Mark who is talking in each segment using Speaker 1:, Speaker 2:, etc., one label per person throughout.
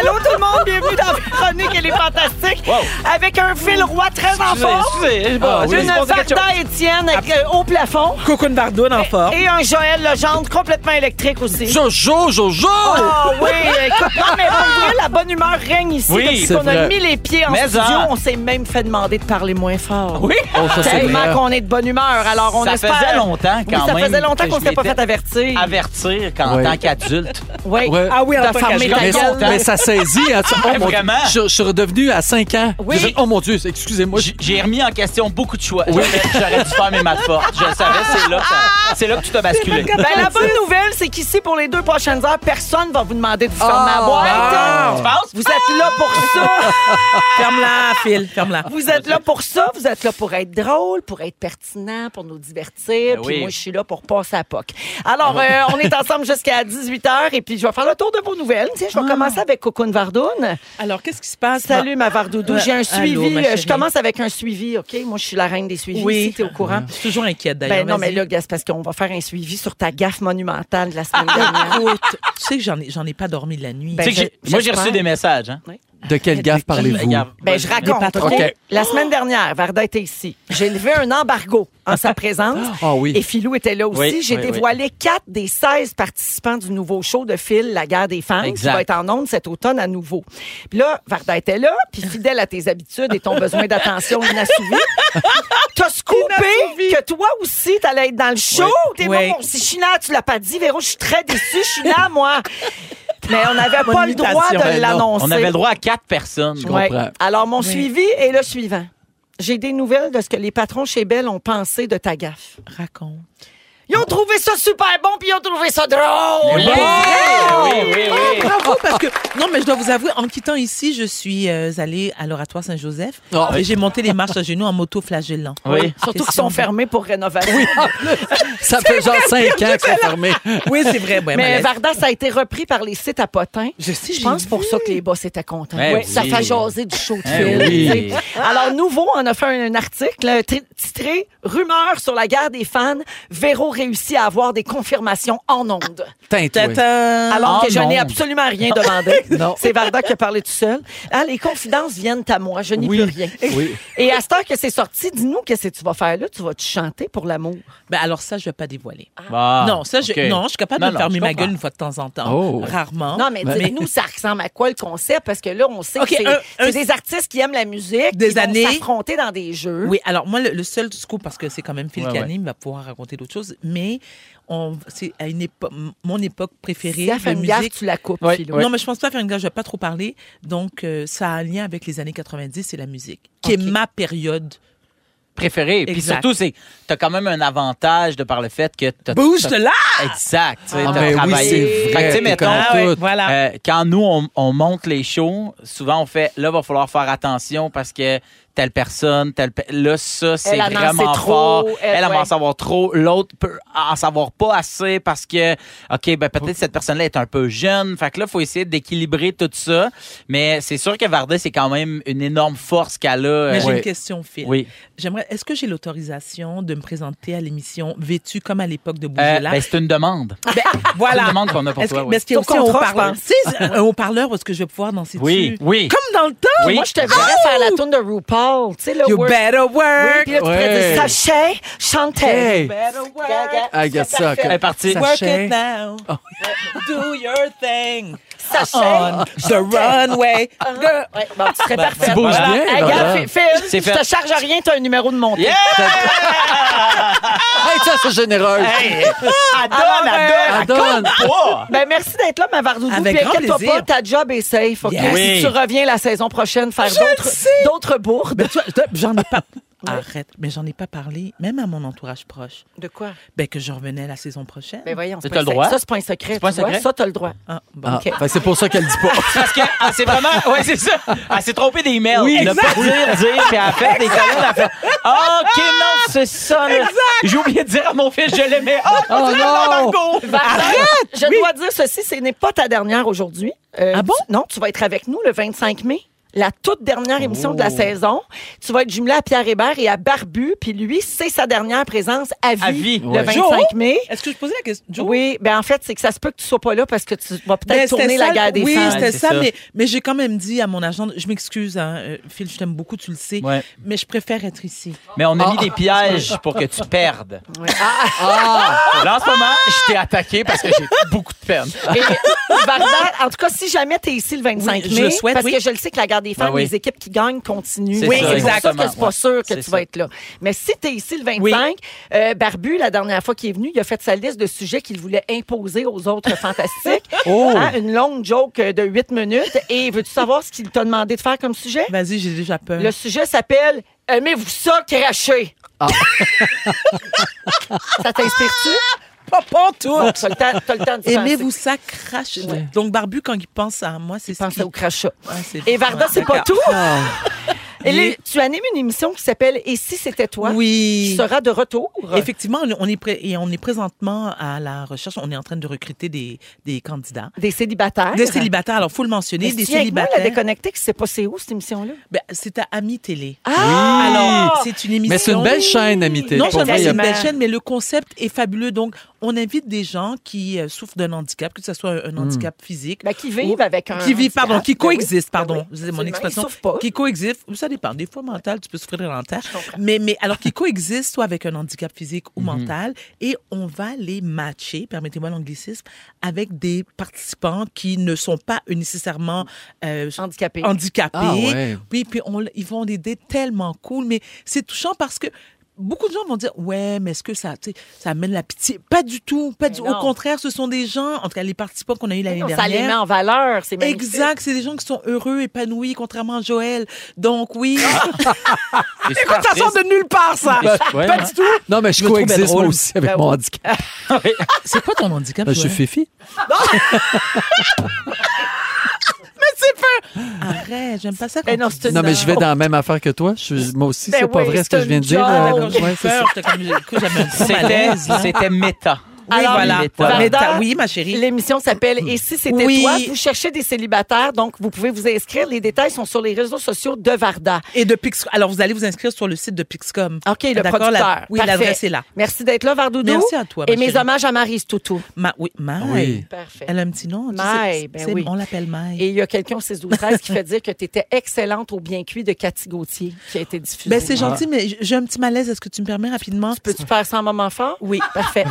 Speaker 1: Allô tout le monde, bienvenue dans Véronique et les Fantastiques! Avec un fil roi très en
Speaker 2: Excusez,
Speaker 1: forme!
Speaker 2: excusez, j'ai
Speaker 3: Ah
Speaker 2: pas-
Speaker 1: Une
Speaker 2: j'ai pas dit quelque chose.
Speaker 1: Varda Étienne avec, euh, au plafond
Speaker 4: Cocoon Bardoune en forme.
Speaker 1: et un Joël Legendre complètement électrique aussi.
Speaker 2: Jojo, Jojo!
Speaker 1: Oh oui! Écoute, non, mais pour vrai, la bonne humeur règne ici.
Speaker 2: Oui,
Speaker 1: parce
Speaker 2: c'est
Speaker 1: qu'on a
Speaker 2: vrai.
Speaker 1: mis les pieds en
Speaker 2: Mais
Speaker 1: studio,
Speaker 2: en-
Speaker 1: on s'est même fait demander de parler moins fort.
Speaker 2: Oui!
Speaker 1: Tellement qu'on est de bonne humeur. Alors on
Speaker 3: Ça
Speaker 1: espère-
Speaker 3: faisait longtemps,
Speaker 1: Oui,
Speaker 3: quand
Speaker 1: ça
Speaker 3: même,
Speaker 1: faisait longtemps
Speaker 3: que
Speaker 1: qu'on
Speaker 3: je
Speaker 1: s'était pas
Speaker 3: m'étais
Speaker 1: fait avertir.
Speaker 3: Avertir qu'en
Speaker 4: Ouais.
Speaker 3: tant qu'adulte.
Speaker 1: Oui.
Speaker 4: Ouais.
Speaker 1: Ah oui, T'as en tant fermé qu'adulte.
Speaker 3: ta
Speaker 4: Mais,
Speaker 3: gueule.
Speaker 4: ça- mais ça saisit. hein, tu- oh, mon Dieu,
Speaker 3: vraiment?
Speaker 4: Je, je suis redevenu à 5 ans.
Speaker 1: Oui.
Speaker 4: Je- oh mon Dieu, excusez-moi.
Speaker 3: J- J'ai remis en question beaucoup de choix. J'aurais- J'aurais dû faire mes maths fortes. Je le savais, c'est là, que ça- c'est là que tu t'as basculé.
Speaker 1: Ben, la bonne nouvelle, c'est qu'ici, pour les deux prochaines heures, personne va vous demander de vous fermer
Speaker 4: Oh,
Speaker 1: la
Speaker 3: Ah,
Speaker 1: boîte.
Speaker 3: Tu penses?
Speaker 1: Vous êtes là pour ça.
Speaker 4: Ferme-la, Phil, ferme-la.
Speaker 1: Vous êtes là pour ça. Vous êtes là pour être drôle, pour être pertinent, pour nous divertir.
Speaker 3: Ben
Speaker 1: Puis
Speaker 3: oui. Ben
Speaker 1: moi, je suis là pour passer à POC. Alors, euh, on est ensemble jusqu'à 18h et puis je vais faire le tour de vos nouvelles. Tiens,
Speaker 4: Ah.
Speaker 1: je vais commencer avec Cocoon Vardoune.
Speaker 4: Alors, qu'est-ce qui se passe? Ah.
Speaker 1: Salut, ma Vardoudou.
Speaker 4: Ouais.
Speaker 1: J'ai un
Speaker 4: Allô,
Speaker 1: suivi.
Speaker 4: ma
Speaker 1: euh, Je
Speaker 4: chérie.
Speaker 1: commence avec un suivi, OK? Moi, je suis la reine des suivis.
Speaker 4: Oui.
Speaker 1: Si t'es au
Speaker 5: Ah,
Speaker 1: courant.
Speaker 4: Je suis toujours inquiète
Speaker 1: Ben non, mais là, gars, c'est parce qu'on va faire un suivi sur ta gaffe monumentale de la semaine dernière.
Speaker 5: Écoute, tu sais que j'en ai, j'en ai pas dormi de la nuit.
Speaker 1: Ben,
Speaker 3: Tu sais que j'ai-
Speaker 1: je-
Speaker 3: moi, j'ai reçu
Speaker 1: j'espère.
Speaker 3: des messages. Hein.
Speaker 4: De quelle gaffe parlez-vous?
Speaker 1: Ben, je raconte.
Speaker 4: patrons.
Speaker 1: OK?
Speaker 4: OK.
Speaker 1: La semaine dernière, Varda était ici. J'ai levé un embargo en sa présence.
Speaker 4: Ah oui.
Speaker 1: Et Philou était là aussi.
Speaker 3: Oui,
Speaker 1: J'ai
Speaker 3: oui,
Speaker 1: dévoilé quatre des 16 participants du nouveau show de Phil, La guerre des fans,
Speaker 3: Exact.
Speaker 1: qui va être en ondes cet automne à nouveau. Puis là, Varda était là, puis fidèle à tes habitudes et ton besoin d'attention inassouvi, t'as scoopé que toi aussi, t'allais être dans le show. T'es
Speaker 5: Oui.
Speaker 1: bon, si China, tu l'as pas dit, Véro, je suis très déçue, China, moi. Mais on n'avait
Speaker 5: Bonne
Speaker 1: pas le droit de
Speaker 5: imitation. Ben non,
Speaker 1: l'annoncer.
Speaker 3: On avait le droit à quatre personnes.
Speaker 1: Ouais.
Speaker 4: comprends.
Speaker 1: Alors, mon suivi est le suivant. J'ai des nouvelles de ce que les patrons chez Bell ont pensé de ta gaffe.
Speaker 5: Raconte.
Speaker 1: Ils ont trouvé ça super bon, puis ils ont trouvé ça drôle.
Speaker 3: Oui, Eh
Speaker 5: Oh!
Speaker 3: oui, oui, oui.
Speaker 5: Bravo, parce que, non, mais je dois vous avouer, en quittant ici, je suis euh, allée à l'oratoire Saint-Joseph
Speaker 4: Oh.
Speaker 5: et j'ai monté les marches à genoux en moto flagellant. Ah,
Speaker 3: Oui.
Speaker 1: Surtout qu'ils sont fermés pour rénovation. Oui,
Speaker 4: Ça fait genre 5 ans que c'est fermé.
Speaker 5: Oui, c'est vrai. ouais,
Speaker 1: Mais
Speaker 5: malaise.
Speaker 1: Varda, ça a été repris par les sites à potins.
Speaker 5: je sais,
Speaker 1: Je
Speaker 5: j'ai
Speaker 1: pense
Speaker 5: vu.
Speaker 1: pour ça que les boss étaient contents.
Speaker 3: Ben
Speaker 1: Ça
Speaker 3: oui.
Speaker 1: fait jaser du show de
Speaker 3: Eh
Speaker 1: fil.
Speaker 3: oui.
Speaker 1: Alors, Nouveau en a fait un, un article euh, tri- titré « Rumeur sur la guerre des fans. Véro réussit à avoir des confirmations en ondes ».
Speaker 4: Tintin.
Speaker 5: Tintin.
Speaker 1: Alors
Speaker 3: Ah
Speaker 1: que je n'ai
Speaker 3: non.
Speaker 1: absolument rien demandé.
Speaker 4: Non.
Speaker 1: C'est Varda qui a parlé tout seul. Ah, les confidences viennent à moi, je n'y peux rien.
Speaker 4: Oui.
Speaker 1: Et à cette heure que c'est sorti, dis-nous qu'est-ce que tu vas faire là? Tu vas te chanter pour l'amour.
Speaker 5: Ben, alors ça, je vais pas dévoiler.
Speaker 3: Ah,
Speaker 5: non, ça, je,
Speaker 3: ok.
Speaker 5: non, je suis capable
Speaker 3: Non,
Speaker 5: de
Speaker 3: non,
Speaker 5: fermer
Speaker 3: je
Speaker 5: ma
Speaker 3: comprends.
Speaker 5: gueule une fois de temps en temps.
Speaker 4: Oh.
Speaker 5: Rarement.
Speaker 1: Non, mais dis-nous, ça ressemble à quoi le concept? Parce que là, on sait
Speaker 5: Hein? Ben, OK,
Speaker 1: que c'est,
Speaker 5: un-
Speaker 1: c'est
Speaker 5: un-
Speaker 1: des artistes qui aiment la musique,
Speaker 5: Des
Speaker 1: qui vont
Speaker 5: années.
Speaker 1: s'affronter dans des jeux.
Speaker 5: Oui, alors moi, le, le seul scoop, parce que c'est quand même Phil
Speaker 3: Ouais,
Speaker 5: qui anime, il va pouvoir raconter d'autres choses, mais on- c'est à une époque, mon époque préférée,
Speaker 1: Si elle fait
Speaker 5: la
Speaker 1: une gaffe,
Speaker 5: musique.
Speaker 1: tu la coupes,
Speaker 3: Ouais,
Speaker 1: Philo.
Speaker 5: Non, mais je pense pas faire une gaffe, je vais pas trop parler. Donc, euh, ça a un lien avec les années 90 et la musique, qui
Speaker 1: Ok.
Speaker 5: est ma période.
Speaker 3: Préféré. Eh, Puis
Speaker 5: Exact.
Speaker 3: surtout, c'est t'as quand même un avantage de par le fait que t'as.
Speaker 5: Bouge de là!
Speaker 3: Exact. tu sais,
Speaker 4: Ah,
Speaker 3: t'as
Speaker 4: ben oui,
Speaker 3: travaillé.
Speaker 4: c'est
Speaker 3: Fait que, tu sais,
Speaker 4: vrai, t'es
Speaker 3: mettons,
Speaker 4: comme
Speaker 5: ouais,
Speaker 4: tout.
Speaker 5: voilà.
Speaker 3: Euh, quand nous, on, on monte les shows, souvent on fait là, va falloir faire attention parce que telle personne, telle. pe- Là, ça, c'est
Speaker 1: Elle en
Speaker 3: vraiment
Speaker 1: sait trop,
Speaker 3: fort.
Speaker 1: elle,
Speaker 3: Elle, elle va
Speaker 1: ouais.
Speaker 3: en savoir trop. L'autre peut en savoir pas assez parce que, OK, ben peut-être cette personne-là est un peu jeune. Fait que là, il faut essayer d'équilibrer tout ça. Mais c'est sûr que Varda, c'est quand même une énorme force qu'elle a. euh,
Speaker 5: Mais j'ai
Speaker 4: Ouais.
Speaker 5: une question, Phil.
Speaker 3: Oui.
Speaker 5: J'aimerais, est-ce que j'ai l'autorisation de me présenter à l'émission vêtue comme à l'époque de Bouge
Speaker 3: Euh,
Speaker 5: de là?
Speaker 3: ben, c'est une demande. C'est une
Speaker 5: voilà.
Speaker 3: demande qu'on a pour
Speaker 5: Est-ce que-
Speaker 3: toi. ouais.
Speaker 5: mais est-ce qu'il y a
Speaker 1: Ton
Speaker 5: aussi un
Speaker 1: contrat, je
Speaker 5: haut-parleur?
Speaker 1: pense.
Speaker 5: Tu sais, un haut-parleur, où est-ce que je vais pouvoir danser
Speaker 3: Oui,
Speaker 5: dessus?
Speaker 3: oui.
Speaker 5: Comme dans le temps!
Speaker 3: Oui.
Speaker 1: Moi, je te verrais faire la tune de RuPaul. Tu sais, le
Speaker 5: You
Speaker 1: work-
Speaker 5: better
Speaker 1: Oui,
Speaker 5: work!
Speaker 1: puis là, tu pourrais
Speaker 4: Ouais.
Speaker 1: dire, Sachez, chantez.
Speaker 4: Hey.
Speaker 1: Gaga.
Speaker 4: I got ça, ok.
Speaker 3: Elle est partie.
Speaker 5: Work
Speaker 4: Sachez.
Speaker 5: it now. Do your thing.
Speaker 1: Sachez.
Speaker 5: Oh, On the runway. Girl.
Speaker 1: Ouais, bon, tu serais parfait.
Speaker 4: bouges bien,
Speaker 1: Hey,
Speaker 4: là,
Speaker 1: regarde,
Speaker 4: là.
Speaker 1: Phil,
Speaker 3: C'est
Speaker 1: je te
Speaker 3: fait.
Speaker 1: charge rien, t'as un numéro de montée.
Speaker 3: Yeah!
Speaker 4: Hey, ça, c'est généreux. Ah,
Speaker 3: Hey! Ah,
Speaker 1: Alors,
Speaker 3: Adonne,
Speaker 1: euh,
Speaker 3: adonne,
Speaker 4: Adonne.
Speaker 3: adonne!
Speaker 1: Ben, merci d'être là, ma Vardoudou.
Speaker 5: Avec
Speaker 1: Puis
Speaker 5: grand
Speaker 1: inquiète-toi
Speaker 5: plaisir.
Speaker 1: pas, ta job est safe, OK?
Speaker 5: Yes.
Speaker 3: Oui.
Speaker 1: Si tu reviens la saison prochaine faire
Speaker 5: Je le
Speaker 1: d'autres,
Speaker 5: sais.
Speaker 1: d'autres bourdes.
Speaker 5: J'en ai pas. Arrête. Mais j'en ai pas parlé, même à mon entourage proche.
Speaker 1: De quoi?
Speaker 5: Ben, que je revenais la saison prochaine.
Speaker 1: Ben voyons, c'est
Speaker 3: T'as
Speaker 1: pas
Speaker 3: le
Speaker 1: un-
Speaker 3: droit?
Speaker 1: Ça, c'est pas un secret.
Speaker 3: C'est pas un
Speaker 1: tu vois.
Speaker 3: secret?
Speaker 1: Ça, t'as le droit.
Speaker 5: Ah, bon.
Speaker 4: Ah,
Speaker 1: OK.
Speaker 4: fait que c'est pour ça qu'elle dit pas.
Speaker 3: Parce qu'elle s'est vraiment. Ouais, c'est ça. Elle s'est trompée des mails.
Speaker 4: Oui,
Speaker 3: elle a pas dire, dire, puis elle a fait des colonnes. Elle a fait Ah, OK, non, c'est ça. là. J'ai oublié de dire à mon fils, je l'aimais. Ah,
Speaker 4: Oh non!
Speaker 1: Arrête! Je dois dire ceci, ce n'est pas ta dernière aujourd'hui. Euh,
Speaker 5: Ah bon?
Speaker 1: tu- non, tu vas être avec nous le 25 mai. La toute dernière émission de la saison. Tu vas être jumelé à Pierre Hébert et à Barbu. Puis lui, c'est sa dernière présence à vie,
Speaker 3: À vie,
Speaker 1: le
Speaker 3: ouais.
Speaker 1: 25
Speaker 5: Joe?
Speaker 1: mai.
Speaker 5: Est-ce que je posais la question? Joe?
Speaker 1: Oui, ben en fait, c'est que ça se peut que tu sois pas là parce que tu vas
Speaker 5: Ben,
Speaker 1: peut-être
Speaker 5: c'était
Speaker 1: tourner
Speaker 5: ça,
Speaker 1: la guerre des
Speaker 5: Oui,
Speaker 1: fans.
Speaker 5: c'était
Speaker 3: c'est
Speaker 5: ça,
Speaker 3: ça.
Speaker 5: mais, mais j'ai quand même dit à mon agent, je m'excuse, hein, euh, Phil, je t'aime beaucoup, tu le sais,
Speaker 3: Ouais.
Speaker 5: mais je préfère être ici.
Speaker 3: Mais on a
Speaker 5: Ah.
Speaker 3: mis des pièges pour que tu perdes.
Speaker 4: Ah!
Speaker 3: Là, en ce moment, je t'ai attaqué parce que j'ai beaucoup de peine.
Speaker 1: Et Varda, en tout cas, si jamais tu es ici le 25
Speaker 5: Oui,
Speaker 1: mai,
Speaker 5: je le souhaite,
Speaker 1: parce
Speaker 5: oui.
Speaker 1: que je le sais que la guerre des femmes,
Speaker 3: Ben oui.
Speaker 1: les équipes qui gagnent continuent.
Speaker 3: C'est Oui,
Speaker 1: c'est
Speaker 3: ça,
Speaker 1: pour ça que
Speaker 3: exactement.
Speaker 1: c'est pas sûr que
Speaker 3: C'est
Speaker 1: tu
Speaker 3: ça.
Speaker 1: vas être là. Mais si tu es ici le 25,
Speaker 5: Oui.
Speaker 1: euh, Barbu, la dernière fois qu'il est venu, il a fait sa liste de sujets qu'il voulait imposer aux autres fantastiques.
Speaker 4: Oh!
Speaker 1: Hein, une longue joke euh, de 8 minutes. Et veux-tu savoir ce qu'il t'a demandé de faire comme sujet?
Speaker 5: Vas-y, j'ai déjà peur.
Speaker 1: Le sujet s'appelle Aimez-vous ça, cracher?
Speaker 5: Ah.
Speaker 1: ça t'inspire-tu?
Speaker 5: pas
Speaker 1: Bon,
Speaker 5: pantoute!
Speaker 1: T'as le temps- t'as le temps de
Speaker 5: Aimez-vous ça, crache. Donc, Barbu, quand il pense à moi, c'est ce
Speaker 1: penser
Speaker 5: qu'il...
Speaker 1: au crachat.
Speaker 5: Ouais, c'est-
Speaker 1: Et Varda,
Speaker 5: ouais,
Speaker 1: Ah, c'est pas
Speaker 5: d'accord.
Speaker 1: tout.
Speaker 4: Ah.
Speaker 1: Et les- tu animes une émission qui s'appelle Et si c'était toi? Qui
Speaker 5: Oui.
Speaker 1: sera de retour.
Speaker 5: Effectivement, on est- on est, pré- et on est présentement à la recherche, on est en train de recruter des, des candidats.
Speaker 1: Des célibataires.
Speaker 5: Des célibataires, alors faut le
Speaker 1: Ah, Mais
Speaker 5: mentionner, des
Speaker 1: tiens, avec moi, la
Speaker 5: célibataires.
Speaker 1: déconnectée qui sait pas c'est où, cette émission-là.
Speaker 5: Ben, c'est à Ami Télé.
Speaker 1: Ah!
Speaker 5: Alors, c'est une émission.
Speaker 4: Mais c'est une belle chaîne, Amité.
Speaker 5: Non
Speaker 4: Pour
Speaker 5: seulement
Speaker 4: vrai, il y
Speaker 5: c'est
Speaker 4: a-
Speaker 5: une belle
Speaker 1: pas-
Speaker 5: chaîne, mais le concept est fabuleux. Donc, on invite des gens qui euh, souffrent d'un handicap, que ce soit un, un
Speaker 4: Hmm.
Speaker 5: handicap physique.
Speaker 1: Ben, qui vivent avec un...
Speaker 5: qui vivent, pardon, qui
Speaker 1: handicap. Ben oui.
Speaker 5: coexistent,
Speaker 1: Ben
Speaker 5: pardon,
Speaker 1: oui,
Speaker 5: c'est mon
Speaker 1: absolument.
Speaker 5: expression,
Speaker 1: Ils souffrent pas.
Speaker 5: qui coexistent, ou ça dépend, des fois mental, tu peux souffrir de mental, mais, mais alors qui coexistent soit avec un handicap physique
Speaker 4: Mhm.
Speaker 5: ou mental, et on va les matcher, permettez-moi l'anglicisme, avec des participants qui ne sont pas nécessairement euh,
Speaker 1: Handicapés.
Speaker 5: handicapés.
Speaker 4: Ah ouais.
Speaker 5: Oui, puis on, ils vont l'aider tellement cool, mais c'est touchant parce que beaucoup de gens vont dire ouais, mais est-ce que ça, tu sais, ça amène la pitié Pas du tout, pas du.
Speaker 1: Mais non.
Speaker 5: Au contraire, ce sont des gens, en tout cas les participants qu'on a eu l'année
Speaker 1: Non,
Speaker 5: dernière.
Speaker 1: Ça les met en valeur, c'est magnifique.
Speaker 5: Exact, c'est des gens qui sont heureux, épanouis, contrairement à Joël. Donc oui,
Speaker 3: C'est super
Speaker 5: ça sort
Speaker 3: triste.
Speaker 5: de nulle part ça.
Speaker 4: Ouais.
Speaker 5: Pas du tout.
Speaker 4: Non, mais je
Speaker 5: me trouvais
Speaker 4: coexiste moi
Speaker 5: drôle. Ah,
Speaker 4: aussi avec
Speaker 1: Ben
Speaker 4: mon
Speaker 1: oui.
Speaker 4: handicap.
Speaker 5: C'est quoi ton handicap
Speaker 4: Ben,
Speaker 3: Bah,
Speaker 4: je suis Fifi.
Speaker 5: Arrête, j'aime pas ça. Quand
Speaker 1: Ben non,
Speaker 5: tu
Speaker 1: c'est
Speaker 5: dis
Speaker 4: Non, mais
Speaker 5: ça.
Speaker 4: je vais dans la même affaire que toi. Je suis- moi aussi,
Speaker 1: Ben
Speaker 4: c'est pas
Speaker 1: oui,
Speaker 4: vrai ce
Speaker 1: c'est
Speaker 4: que je viens de
Speaker 1: une
Speaker 4: dire.
Speaker 5: Ah,
Speaker 4: là.
Speaker 1: joke.
Speaker 5: d'accord, j'ai
Speaker 4: Ouais, c'est ça.
Speaker 5: peur, j'étais comme- du coup, j'avais un gros
Speaker 3: C'était,
Speaker 5: malaise, là.
Speaker 3: c'était méta.
Speaker 5: Oui,
Speaker 1: Alors,
Speaker 5: voilà.
Speaker 3: Méta.
Speaker 5: Méta,
Speaker 1: Varda,
Speaker 5: oui, ma chérie.
Speaker 1: L'émission s'appelle Et si c'était
Speaker 5: Oui.
Speaker 1: toi? Vous cherchez des célibataires, donc vous pouvez vous inscrire. Les détails sont sur les réseaux sociaux de Varda.
Speaker 5: Et de Pix. Alors, vous allez vous inscrire sur le site de Pixcom.
Speaker 1: OK, le
Speaker 5: D'accord,
Speaker 1: producteur.
Speaker 5: la- Oui,
Speaker 1: Parfait.
Speaker 5: l'adresse est là.
Speaker 1: Merci d'être là, Vardoudou.
Speaker 5: Merci à toi, ma
Speaker 1: Et mes
Speaker 5: chérie.
Speaker 1: hommages à Maryse Toutou.
Speaker 5: Ma, oui, Maï.
Speaker 4: Oui.
Speaker 1: Parfait.
Speaker 5: Elle a un petit nom. tu sais,
Speaker 1: Maï,
Speaker 5: c'est-
Speaker 1: ben
Speaker 5: c'est-
Speaker 1: oui.
Speaker 5: On l'appelle Maï.
Speaker 1: Et il y a quelqu'un au 6 12 13 qui fait dire que tu étais excellente au bien cuit de Cathy Gauthier qui a été diffusé.
Speaker 5: Ben, c'est gentil, mais j- j'ai un petit malaise. Est-ce que tu me permets rapidement?
Speaker 1: Peux-tu faire ça en moment fort?
Speaker 5: Oui.
Speaker 1: Parfait.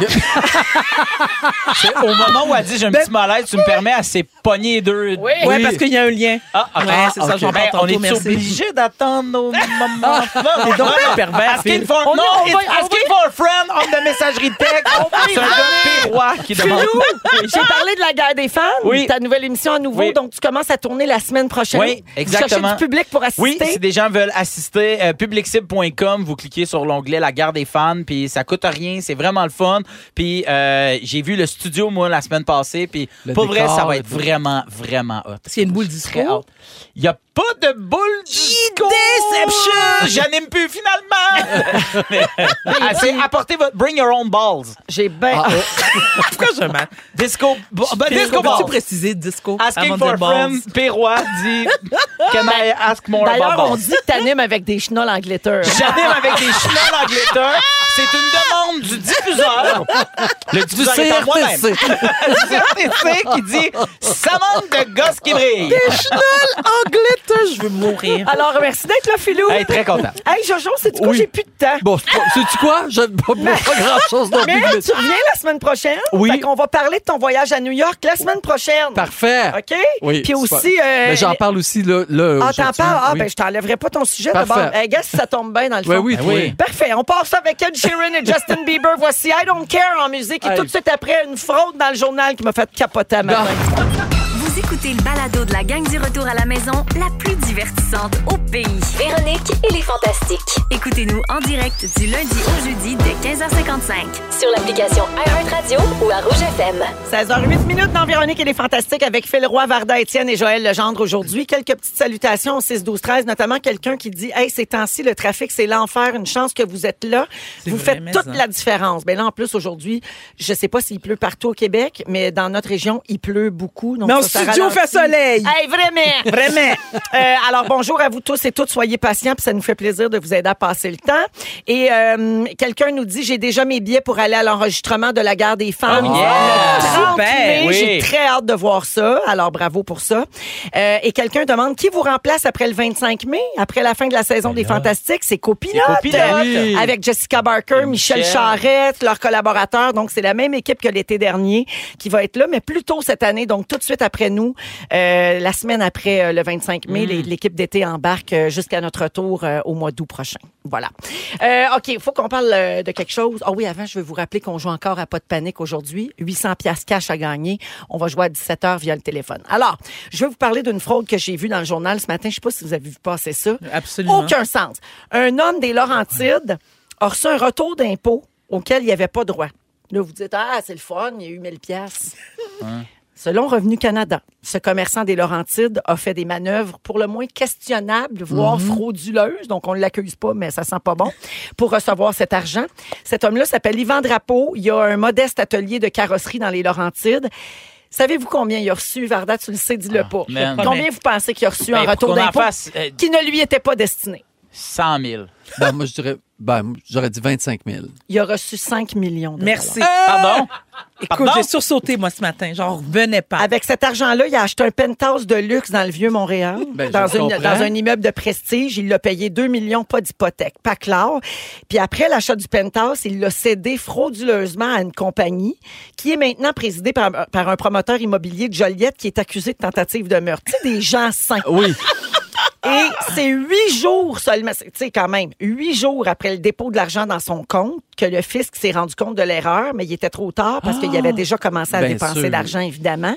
Speaker 3: C'est Au moment où elle dit j'ai un
Speaker 5: Ben,
Speaker 3: petit malaise, tu me permets à ses poignées deux. Oui.
Speaker 5: Ouais, parce qu'il y a un lien.
Speaker 3: Ah, ok.
Speaker 5: Ouais, c'est ça,
Speaker 3: Ok.
Speaker 5: j'en parle
Speaker 3: Ben,
Speaker 5: tantôt,
Speaker 3: On est
Speaker 5: merci.
Speaker 3: obligé d'attendre nos moments. T'es donc
Speaker 5: bien pervers,
Speaker 3: Est-ce qu'il
Speaker 5: Phil.
Speaker 3: faut
Speaker 1: On
Speaker 3: un- non,
Speaker 1: est- on va-
Speaker 3: est-ce qu'il faut un friend homme de messagerie texte? C'est un gars roi qui demande.
Speaker 1: J'ai parlé de la guerre des fans,
Speaker 3: Oui.
Speaker 1: ta nouvelle émission à nouveau,
Speaker 3: Oui.
Speaker 1: donc tu commences à tourner la semaine prochaine.
Speaker 3: Oui, exactement.
Speaker 1: Chercher du public pour assister.
Speaker 3: Oui, si des gens veulent assister, euh, publiccible.com, vous cliquez sur l'onglet La Gare des fans, puis ça coûte rien, c'est vraiment le fun. Puis euh, j'ai vu le studio, moi, la semaine passée, puis
Speaker 4: Le
Speaker 3: pour vrai,
Speaker 4: décor,
Speaker 3: ça va
Speaker 4: le
Speaker 3: être
Speaker 4: décor.
Speaker 3: vraiment, vraiment hot.
Speaker 5: Est-ce qu'il y a une boule
Speaker 3: Très
Speaker 5: disco?
Speaker 3: hot. Il n'y a pas de boule disco!
Speaker 5: Déception!
Speaker 3: J'anime plus, finalement! Mais, ah, c'est apportez votre Bring Your Own Balls. euh.
Speaker 1: J'ai bien.
Speaker 4: Ah,
Speaker 5: Pourquoi je mal?
Speaker 3: Disco, bo- ben, disco
Speaker 5: Peux-tu
Speaker 3: balls.
Speaker 5: préciser disco?
Speaker 3: Asking
Speaker 5: avant de
Speaker 3: for a
Speaker 5: dire balls?
Speaker 3: friend, P-Roi dit Can I ask more about
Speaker 1: D'ailleurs, on
Speaker 3: balls?
Speaker 1: dit que t'animes avec des chenolles en glitter.
Speaker 3: J'anime avec des chenolles en glitter. C'est une demande du diffuseur. Le
Speaker 4: Du
Speaker 3: diffuseur est en moi-même.
Speaker 4: CRTC.
Speaker 3: Du CRTC qui dit Ça manque de gosses qui brillent.
Speaker 5: Anglais, toi, je veux mourir.
Speaker 1: Alors, merci d'être là, Philou.
Speaker 3: Hey, très content.
Speaker 1: Hey, Jojo, c'est du coup,
Speaker 4: Oui.
Speaker 1: j'ai plus de temps.
Speaker 4: Bon, sais-tu quoi? Je ne pas, pas grand-chose non
Speaker 1: Mais
Speaker 4: plus.
Speaker 1: tu reviens la semaine prochaine.
Speaker 4: Oui.
Speaker 1: Fait qu'on va parler de ton voyage à New York la semaine prochaine.
Speaker 4: Parfait.
Speaker 1: OK?
Speaker 4: Oui,
Speaker 1: Puis
Speaker 4: c'est
Speaker 1: aussi.
Speaker 4: pas-
Speaker 1: euh,
Speaker 4: Mais j'en parle aussi là. là
Speaker 1: Ah, t'en
Speaker 4: aujourd'hui,
Speaker 1: parles? Ah,
Speaker 4: oui.
Speaker 1: ben, je t'enlèverai pas ton sujet
Speaker 4: Parfait.
Speaker 1: d'abord. Hey, guess si ça tombe bien dans le
Speaker 4: Ouais,
Speaker 1: fond.
Speaker 4: oui,
Speaker 3: Ben
Speaker 4: toi.
Speaker 3: oui.
Speaker 1: Parfait. On passe avec Ed Sheeran et Justin Bieber. Voici I Don't Care en musique. Et
Speaker 4: Hey.
Speaker 1: tout de suite après, une fraude dans le journal qui m'a fait capoter à matin.
Speaker 4: Ah.
Speaker 6: Vous écoutez Écoutez le balado de la gang du retour à la maison, la plus divertissante au pays.
Speaker 7: Véronique et les Fantastiques.
Speaker 6: Écoutez-nous en direct du lundi au jeudi dès 15h55.
Speaker 7: Sur l'application iHeartRadio ou à Rouge FM.
Speaker 1: 16h08 minutes dans Véronique et les Fantastiques avec Phil Roy, Varda, Étienne et Joël Legendre aujourd'hui. Quelques petites salutations au 6-12-13, notamment quelqu'un qui dit Hey, ces temps-ci, le trafic, c'est l'enfer. Une chance que vous êtes là. Vous
Speaker 5: vrai,
Speaker 1: faites
Speaker 5: mais
Speaker 1: toute
Speaker 5: ça.
Speaker 1: la différence. Mais là, en plus, aujourd'hui, je sais pas s'il pleut partout au Québec, mais dans notre région, il pleut beaucoup. Donc
Speaker 5: Mais au
Speaker 1: ça, ça
Speaker 5: studio,
Speaker 1: ralentit.
Speaker 5: fait soleil.
Speaker 1: Hey, vraiment! Vraiment! Euh, alors, bonjour à vous tous et toutes. Soyez patients, puis ça nous fait plaisir de vous aider à passer le temps. Et euh, quelqu'un nous dit, j'ai déjà mes billets pour aller à l'enregistrement de la gare des femmes.
Speaker 3: Oh, yeah!
Speaker 1: Le 30
Speaker 5: Super!
Speaker 1: mai.
Speaker 3: Oui.
Speaker 1: J'ai très hâte de voir ça. Alors, bravo pour ça. Euh, et quelqu'un demande, qui vous remplace après le 25 mai, après la fin de la saison des Fantastiques? C'est Copilote.
Speaker 3: Ben C'est Copilote.
Speaker 4: Oui.
Speaker 1: Avec Jessica Barker, Michel,
Speaker 3: Michel.
Speaker 1: Charette, leurs collaborateurs. Donc, c'est la même équipe que l'été dernier qui va être là, mais plus tôt cette année. Donc, tout de suite après nous, euh, la semaine après euh, le 25 mai, les- l'équipe d'été embarque euh, jusqu'à notre retour euh, au mois d'août prochain. Voilà. Euh, OK, il faut qu'on parle euh, de quelque chose. Ah oui, avant, je veux vous rappeler qu'on joue encore à pas de panique aujourd'hui. 800 pièces cash à gagner. On va jouer à 17 heures via le téléphone. Alors, je veux vous parler d'une fraude que j'ai vue dans le journal ce matin. Je sais pas si vous avez vu passer ça.
Speaker 5: Absolument.
Speaker 1: Aucun sens. Un homme des Laurentides a reçu un retour d'impôt auquel il n'y avait pas droit. Là, vous dites, ah, c'est le fun, il y a eu 1000 pièces. Selon Revenu Canada, ce commerçant des Laurentides a fait des manœuvres pour le moins questionnables, voire frauduleuses, donc on ne l'accuse pas, mais ça sent pas bon, pour recevoir cet argent. Cet homme-là s'appelle Yvan Drapeau. Il a un modeste atelier de carrosserie dans les Laurentides. Savez-vous combien il a reçu, Varda? Tu le sais, dis-le pas.
Speaker 3: man.
Speaker 1: Combien vous pensez qu'il a reçu en
Speaker 3: Ben, pour
Speaker 1: retour
Speaker 3: qu'on en
Speaker 1: d'impôt
Speaker 3: fasse, euh,
Speaker 1: qui ne lui était pas destiné?
Speaker 3: 100 000.
Speaker 4: Ben, moi, je dirais, ben, moi, j'aurais dit 25 000.
Speaker 1: Il a reçu 5 millions de
Speaker 5: Merci.
Speaker 1: dollars.
Speaker 3: Pardon?
Speaker 5: Euh, Écoute,
Speaker 3: Pardon?
Speaker 5: j'ai sursauté, moi, ce matin. J'en revenais pas.
Speaker 1: Avec cet argent-là, il a acheté un penthouse de luxe dans le vieux Montréal,
Speaker 4: Ben, je
Speaker 1: dans, une-
Speaker 4: comprends.
Speaker 1: dans un immeuble de prestige. Il l'a payé 2 millions, pas d'hypothèque, pas clair. Puis après l'achat du penthouse, il l'a cédé frauduleusement à une compagnie qui est maintenant présidée par, par un promoteur immobilier de Joliette qui est accusé de tentative de meurtre. Tu sais, des gens sains.
Speaker 4: Oui.
Speaker 1: Et c'est huit jours seulement, c'est- tu sais, quand même, huit jours après le dépôt de l'argent dans son compte que le fisc s'est rendu compte de l'erreur, mais il était trop tard parce qu'il avait déjà commencé à
Speaker 4: Bien
Speaker 1: dépenser
Speaker 4: sûr.
Speaker 1: l'argent, évidemment.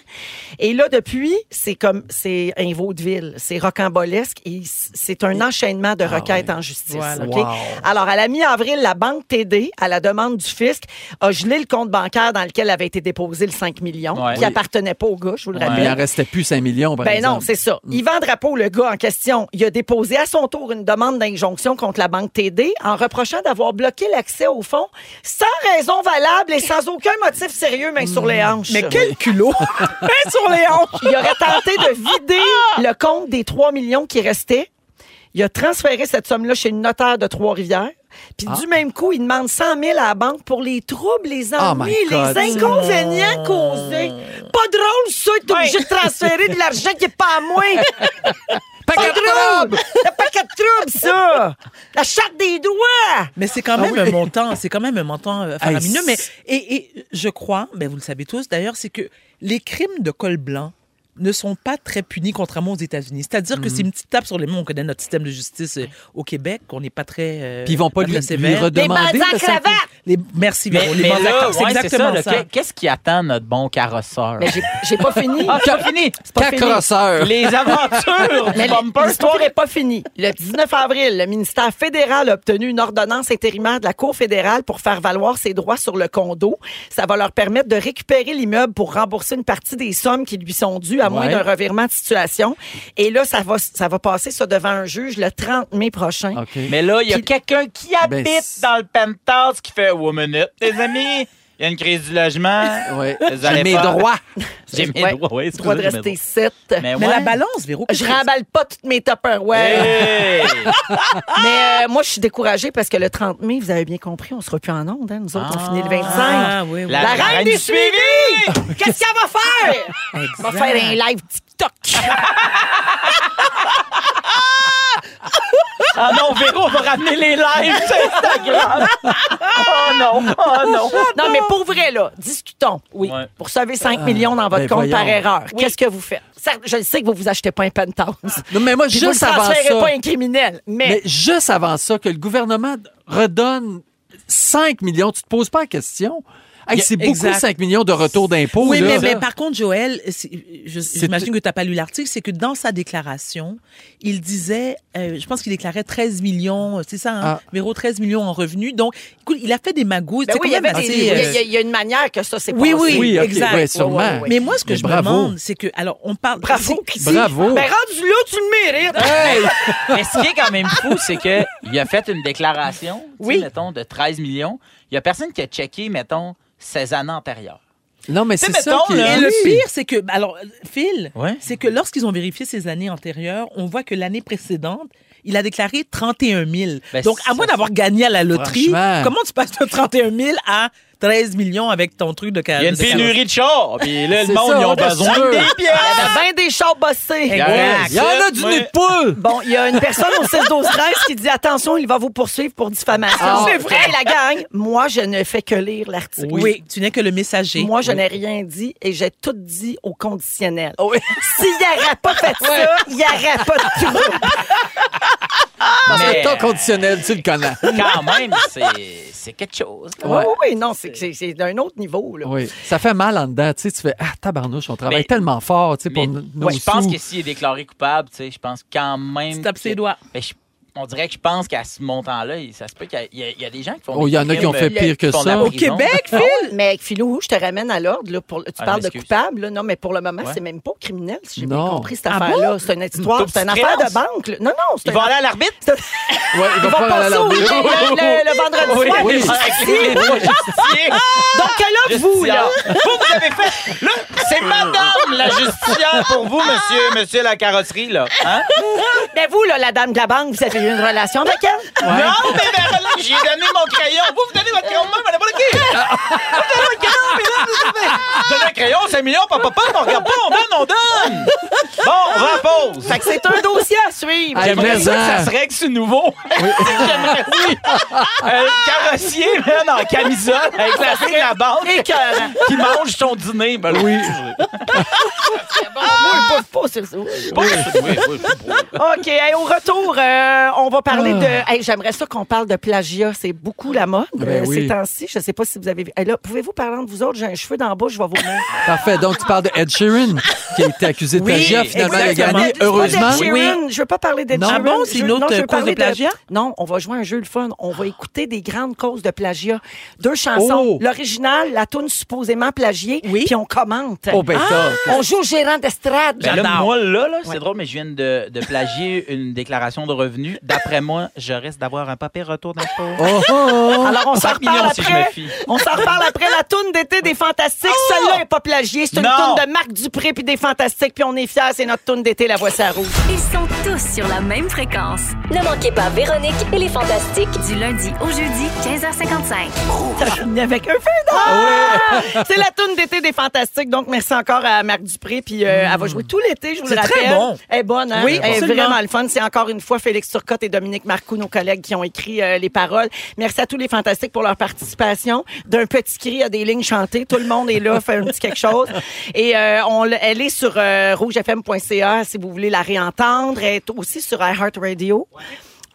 Speaker 1: Et là, depuis, c'est comme, c'est un vaudeville, c'est rocambolesque et s- c'est un enchaînement de requêtes en justice.
Speaker 5: Voilà.
Speaker 1: OK?
Speaker 4: Wow.
Speaker 1: Alors, à la mi-avril, la banque TD, à la demande du fisc, a gelé le compte bancaire dans lequel avait été déposé le 5 millions,
Speaker 3: Ouais.
Speaker 1: qui
Speaker 3: Oui.
Speaker 1: appartenait pas au gars, je vous le
Speaker 3: Ouais.
Speaker 1: rappelle.
Speaker 4: Il en restait plus 5 millions, par
Speaker 1: Ben non,
Speaker 4: exemple.
Speaker 1: c'est ça. Yvan Drapeau, le gars en question, il a déposé à son tour une demande d'injonction contre la banque TD en reprochant d'avoir bloqué l'accès aux fonds sans raison valable et sans aucun motif sérieux, mais sur les hanches.
Speaker 5: Mais quel culot! Main sur les hanches!
Speaker 1: Il aurait tenté de vider le compte des 3 millions qui restaient. Il a transféré cette somme-là chez une notaire de Trois-Rivières. Puis du même coup, il demande 100 000 à la banque pour les troubles, les ennuis,
Speaker 4: my
Speaker 1: les
Speaker 4: God.
Speaker 1: inconvénients causés. Pas drôle, ça, t'es obligé de transférer de l'argent qui n'est pas à moi. Pas de trouble! T'as pas quatre troubles, ça! La charte des doigts!
Speaker 5: Mais c'est quand même un montant, c'est quand même un montant euh, faramineux.
Speaker 4: Hey,
Speaker 5: mais et, et je crois, mais vous le savez tous d'ailleurs, c'est que les crimes de col blanc ne sont pas très punis contrairement aux États-Unis. C'est-à-dire que c'est une petite tape sur les mains. On connaît notre système de justice euh, au Québec, on n'est pas très. euh,
Speaker 4: Puis ils vont pas lui,
Speaker 5: très
Speaker 4: lui
Speaker 5: sévère.
Speaker 4: redemander. le cinq-
Speaker 5: Les- Merci, Véro.
Speaker 3: Mais,
Speaker 5: les
Speaker 3: mais
Speaker 5: bandes à
Speaker 3: là,
Speaker 5: crabe, c'est
Speaker 3: ouais, c'est
Speaker 5: exactement
Speaker 3: là.
Speaker 5: ça.
Speaker 3: Qu'est- Qu'est-ce qui attend notre bon carrosseur?
Speaker 1: Mais j'ai- j'ai pas fini.
Speaker 3: Ah, c'est pas fini!
Speaker 1: pas fini.
Speaker 4: Carrosseur.
Speaker 3: Les aventures du
Speaker 1: Mais
Speaker 3: bumper.
Speaker 1: L'histoire n'est pas finie. Le 19 avril, le ministère fédéral a obtenu une ordonnance intérimaire de la Cour fédérale pour faire valoir ses droits sur le condo. Ça va leur permettre de récupérer l'immeuble pour rembourser une partie des sommes qui lui sont dues, à moins
Speaker 4: Ouais.
Speaker 1: d'un revirement de situation. Et là, ça va, ça va passer ça devant un juge le 30 mai prochain.
Speaker 4: OK.
Speaker 3: Mais là, il y a
Speaker 1: Puis-
Speaker 3: quelqu'un qui
Speaker 4: Ben,
Speaker 3: habite
Speaker 4: c'est-
Speaker 3: dans le penthouse qui fait One minute, les amis. Il y a une crise du logement.
Speaker 4: Ouais.
Speaker 3: Vous allez
Speaker 4: J'ai mes
Speaker 3: pas-
Speaker 4: droits.
Speaker 3: J'ai mes
Speaker 1: Ouais.
Speaker 3: droits. Oui,
Speaker 1: Droit de
Speaker 3: excusez, j'ai mes
Speaker 1: rester sept.
Speaker 3: droits.
Speaker 5: Mais
Speaker 3: ouais.
Speaker 5: la balance, Véro.
Speaker 1: Je remballe pas toutes mes Tupperware.
Speaker 3: Hey!
Speaker 1: Mais euh, moi, je suis découragée parce que le 30 mai, vous avez bien compris, on sera plus en onde. hein. Nous autres, on finit le 25.
Speaker 5: Ah, oui, oui.
Speaker 1: La,
Speaker 3: La
Speaker 1: reine,
Speaker 3: reine
Speaker 1: des
Speaker 3: du
Speaker 1: suivis! Qu'est-ce qu'elle va faire? Elle va faire un live TikTok.
Speaker 3: Ah non, Véro va ramener les lives sur Instagram. Oh non, oh non.
Speaker 1: Non, mais pour vrai, là, discutons. Oui.
Speaker 3: Ouais.
Speaker 1: Pour sauver 5 millions dans votre
Speaker 4: ben
Speaker 1: compte par
Speaker 4: voyons.
Speaker 1: erreur, qu'est-ce que vous faites? Certes, je le sais que vous vous achetez pas un penthouse.
Speaker 4: Ah. Non, mais moi,
Speaker 1: Puis vous ne
Speaker 4: juste avant ça.
Speaker 1: pas un criminel.
Speaker 4: Mais
Speaker 1: Mais,
Speaker 4: juste avant ça, que le gouvernement redonne 5 millions, tu te poses pas la question. Hey, c'est beaucoup
Speaker 5: Exact.
Speaker 4: 5 millions de retours d'impôts.
Speaker 5: Oui,
Speaker 4: là.
Speaker 5: mais, mais
Speaker 4: Ça.
Speaker 5: par contre, Joël, c'est- je- j'imagine que tu n'as pas lu l'article, c'est que dans sa déclaration, il disait, euh, je pense qu'il déclarait 13 millions, euh, c'est ça, hein,
Speaker 4: Ah.
Speaker 5: Véro, 13 millions en revenus. Donc, écoute, il a fait des magouilles.
Speaker 1: Ben
Speaker 5: C'est
Speaker 1: oui, il
Speaker 5: quand
Speaker 1: y avait
Speaker 5: même
Speaker 1: des-
Speaker 5: assez,
Speaker 1: il y a-
Speaker 5: euh,
Speaker 1: il y a- il y a une manière que ça s'est
Speaker 5: Oui,
Speaker 1: passé.
Speaker 5: oui.
Speaker 4: oui, ok,
Speaker 5: exact.
Speaker 4: ouais, sûrement.
Speaker 1: Ouais, ouais, ouais.
Speaker 5: Mais moi, ce que
Speaker 4: Mais
Speaker 5: je
Speaker 4: bravo.
Speaker 5: me demande, c'est que, alors, on parle...
Speaker 1: Bravo,
Speaker 5: c'est-
Speaker 1: Chrissy.
Speaker 4: Bravo.
Speaker 1: Ben, rendu là, tu le mérites.
Speaker 3: Ah. Mais ce qui est quand même fou, c'est qu'il a fait une déclaration, tu sais,
Speaker 1: Oui.
Speaker 3: mettons, de 13 millions. Il n'y a personne qui a checké, mettons, ses années antérieures.
Speaker 4: Non, mais c'est
Speaker 3: Tu sais,
Speaker 4: ça
Speaker 3: mettons,
Speaker 4: qui
Speaker 3: là,
Speaker 4: est...
Speaker 5: Et le pire, c'est que, alors, Phil,
Speaker 3: Ouais.
Speaker 5: c'est que lorsqu'ils ont vérifié ses années antérieures, on voit que l'année précédente, il a déclaré 31 000.
Speaker 3: Ben,
Speaker 5: Donc, à
Speaker 3: ça,
Speaker 5: moins d'avoir gagné à la loterie,
Speaker 4: Franchement.
Speaker 5: comment tu passes de 31 000 à 13 millions avec ton truc de
Speaker 3: Il y a une
Speaker 5: de-
Speaker 3: pénurie de chars. Puis là, le
Speaker 4: C'est
Speaker 3: monde,
Speaker 4: ça,
Speaker 3: ils ont
Speaker 4: on a
Speaker 3: besoin
Speaker 4: ça.
Speaker 3: des pièces.
Speaker 1: Il y avait bien des chars bossés.
Speaker 3: Exact.
Speaker 4: Il y en a du
Speaker 3: Ouais.
Speaker 4: nez de poule!
Speaker 1: Bon, il y a une personne au 16 12 13 qui dit attention, il va vous poursuivre pour diffamation. c'est vrai, la gang. Moi, je ne fais que lire l'article.
Speaker 5: Oui. tu n'es que le messager.
Speaker 1: Moi, je n'ai rien dit et j'ai tout dit au conditionnel.
Speaker 3: Oh
Speaker 1: S'il n'aurait pas fait ça, il n'y aurait pas de trouble.
Speaker 4: Mais...
Speaker 3: Mais-
Speaker 4: Ton conditionnel, tu le connais.
Speaker 3: Quand même, c'est- c'est quelque chose. là.
Speaker 4: Ouais.
Speaker 1: Oui, oui, non, c'est que c'est- c'est d'un autre niveau. Là.
Speaker 4: Oui, ça fait mal en dedans. Tu sais, tu fais Ah, tabarnouche, on travaille
Speaker 3: Mais-
Speaker 4: tellement fort tu sais,
Speaker 3: Mais
Speaker 4: pour nos
Speaker 3: je pense
Speaker 4: sous.
Speaker 3: que s'il est déclaré coupable, tu sais, je pense quand même.
Speaker 5: Tu tapes ses
Speaker 3: que-
Speaker 5: doigts.
Speaker 3: Ben, je- on dirait que je pense qu'à ce montant-là, il- ça se peut qu'il y a- il y, a- il y a des gens qui font.
Speaker 4: Oh, il y en a qui ont fait pire que ça.
Speaker 5: Au Québec, Phil?
Speaker 1: Mais Philou, je te ramène à l'ordre. là, pour- Tu
Speaker 3: Ah,
Speaker 1: parles de
Speaker 3: m'excuse.
Speaker 1: coupable. là. Non, mais pour le moment,
Speaker 3: Ouais.
Speaker 1: c'est même pas criminel, si j'ai
Speaker 4: Non.
Speaker 1: bien compris cette
Speaker 5: Ah
Speaker 1: affaire-là. c'est une histoire,
Speaker 3: Une
Speaker 1: c'est une
Speaker 3: petite
Speaker 1: affaire de
Speaker 3: créance.
Speaker 1: banque. là. Non, non, c'est
Speaker 3: Ils
Speaker 1: un-
Speaker 3: vont aller à l'arbitre?
Speaker 4: Ouais,
Speaker 1: Ils
Speaker 4: il va
Speaker 1: vont
Speaker 4: falloir
Speaker 1: passer
Speaker 4: aller à
Speaker 1: au week-end,
Speaker 4: l'arbitre.
Speaker 1: le, le vendredi soir.
Speaker 4: Oui.
Speaker 3: Avec les trois justiciers.
Speaker 1: Donc là, vous, là,
Speaker 3: Vous, vous avez fait. Là, c'est madame la Ah. justicière pour vous, monsieur, monsieur la carrosserie, là. Hein?
Speaker 1: mais vous, là, la dame de la banque, vous avez eu une relation avec elle?
Speaker 3: Non, mais ben, là, j'ai donné mon crayon. Vous, vous donnez votre crayon de même à n'importe qui. Vous donnez votre crayon, puis là, vous avez- Je donne un crayon, 5 millions, papa, papa, on regarde pas, on donne, on donne. Bon, on va en pause.
Speaker 1: Fait que c'est un dossier à suivre.
Speaker 4: Hey,
Speaker 3: J'aimerais
Speaker 4: mais
Speaker 3: ça que
Speaker 4: hein.
Speaker 3: ça se règle sur nouveau. J'aimerais ça. Un carrossier, man, en camisole, avec la scène à bande,
Speaker 1: Écœurant.
Speaker 3: qui mange son dîner. Ben, oui.
Speaker 1: Oui, pas- pas sur ça. OK, hey, au retour, euh, on va parler de... Hey, J'aimerais ça qu'on parle de plagiat. C'est beaucoup la mode
Speaker 4: Ben
Speaker 1: euh,
Speaker 4: oui.
Speaker 1: ces temps-ci. Je ne sais pas si vous avez vu. Hey, là, Pouvez-vous parler de vous autres? J'ai un cheveu dans la bouche, je vais vous mettre.
Speaker 4: Parfait. Donc, tu parles de Ed Sheeran, qui a été accusé de
Speaker 5: Oui,
Speaker 4: plagiat. Finalement, il a
Speaker 5: exactement.
Speaker 4: gagné,
Speaker 5: C'est pas
Speaker 4: heureusement.
Speaker 1: Pas d'Ed Sheeran. Je veux pas parler d'Ed
Speaker 4: Non.
Speaker 1: Sheeran.
Speaker 4: Ah
Speaker 5: bon, c'est
Speaker 1: Je veux-
Speaker 5: une autre
Speaker 1: non, je veux
Speaker 5: cause de
Speaker 1: parler
Speaker 5: plagiat?
Speaker 1: Non, on va jouer à un jeu le fun. On va écouter des grandes causes de plagiat. Deux chansons.
Speaker 4: Oh.
Speaker 1: L'original, la toune supposément plagiée.
Speaker 5: Oui.
Speaker 1: Puis on commente. Ah!
Speaker 4: Oh, ben, ça.
Speaker 1: On joue au gérant d'estrade.
Speaker 3: Ben là,
Speaker 5: J'adore.
Speaker 3: moi, là, là, c'est drôle, mais je viens de, de plagier une déclaration de revenus. D'après moi, je risque d'avoir un papier retour d'impôt.
Speaker 1: Ah!
Speaker 4: Oh, oh, oh.
Speaker 1: Alors, on s'en
Speaker 3: 5 millions
Speaker 1: reparle
Speaker 3: si je me
Speaker 1: après.
Speaker 3: fie.
Speaker 1: On s'en reparle après la toune d'été des Fantastiques.
Speaker 5: Oh!
Speaker 1: Celle-là n'est pas plagiée. C'est une
Speaker 3: Non.
Speaker 1: toune de Marc Dupré puis des Fantastiques. Puis on est fiers. C'est notre toune d'été. La voici à rouge.
Speaker 6: Ils sont tous sur la même fréquence.
Speaker 7: Ne manquez pas Véronique et les Fantastiques.
Speaker 6: Du lundi au jeudi, 15h55.
Speaker 1: Ça finit avec un feu
Speaker 5: Ah
Speaker 1: d'or. C'est la toune d'été des Fantastiques. Donc, merci encore à Marc Dupré. Puis, euh, elle va jouer tout l'été, je vous le
Speaker 5: C'est
Speaker 1: rappelle.
Speaker 5: très bon.
Speaker 1: Elle est bonne, hein?
Speaker 5: Oui,
Speaker 1: Elle est
Speaker 5: absolument.
Speaker 1: vraiment le fun. C'est encore une fois Félix Turcotte et Dominique Marcoux, nos collègues, qui ont écrit euh, les paroles. Merci à tous les Fantastiques pour leur participation. D'un petit cri à des lignes chantées. Tout le monde est là, fait un petit quelque chose. Et euh, on, l- elle est sur euh, rougefm.ca si vous voulez la réentendre. Elle est aussi sur iHeartRadio.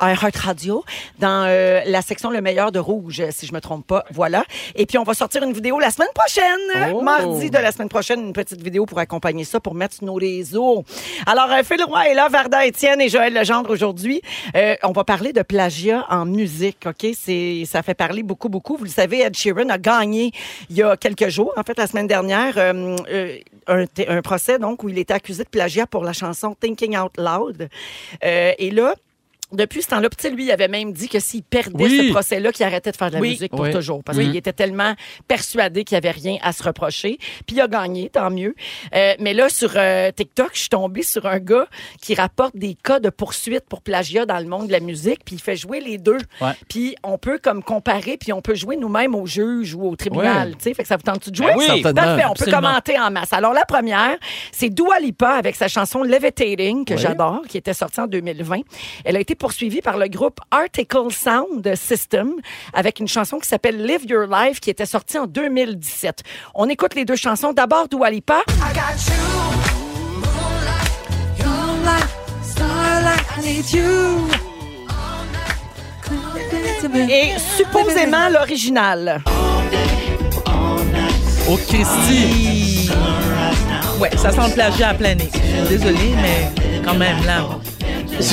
Speaker 1: iHeart Radio dans euh, la section Le meilleur de rouge, si je me trompe pas. Voilà. Et puis, on va sortir une vidéo la semaine prochaine.
Speaker 4: Oh.
Speaker 1: Mardi de la semaine prochaine, une petite vidéo pour accompagner ça, pour mettre sur nos réseaux. Alors, euh, Phil Roy est là, Varda Étienne et Joël Legendre aujourd'hui. Euh, on va parler de plagiat en musique, OK? C'est, ça fait parler beaucoup, beaucoup. Vous le savez, Ed Sheeran a gagné il y a quelques jours, en fait, la semaine dernière, euh, euh, un, t- un procès, donc, où il était accusé de plagiat pour la chanson Thinking Out Loud. Euh, et là, depuis ce temps-là, puis tu sais, lui, il avait même dit que s'il perdait
Speaker 4: Oui.
Speaker 1: ce procès-là, qu'il arrêtait de faire de la
Speaker 5: Oui.
Speaker 1: musique pour
Speaker 4: Oui.
Speaker 1: toujours. Parce
Speaker 4: Mm-hmm.
Speaker 1: qu'il était tellement persuadé qu'il n'y avait rien à se reprocher. Puis il a gagné, tant mieux. Euh, mais là, sur euh, TikTok, je suis tombée sur un gars qui rapporte des cas de poursuites pour plagiat dans le monde de la musique, puis il fait jouer les deux.
Speaker 3: Ouais.
Speaker 1: Puis on peut comme comparer, puis on peut jouer nous-mêmes au juge ou au tribunal.
Speaker 4: Ouais.
Speaker 1: Tu sais, fait que ça vous tente de jouer?
Speaker 4: Ben oui, certainement.
Speaker 1: Parfait, on peut
Speaker 5: Absolument.
Speaker 1: commenter en masse. Alors la première, c'est Dua Lipa avec sa chanson Levitating, que j'adore, qui était sortie en 2020. Elle a été poursuivie par le groupe Article Sound System avec une chanson qui s'appelle Live Your Life, qui était sortie en 2017. On écoute les deux chansons. D'abord, Dua Lipa. Et supposément l'original.
Speaker 4: Oh, Christy!
Speaker 5: Ouais, ça sent le plagiat à plein nez. Je suis Désolée, mais quand même, là.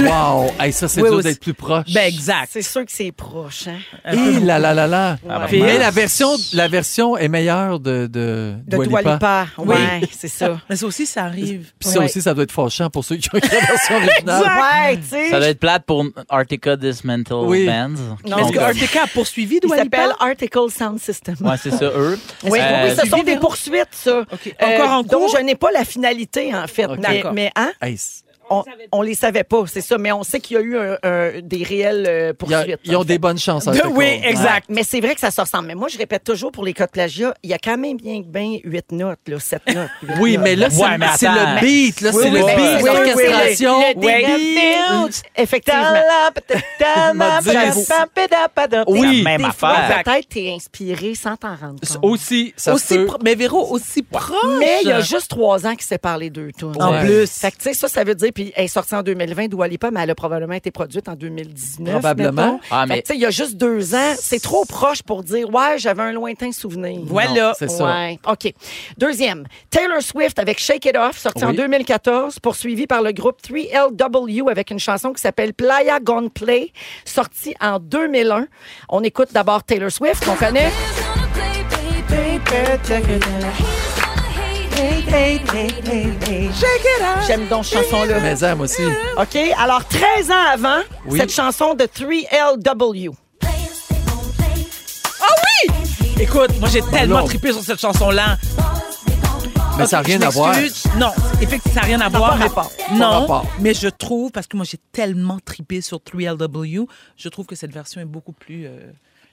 Speaker 4: Wow! Hey, ça, c'est
Speaker 5: Oui,
Speaker 4: dur
Speaker 5: aussi.
Speaker 4: d'être plus proche.
Speaker 5: Ben, exact.
Speaker 1: C'est sûr que c'est proche, hein?
Speaker 4: Hi, la, la, la, la.
Speaker 3: Ah, ben,
Speaker 4: Puis-
Speaker 3: mince.
Speaker 4: Mais la version, la version est meilleure de, de,
Speaker 1: De
Speaker 4: Dua
Speaker 1: Dua
Speaker 4: Lipa.
Speaker 1: Lipa. Ouais, c'est ça.
Speaker 5: Mais ça aussi, ça arrive.
Speaker 4: Puis ça
Speaker 1: Ouais.
Speaker 4: aussi, ça doit être fâchant pour ceux qui ont écrit la version originale.
Speaker 1: Ouais, tu sais.
Speaker 3: Ça doit être plate pour Artica Dismantle
Speaker 4: Oui.
Speaker 3: Bands.
Speaker 1: Non,
Speaker 5: Est-ce que
Speaker 1: Donc,
Speaker 5: RTK a poursuivi
Speaker 1: Il
Speaker 5: Dua
Speaker 1: s'appelle
Speaker 5: Lipa?
Speaker 1: Article Sound System.
Speaker 3: Ouais, c'est ça, eux.
Speaker 1: Oui,
Speaker 3: Euh,
Speaker 1: oui, ce sont des poursuites, ça.
Speaker 5: OK. Encore en
Speaker 1: donc,
Speaker 5: cours?
Speaker 1: je n'ai pas la finalité, en fait. Mais-
Speaker 5: D'accord.
Speaker 1: Mais, hein,
Speaker 4: Hey, c-
Speaker 1: on ne les savait pas, c'est ça. Mais on sait qu'il y a eu un- un- des réelles euh,
Speaker 4: ils ont-
Speaker 1: poursuites.
Speaker 4: ils ont
Speaker 1: en
Speaker 4: des
Speaker 1: fait.
Speaker 4: bonnes chances.
Speaker 1: De-
Speaker 4: Article.
Speaker 1: oui, exact. Mais c'est vrai que ça se ressemble. Mais moi, je répète toujours pour les cas de plagiat, il y a quand même bien, bien 8 notes, là, 7 notes. huit
Speaker 4: Oui,
Speaker 1: notes.
Speaker 4: mais là, c'est
Speaker 3: Ouais, mais
Speaker 4: c'est
Speaker 3: attends.
Speaker 4: le beat. Là,
Speaker 1: Oui,
Speaker 4: c'est
Speaker 1: oui,
Speaker 4: le
Speaker 1: oui,
Speaker 4: beat,
Speaker 1: oui,
Speaker 4: l'orchestration.
Speaker 1: oui, oui.
Speaker 4: Ouais.
Speaker 1: Le beat. Effectivement.
Speaker 4: M'a dit-
Speaker 3: Oui, la
Speaker 1: Des
Speaker 3: même
Speaker 1: fois,
Speaker 3: affaire.
Speaker 1: peut-être t'es inspiré sans t'en rendre compte.
Speaker 4: Aussi, ça se
Speaker 5: Aussi
Speaker 4: peut.
Speaker 5: pro- mais Véro, aussi proche.
Speaker 1: Mais il y a juste trois ans qui séparent les deux tunes.
Speaker 4: hein. En Ouais.
Speaker 1: plus. Fait que, tu sais, ça, ça veut dire, puis elle est sortie en 2020, Dua Lipa, mais elle a probablement été produite en 2019.
Speaker 4: Probablement.
Speaker 1: mettons.
Speaker 3: Ah, mais-
Speaker 1: Fait que, tu sais, il y a juste deux ans, c'est trop proche pour dire, ouais, j'avais un lointain souvenir.
Speaker 5: Voilà.
Speaker 4: c'est ça.
Speaker 1: Ouais. OK. Deuxième, Taylor Swift avec Shake It Off, sorti en
Speaker 4: Oui.
Speaker 1: 2014, poursuivi par le groupe 3LW avec une chanson qui s'appelle Playa Gone Play, sortie en 2001. On écoute d'abord Taylor Swift, qu'on connaît. J'aime donc cette chanson-là.
Speaker 4: Mais hein, moi aussi.
Speaker 1: OK? Alors, 13 ans avant,
Speaker 4: Oui.
Speaker 1: cette chanson de 3LW.
Speaker 5: Écoute, moi, j'ai tellement
Speaker 4: non.
Speaker 5: trippé sur cette chanson-là.
Speaker 1: Ah,
Speaker 4: Mais ça n'a rien
Speaker 5: Je
Speaker 4: à voir.
Speaker 5: m'excuse. Non, effectivement, ça n'a rien à voir. mais
Speaker 1: rapport.
Speaker 5: Non,
Speaker 4: rapport.
Speaker 5: mais je trouve, parce que moi, j'ai tellement trippé sur 3LW, je trouve que cette version est beaucoup plus euh,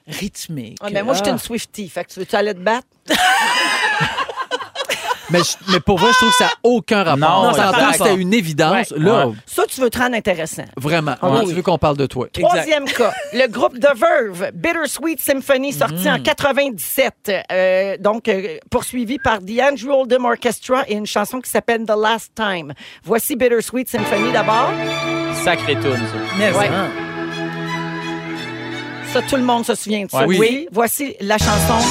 Speaker 5: rythmique.
Speaker 1: Ah, mais moi, j'étais une Swiftie. Fait que tu veux-tu aller te battre?
Speaker 4: Mais, je- mais pour vrai, je trouve que ça n'a aucun rapport.
Speaker 3: Non,
Speaker 4: on
Speaker 3: ça a
Speaker 4: s'entend
Speaker 3: pas
Speaker 4: que c'était une évidence. Là,
Speaker 3: Ouais.
Speaker 1: Ça, tu veux te rendre intéressant.
Speaker 4: vraiment,
Speaker 1: Ah, oui.
Speaker 4: tu veux qu'on parle de toi.
Speaker 1: Troisième cas, le groupe The Verve, Bittersweet Symphony, sorti
Speaker 3: Mm.
Speaker 1: en 97. euh, donc, euh, poursuivi par The Andrew Oldham Orchestra et une chanson qui s'appelle The Last Time. Voici Bittersweet Symphony d'abord.
Speaker 3: Sacré tune, ça.
Speaker 5: Mais
Speaker 1: Ouais.
Speaker 5: hein.
Speaker 1: Ça, tout le monde se souvient de ça.
Speaker 4: Ouais. Oui.
Speaker 1: Voici la chanson.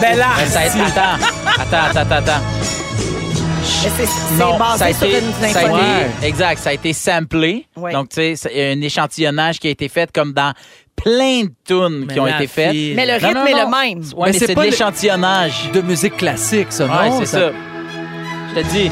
Speaker 5: Ben là,
Speaker 3: Mais ça a été- attends, attends, attends, attends.
Speaker 1: Mais C'est c'est
Speaker 3: Non, ça a
Speaker 1: basé sur
Speaker 3: été,
Speaker 1: une
Speaker 3: ça a été-
Speaker 1: symphonie.
Speaker 3: exact, ça a été samplé.
Speaker 1: Ouais.
Speaker 3: Donc, tu sais, c'est un échantillonnage qui a été fait comme dans plein de tunes
Speaker 5: Mais
Speaker 3: qui ont
Speaker 5: la
Speaker 3: été faites.
Speaker 5: fille.
Speaker 1: Mais le
Speaker 3: Non,
Speaker 1: rythme
Speaker 3: non,
Speaker 1: est le
Speaker 3: non.
Speaker 1: même.
Speaker 3: Ouais,
Speaker 4: Mais
Speaker 3: mais
Speaker 4: c'est
Speaker 3: Ben, c'est de
Speaker 4: pas le-
Speaker 3: l'échantillonnage.
Speaker 4: De musique classique, ça,
Speaker 3: Ouais,
Speaker 4: non?
Speaker 3: c'est ça. Je te dis,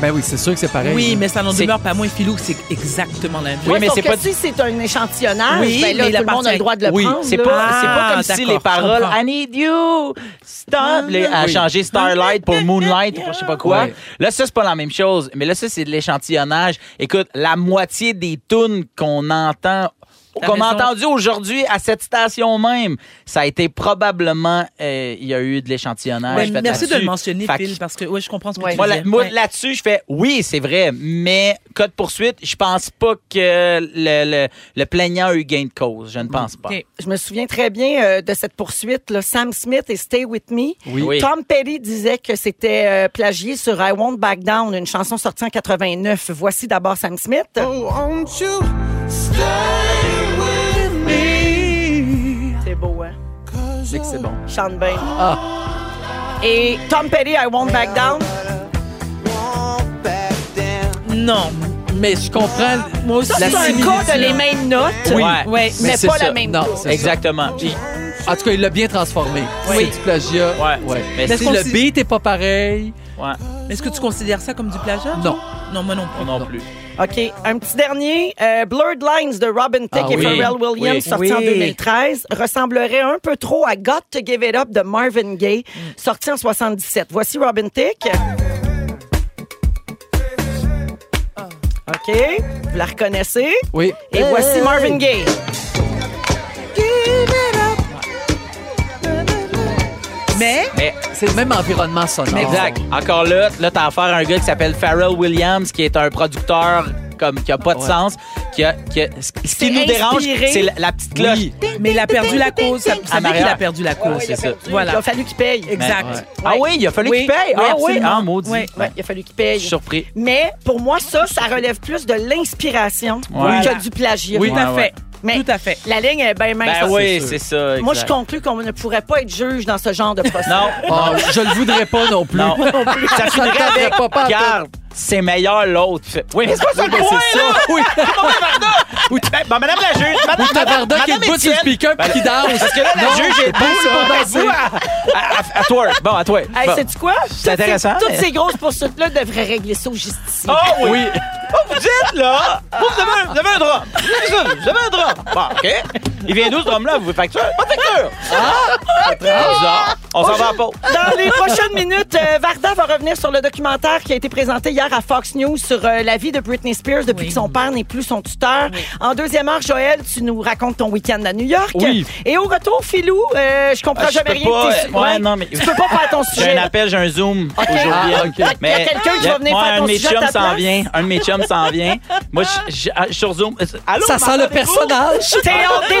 Speaker 4: Ben oui, c'est sûr que c'est pareil.
Speaker 5: oui, mais ça n'en
Speaker 3: C'est-
Speaker 5: demeure pas moins filou, c'est exactement la même chose.
Speaker 3: Oui,
Speaker 1: Oui,
Speaker 3: mais
Speaker 1: mais
Speaker 3: c'est pas-
Speaker 1: si c'est un échantillonnage,
Speaker 5: Oui,
Speaker 1: ben là,
Speaker 5: mais il
Speaker 1: tout le monde a
Speaker 5: appartient-
Speaker 1: le droit de le
Speaker 4: Oui,
Speaker 1: prendre.
Speaker 3: c'est
Speaker 1: là.
Speaker 3: pas, c'est
Speaker 5: Ah,
Speaker 3: pas comme si
Speaker 5: d'accord,
Speaker 3: les
Speaker 5: je
Speaker 3: paroles
Speaker 5: comprends.
Speaker 3: I need you, stop, les, à
Speaker 4: Oui.
Speaker 3: changer Starlight pour Moonlight ou pour je sais pas quoi.
Speaker 4: Ouais.
Speaker 3: Là, ça, c'est pas la même chose. Mais là, ça, c'est de l'échantillonnage. Écoute, la moitié des tunes qu'on entend, qu'on a
Speaker 5: raison.
Speaker 3: entendu aujourd'hui à cette station même, ça a été probablement, euh, il y a eu de l'échantillonnage.
Speaker 5: Ouais,
Speaker 3: fait
Speaker 5: merci de
Speaker 3: là-dessus.
Speaker 5: le mentionner,
Speaker 3: Fait que
Speaker 5: Phil, parce que ouais, je comprends ce que
Speaker 1: Ouais.
Speaker 5: tu
Speaker 3: moi,
Speaker 5: disais.
Speaker 3: là- moi,
Speaker 5: Ouais.
Speaker 3: là-dessus, je fais oui, c'est vrai, mais code poursuite, je pense pas que le, le- le plaignant a eu gain de cause. Je ne pense pas.
Speaker 5: Ok.
Speaker 1: Je me souviens très bien euh, de cette poursuite. là. Sam Smith et Stay With Me.
Speaker 3: Oui. Oui.
Speaker 1: Tom Petty disait que c'était euh, plagié sur I Won't Back Down, une chanson sortie en 89. Voici d'abord Sam Smith. C'est beau, hein?
Speaker 4: mais c'est bon.
Speaker 1: Chante bien.
Speaker 4: Ah,
Speaker 1: Et Tom Petty, I Won't Back Down.
Speaker 5: Non,
Speaker 4: mais je comprends. Moi aussi,
Speaker 1: Oh, Ça,
Speaker 4: la
Speaker 1: c'est un
Speaker 4: similitude.
Speaker 1: cas de les mêmes notes.
Speaker 3: Oui.
Speaker 5: ouais.
Speaker 1: Mais
Speaker 4: c'est
Speaker 1: pas la
Speaker 4: ça.
Speaker 1: même
Speaker 4: Non,
Speaker 1: chose.
Speaker 4: c'est ça.
Speaker 3: Exactement. Puis-
Speaker 4: En tout cas, il l'a bien transformé.
Speaker 5: Oui.
Speaker 4: C'est du plagiat.
Speaker 3: Ouais. Mais
Speaker 4: Mais si
Speaker 5: qu'on
Speaker 4: le
Speaker 5: s'y-
Speaker 4: beat est pas pareil,
Speaker 3: ouais,
Speaker 5: Mais Est-ce que tu considères ça comme du plagiat?
Speaker 4: non.
Speaker 5: Non, moi non
Speaker 3: moi
Speaker 5: plus.
Speaker 3: non
Speaker 4: Non.
Speaker 3: plus.
Speaker 1: OK. Un petit dernier. euh, Blurred Lines de Robin Thicke
Speaker 4: Ah
Speaker 1: et
Speaker 4: oui.
Speaker 1: Pharrell Williams,
Speaker 3: Oui.
Speaker 1: sorti en
Speaker 5: Oui.
Speaker 1: 2013, ressemblerait un peu trop à Got to Give It Up de Marvin Gaye,
Speaker 3: Mm.
Speaker 1: sorti en 77. Voici Robin Thicke.
Speaker 3: Ah.
Speaker 1: OK. Vous la reconnaissez.
Speaker 4: Oui.
Speaker 1: Et voici Marvin Gaye.
Speaker 5: Mais
Speaker 3: Mais,
Speaker 4: C'est le même environnement sonore.
Speaker 3: exact. Encore là, là, t'as affaire à un gars qui s'appelle Pharrell Williams, qui est un producteur comme qui a pas de
Speaker 4: Ouais.
Speaker 3: sens, qui a, qui a- ce ce
Speaker 1: C'est
Speaker 3: qui nous dérange,
Speaker 1: inspiré.
Speaker 3: c'est la, la petite cloche.
Speaker 4: Oui.
Speaker 5: Mais il a perdu la cause. Ça, ça
Speaker 3: Maria.
Speaker 5: qu'il a perdu la cause.
Speaker 3: ouais, il a perdu.
Speaker 1: Il a
Speaker 5: Voilà.
Speaker 1: fallu qu'il paye.
Speaker 5: Exact.
Speaker 4: Ouais.
Speaker 3: Ah oui, il a fallu
Speaker 1: Oui.
Speaker 3: qu'il paye.
Speaker 1: Oui,
Speaker 3: ah oui,
Speaker 1: absolument.
Speaker 3: ah maudit.
Speaker 5: Oui.
Speaker 1: Ouais, il a fallu qu'il paye.
Speaker 3: Je suis surpris.
Speaker 1: Mais pour moi, ça, ça relève plus de l'inspiration
Speaker 3: Ouais.
Speaker 1: que du plagiat.
Speaker 3: Oui.
Speaker 5: Tout à
Speaker 3: Ouais,
Speaker 5: fait.
Speaker 3: ouais.
Speaker 1: Mais
Speaker 5: Tout à fait.
Speaker 1: La ligne est bien mince.
Speaker 3: Ben oui, c'est ça.
Speaker 1: Moi, je
Speaker 3: exact.
Speaker 1: conclus qu'on ne pourrait pas être juge dans ce genre de procès.
Speaker 3: Non,
Speaker 4: Ah, je le voudrais pas non plus.
Speaker 3: non. ça
Speaker 4: le
Speaker 3: finirait
Speaker 4: tenterait
Speaker 3: avec,
Speaker 4: pas, pas en tout.
Speaker 3: regarde, c'est meilleur l'autre. Fait- Oui, mais c'est pas ça le
Speaker 4: Ben,
Speaker 3: point,
Speaker 4: c'est
Speaker 3: là!
Speaker 4: ça. Oui.
Speaker 3: Ben, ben, madame la juge, madame,
Speaker 4: Ou Tabarda qui
Speaker 3: madame
Speaker 4: te bout sur
Speaker 3: Étienne.
Speaker 4: le speaker puis qui danse.
Speaker 3: Parce que là, la
Speaker 4: Non,
Speaker 3: juge est
Speaker 4: c'est pas ça,
Speaker 3: debout,
Speaker 4: danser.
Speaker 3: là. À, à, à toi. Bon, à toi.
Speaker 1: Hey,
Speaker 3: Bon.
Speaker 1: sais-tu quoi? Toutes
Speaker 3: intéressant,
Speaker 1: ces- Toutes
Speaker 3: mais-
Speaker 1: ces grosses poursuites-là devraient régler ça au justicier.
Speaker 3: Oh oui! Oh, vous dites, là! Oh, vous avez un, vous avez un drum! Vous avez ça, vous avez un drum! Bon, OK. Il vient d'où, ce drum-là? Vous voulez facture? Pas de facture! Ah! Très bizarre. On s'en va en pause.
Speaker 1: Dans les prochaines minutes, euh, Varda va revenir sur le documentaire qui a été présenté hier à Fox News sur euh, la vie de Britney Spears depuis que son père n'est plus son tuteur. En deuxième heure, Joël, tu nous racontes ton week-end à New York.
Speaker 3: Oui.
Speaker 1: Et au retour, Philou, euh, je comprends
Speaker 3: Ah, je
Speaker 1: jamais rien
Speaker 3: peux pas,
Speaker 1: que
Speaker 3: euh,
Speaker 1: tu
Speaker 3: ouais, non, mais-
Speaker 1: Tu peux pas faire ton
Speaker 3: J'ai
Speaker 1: sujet.
Speaker 3: un appel, j'ai un Zoom aujourd'hui.
Speaker 4: Ah, OK.
Speaker 1: Il
Speaker 3: Mais
Speaker 1: y a quelqu'un qui
Speaker 3: il y a-
Speaker 1: va venir
Speaker 3: moi,
Speaker 1: faire
Speaker 3: un
Speaker 1: ton
Speaker 3: de mes
Speaker 1: sujet à
Speaker 3: chums
Speaker 1: ta
Speaker 3: s'en
Speaker 1: place.
Speaker 3: vient. Un de mes chums s'en vient. Moi, je- je je suis sur Zoom. Euh, Allô,
Speaker 4: Ça sent le
Speaker 3: m'entendez-vous?
Speaker 4: personnage.
Speaker 1: Théâtre des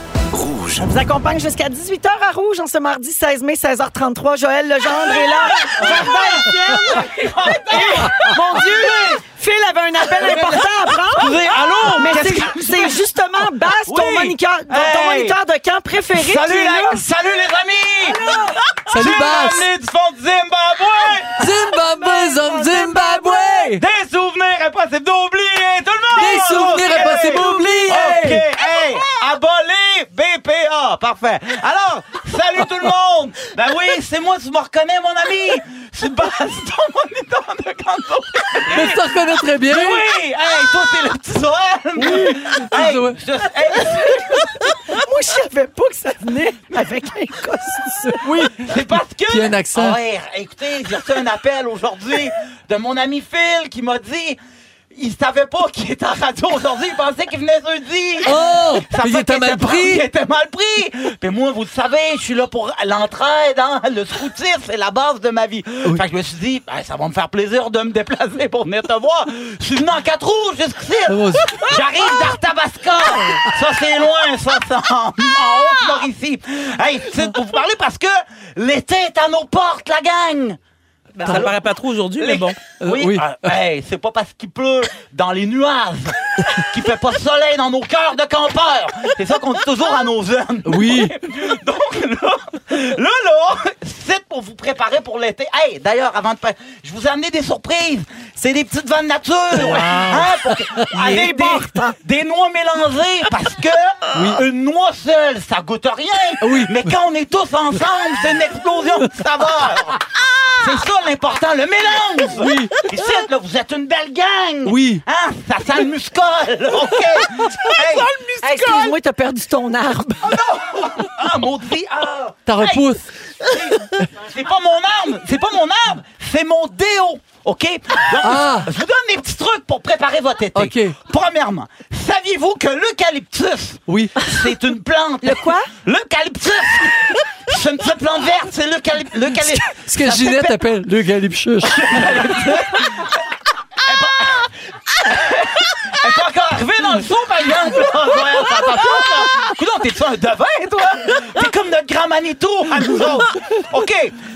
Speaker 1: On vous accompagne jusqu'à 18h à Rouge en ce mardi 16 mai, 16h33. Joël Legendre est là. Varda Etienne. Et, Mon Dieu! Phil avait un appel important à prendre.
Speaker 3: Excusez, allô?
Speaker 1: Mais c'est
Speaker 3: Qu'est-ce que-
Speaker 1: c'est justement Bass, ton,
Speaker 3: Oui.
Speaker 1: moniteur, ton
Speaker 3: Hey.
Speaker 1: moniteur de camp préféré. qui
Speaker 3: Salut,
Speaker 1: est là.
Speaker 3: la- salut les amis!
Speaker 4: Salut,
Speaker 3: J'ai
Speaker 4: Bass.
Speaker 3: ramené du fond du Zimbabwe!
Speaker 4: Zimbabwe, hommes Zimbabwe!
Speaker 3: Des souvenirs impossibles d'oublier, tout le monde!
Speaker 4: Des souvenirs
Speaker 3: Ok.
Speaker 4: impossibles d'oublier.
Speaker 3: OK, hey, abolis BPA, parfait. Alors, salut tout le monde! Ben oui, c'est moi, tu me reconnais, mon ami? C'est Baston, mon étant de canton.
Speaker 4: Mais tu te reconnais très bien.
Speaker 3: Ben oui! Hey, toi, t'es le petit Zoël! Oui! Hey,
Speaker 4: Zoël.
Speaker 3: je- hey,
Speaker 1: Moi, je savais pas que ça venait avec un costume.
Speaker 4: Oui.
Speaker 3: c'est parce que...
Speaker 4: Puis un accent.
Speaker 3: Ah ouais, écoutez, j'ai reçu un appel aujourd'hui de mon ami Phil qui m'a dit... Il savait pas qu'il était en radio aujourd'hui, il pensait qu'il venait jeudi!
Speaker 4: Oh!
Speaker 3: Ça
Speaker 4: Puis il
Speaker 3: fait
Speaker 4: était
Speaker 3: qu'il
Speaker 4: mal
Speaker 3: Il
Speaker 4: pris.
Speaker 3: était mal pris. Puis moi, vous le savez, je suis là pour l'entraide. Hein? Le scoutisme, c'est la base de ma vie. Fait que je me suis dit, ben, ça va me faire plaisir de me déplacer pour venir te voir. Je suis venu en quatre roues jusqu'ici.
Speaker 4: Oh, c'est-
Speaker 3: J'arrive d'Arthabasca. Ça, c'est loin, ça, c'est en, en Haute-Mauricie. Hey, c'est pour vous parler parce que l'été est à nos portes, la gang.
Speaker 1: Bah,
Speaker 5: Ça ne paraît pas trop aujourd'hui, mais
Speaker 3: Les-
Speaker 5: bon.
Speaker 3: Oui,
Speaker 4: oui.
Speaker 3: euh, hey, c'est pas parce qu'il pleut dans les nuages qu'il fait pas soleil dans nos cœurs de campeurs. C'est ça qu'on dit toujours à nos jeunes.
Speaker 4: Oui.
Speaker 3: Donc là, là, là, c'est pour vous préparer pour l'été. Hey, d'ailleurs, avant de pa- je vous ai amené des surprises. C'est des petites vannes nature. Hein, pour que- avec des, des noix mélangées parce que une noix seule, ça goûte rien.
Speaker 4: Oui.
Speaker 3: Mais quand on est tous ensemble, c'est une explosion de saveurs. C'est ça l'important, le mélange! Oui! Ici, là, vous êtes une belle gang!
Speaker 4: Oui.
Speaker 3: Hein? Ça sent le muscol! OK! Ça sent le muscol!
Speaker 1: Hey, Excuse-moi, t'as perdu ton arbre.
Speaker 3: Ah, maudit! Ah!
Speaker 4: T'en repousses.
Speaker 3: C'est pas mon arme! C'est pas mon arme! C'est mon déo! OK? Donc,
Speaker 4: Ah.
Speaker 3: je vous donne des petits trucs pour préparer votre été.
Speaker 4: OK.
Speaker 3: Premièrement, saviez-vous que l'eucalyptus,
Speaker 4: Oui.
Speaker 3: c'est une plante. Le
Speaker 1: quoi?
Speaker 3: L'eucalyptus! c'est une petite plante verte, c'est l'eucalyptus.
Speaker 4: Ce que Ginette appelle le galipchuche.
Speaker 3: Elle est encore arrivée dans le saut, par exemple!
Speaker 4: Ah,
Speaker 3: Ouais, ça t'en fout, là. Coudonc, t'es-tu un devin, toi? T'es comme notre grand Manitou à nous autres! OK,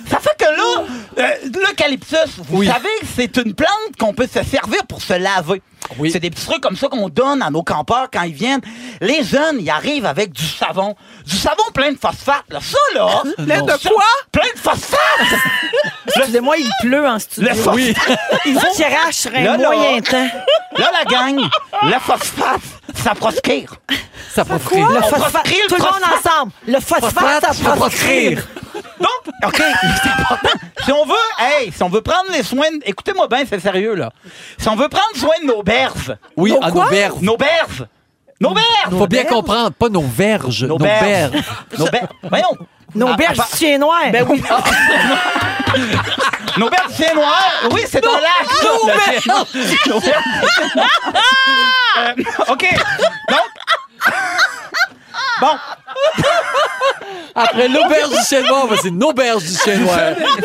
Speaker 3: ça fait que là, euh, l'eucalyptus, vous
Speaker 4: Oui.
Speaker 3: savez que c'est une plante qu'on peut se servir pour se laver.
Speaker 4: Oui.
Speaker 3: C'est des petits trucs comme ça qu'on donne à nos campeurs quand ils viennent. Les jeunes, ils arrivent avec du savon. Du savon plein de phosphate, là. Ça, là!
Speaker 4: Plein de
Speaker 3: ça-
Speaker 4: quoi?
Speaker 3: Plein de phosphate!
Speaker 1: Excusez-moi, il pleut en studio.
Speaker 3: Le phosphate!
Speaker 1: Il crache un
Speaker 3: Là, là.
Speaker 1: moyen temps.
Speaker 3: Là, la gang, le phosphate, ça proscrire.
Speaker 4: Ça profite.
Speaker 1: Le
Speaker 3: On
Speaker 1: phosphate.
Speaker 3: proscrit le
Speaker 1: Tout le monde
Speaker 3: phosphate.
Speaker 1: ensemble. Le phosphate,
Speaker 4: Phosphate,
Speaker 1: ça
Speaker 4: ça
Speaker 1: proscrit.
Speaker 4: proscrire.
Speaker 3: Donc, OK, c'est important. Si on veut, hey, si on veut prendre les soins, de- écoutez-moi bien, c'est sérieux, là. Si on veut prendre soin de nos berges,
Speaker 4: Oui,
Speaker 1: Nos
Speaker 4: à
Speaker 1: quoi?
Speaker 4: nos berges.
Speaker 3: nos berges, nos berges,
Speaker 4: Faut bien comprendre, pas nos verges, nos, berges.
Speaker 3: nos berges, voyons.
Speaker 1: Nos
Speaker 3: Ah,
Speaker 1: berges
Speaker 3: ah,
Speaker 1: du chien noir. Ben oui.
Speaker 3: Nos berges, c'est noir. Oui, c'est dans l'axe. Nos berges. Nos berges. Euh, OK. Donc. Bon,
Speaker 4: Après l'auberge du chien noir, ben, c'est nos berges du chien noir.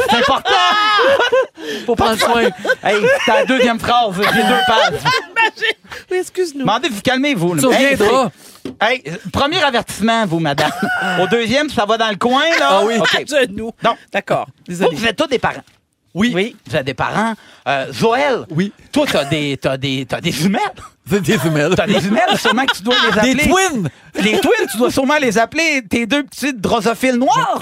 Speaker 3: c'est important.
Speaker 4: Faut prendre soin.
Speaker 3: Hey, c'est la deuxième phrase. J'ai deux pages.
Speaker 5: Oui, excuse-nous.
Speaker 3: Demandez, vous calmez, vous.
Speaker 4: Tu
Speaker 3: Hey,
Speaker 4: reviendras.
Speaker 3: Hey, euh, premier avertissement, vous, madame. Au deuxième, ça va dans le coin, là.
Speaker 4: Ah oui.
Speaker 3: OK.
Speaker 5: Genou.
Speaker 3: Non. Oh,
Speaker 5: D'accord.
Speaker 3: Vous,
Speaker 5: Désolé.
Speaker 3: vous êtes tous des parents.
Speaker 4: Oui.
Speaker 3: Oui, vous êtes des parents. Euh, Joël,
Speaker 4: Oui.
Speaker 3: toi, t'as des, t'as des, t'as des jumelles.
Speaker 4: C'est des jumelles.
Speaker 3: T'as des jumelles, sûrement que tu dois les appeler.
Speaker 4: Des twins.
Speaker 3: Les twins, tu dois sûrement les appeler tes deux petites drosophiles noires.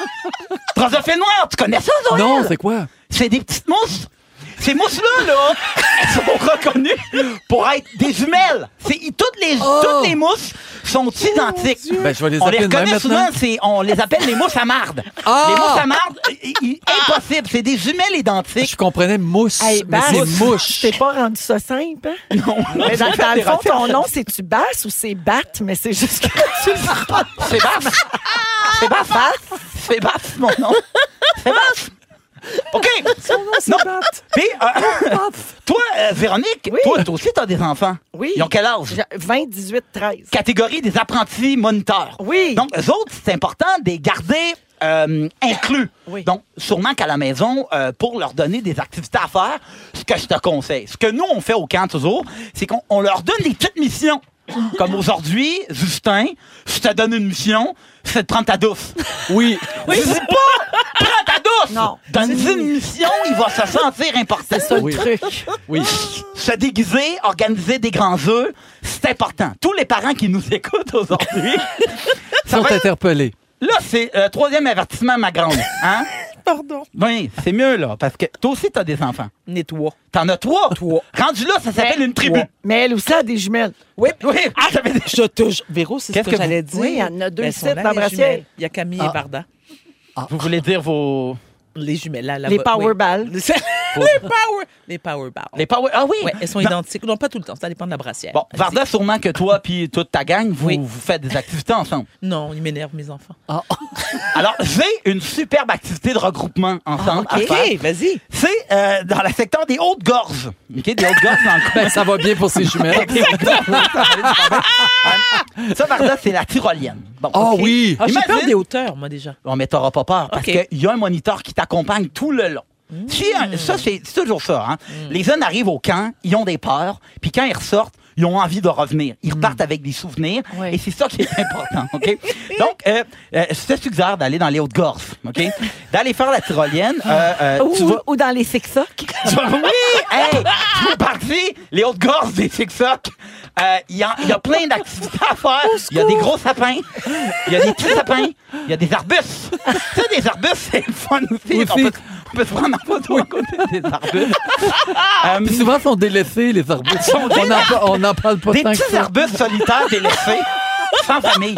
Speaker 3: drosophiles noires, tu connais ça, Joël?
Speaker 4: Non, c'est quoi?
Speaker 3: C'est des petites mousses. Ces mousses-là, là, elles sont reconnues pour être des jumelles. C'est, toutes, les, toutes les mousses sont identiques.
Speaker 4: Ben, je vais les
Speaker 3: on les
Speaker 4: appeler de même
Speaker 3: reconnaît souvent,
Speaker 4: maintenant.
Speaker 3: c'est, on les appelle les mousses à marde.
Speaker 4: Ah!
Speaker 3: Les mousses à marde, i- i- impossible. C'est des jumelles identiques.
Speaker 4: Je comprenais mousse,
Speaker 3: Ah,
Speaker 1: Hey,
Speaker 4: mais
Speaker 1: Basse,
Speaker 4: c'est mouche.
Speaker 1: t'es pas rendu ça simple, hein?
Speaker 3: Non,
Speaker 1: Mais dans, dans le fond, ton nom, c'est-tu Basse ou c'est Batte? Mais c'est juste que tu le dis pas.
Speaker 3: c'est basse. C'est basse. C'est basse, mon nom. C'est basse. OK. Non. Puis, euh,
Speaker 5: Ah,
Speaker 3: toi, euh, Véronique, toi, toi aussi, t'as des enfants.
Speaker 1: Oui.
Speaker 3: Ils ont quel âge?
Speaker 1: 20, 18, 13.
Speaker 3: catégorie des apprentis moniteurs.
Speaker 1: Oui.
Speaker 3: Donc, eux autres, c'est important de les garder euh, inclus.
Speaker 1: Oui.
Speaker 3: Donc, sûrement qu'à la maison, euh, pour leur donner des activités à faire, ce que je te conseille, ce que nous, on fait au camp toujours, c'est qu'on on leur donne des petites missions. Comme aujourd'hui, Justin, je te donne une mission, c'est de prendre ta douce.
Speaker 4: Oui.
Speaker 3: Oui. dis pas, prends ta douce!
Speaker 1: Non.
Speaker 3: Donne-lui une mission, il va se sentir important.
Speaker 1: C'est ça le
Speaker 4: Oui.
Speaker 1: truc.
Speaker 4: Oui.
Speaker 3: Se déguiser, organiser des grands œufs, c'est important. Tous les parents qui nous écoutent aujourd'hui, ça
Speaker 4: Sont
Speaker 3: va être-
Speaker 4: interpellés.
Speaker 3: Là, c'est euh, troisième avertissement, ma grande. Hein?
Speaker 5: Pardon.
Speaker 3: Oui, c'est mieux, là, parce que toi aussi, t'as des enfants.
Speaker 5: Nettoie.
Speaker 3: T'en as trois. Ben, Rendu là, ça s'appelle une tribu.
Speaker 1: Mais elle aussi a des jumelles.
Speaker 3: Oui, oui. ça veut dire-
Speaker 5: Je touche. Véro, c'est ce
Speaker 3: Qu'est-ce
Speaker 5: que,
Speaker 3: que Ah.
Speaker 5: j'allais
Speaker 1: vous-
Speaker 5: dire.
Speaker 1: Oui, il y en a deux
Speaker 5: Mais elles sont
Speaker 1: sites
Speaker 5: là,
Speaker 1: dans
Speaker 5: les
Speaker 1: Brassière.
Speaker 5: jumelles. Il y a Camille et Barda.
Speaker 3: Vous voulez dire vos...
Speaker 5: Les jumelles, là. là
Speaker 1: Les
Speaker 5: oui.
Speaker 1: Powerball.
Speaker 5: Les les power. Les powerballs.
Speaker 3: Les power... Ah oui.
Speaker 5: Ouais, elles sont
Speaker 3: Dans-
Speaker 5: identiques. Non, pas tout le temps. Ça dépend de la brassière.
Speaker 3: Bon, Varda, sûrement que toi puis toute ta gang, vous,
Speaker 5: Oui.
Speaker 3: vous faites des activités ensemble.
Speaker 5: Non, ils m'énervent, mes enfants.
Speaker 3: Alors, j'ai une superbe activité de regroupement ensemble à faire.
Speaker 5: Ah, OK, vas-y.
Speaker 3: C'est euh, dans le secteur des hautes gorges. OK, des hautes gorges dans le coin.
Speaker 4: Ben, ça va bien pour ces jumelles.
Speaker 3: Ça, Varda, c'est la tyrolienne. Bon,
Speaker 4: Ah
Speaker 3: OK.
Speaker 4: oui.
Speaker 5: Ah, j'ai
Speaker 3: Imagine-
Speaker 5: peur des hauteurs, moi, déjà.
Speaker 3: Bon, mais t'auras pas peur parce
Speaker 5: OK.
Speaker 3: qu'il y a un moniteur qui t'accompagne tout le long. Si un- ça, c'est c'est toujours ça. hein. Les jeunes arrivent au camp, ils ont des peurs, puis quand ils ressortent, ils ont envie de revenir. Ils repartent avec des souvenirs,
Speaker 1: Ouais.
Speaker 3: et c'est ça qui est important. ok Donc, euh, euh, je te suggère d'aller dans les Hautes-Gorges, ok d'aller faire la tyrolienne. euh, euh,
Speaker 1: Ou,
Speaker 3: tu vas-
Speaker 1: ou dans les six socks.
Speaker 3: tu vas- oui! Hey! Tu veux partie, les hautes gorges des TikTok. Euh, Il y, a- il y a plein d'activités à faire. Il y a des gros sapins. Il y a des petits sapins. Il y a des arbustes. Tu sais, des arbustes, c'est le fun aussi.
Speaker 4: Aussi.
Speaker 3: On peut, on peut se prendre en photo à côté des arbustes. Euh,
Speaker 4: Puis souvent, ils sont délaissés, les arbustes. On n'en pa- on n'en parle pas
Speaker 3: des
Speaker 4: tant que
Speaker 3: petits
Speaker 4: ça.
Speaker 3: arbustes solitaires délaissés. Sans famille.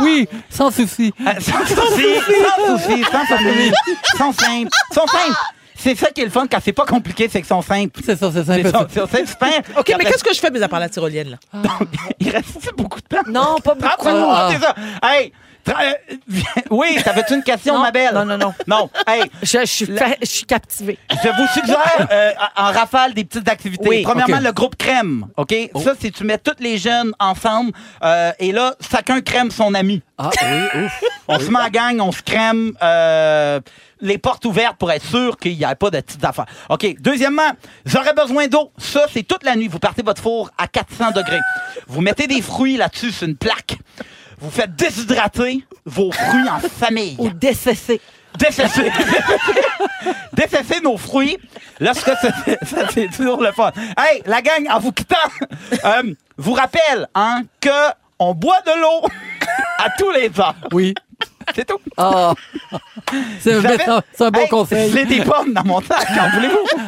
Speaker 4: Oui, sans souci.
Speaker 3: Euh, sans souci. Sans souci. Sans famille. Sans simple. Sans simple. C'est ça qui est le fun quand c'est pas compliqué, c'est que sont simples.
Speaker 4: C'est ça, c'est
Speaker 3: C'est
Speaker 4: simple.
Speaker 3: sont- c'est super.
Speaker 5: OK, mais qu'est-ce que je fais, mais à part la tyrolienne, là?
Speaker 3: Il reste beaucoup de temps.
Speaker 1: Non, pas beaucoup.
Speaker 3: Ah, c'est
Speaker 4: Ah.
Speaker 3: ça. Hey, tra- euh, oui, t'avais-tu une question,
Speaker 1: Non,
Speaker 3: ma belle?
Speaker 1: non, non, non.
Speaker 3: Non, hey,
Speaker 1: Je, je suis, fa- je suis captivée.
Speaker 3: je vous suggère euh, en rafale des petites activités.
Speaker 5: Oui,
Speaker 3: Premièrement,
Speaker 4: ok.
Speaker 3: le groupe crème, OK? Ça, c'est tu mets tous les jeunes ensemble euh, et là, chacun crème son ami.
Speaker 4: Ah oui, ouf.
Speaker 3: On se met en gang, on se crème, euh, les portes ouvertes pour être sûr qu'il n'y a pas de petites affaires. OK. Deuxièmement, j'aurais besoin d'eau. Ça, c'est toute la nuit. Vous partez votre four à 400 degrés. Vous mettez des fruits là-dessus sur une plaque. Vous faites déshydrater vos fruits en famille.
Speaker 1: Ou DCC.
Speaker 3: Défesser. Défesser nos fruits. Lorsque c'est- ça, c'est toujours le fun. Hey, la gang, en vous quittant, euh, vous rappelle hein, que on boit de l'eau à tous les ans.
Speaker 4: Oui.
Speaker 3: C'est tout.
Speaker 4: Ah. C'est
Speaker 3: J'avais-
Speaker 4: mais ça- c'est un bon
Speaker 3: Hey,
Speaker 4: conseil.
Speaker 3: J'ai des pommes dans mon sac, en voulez-vous?
Speaker 1: Oh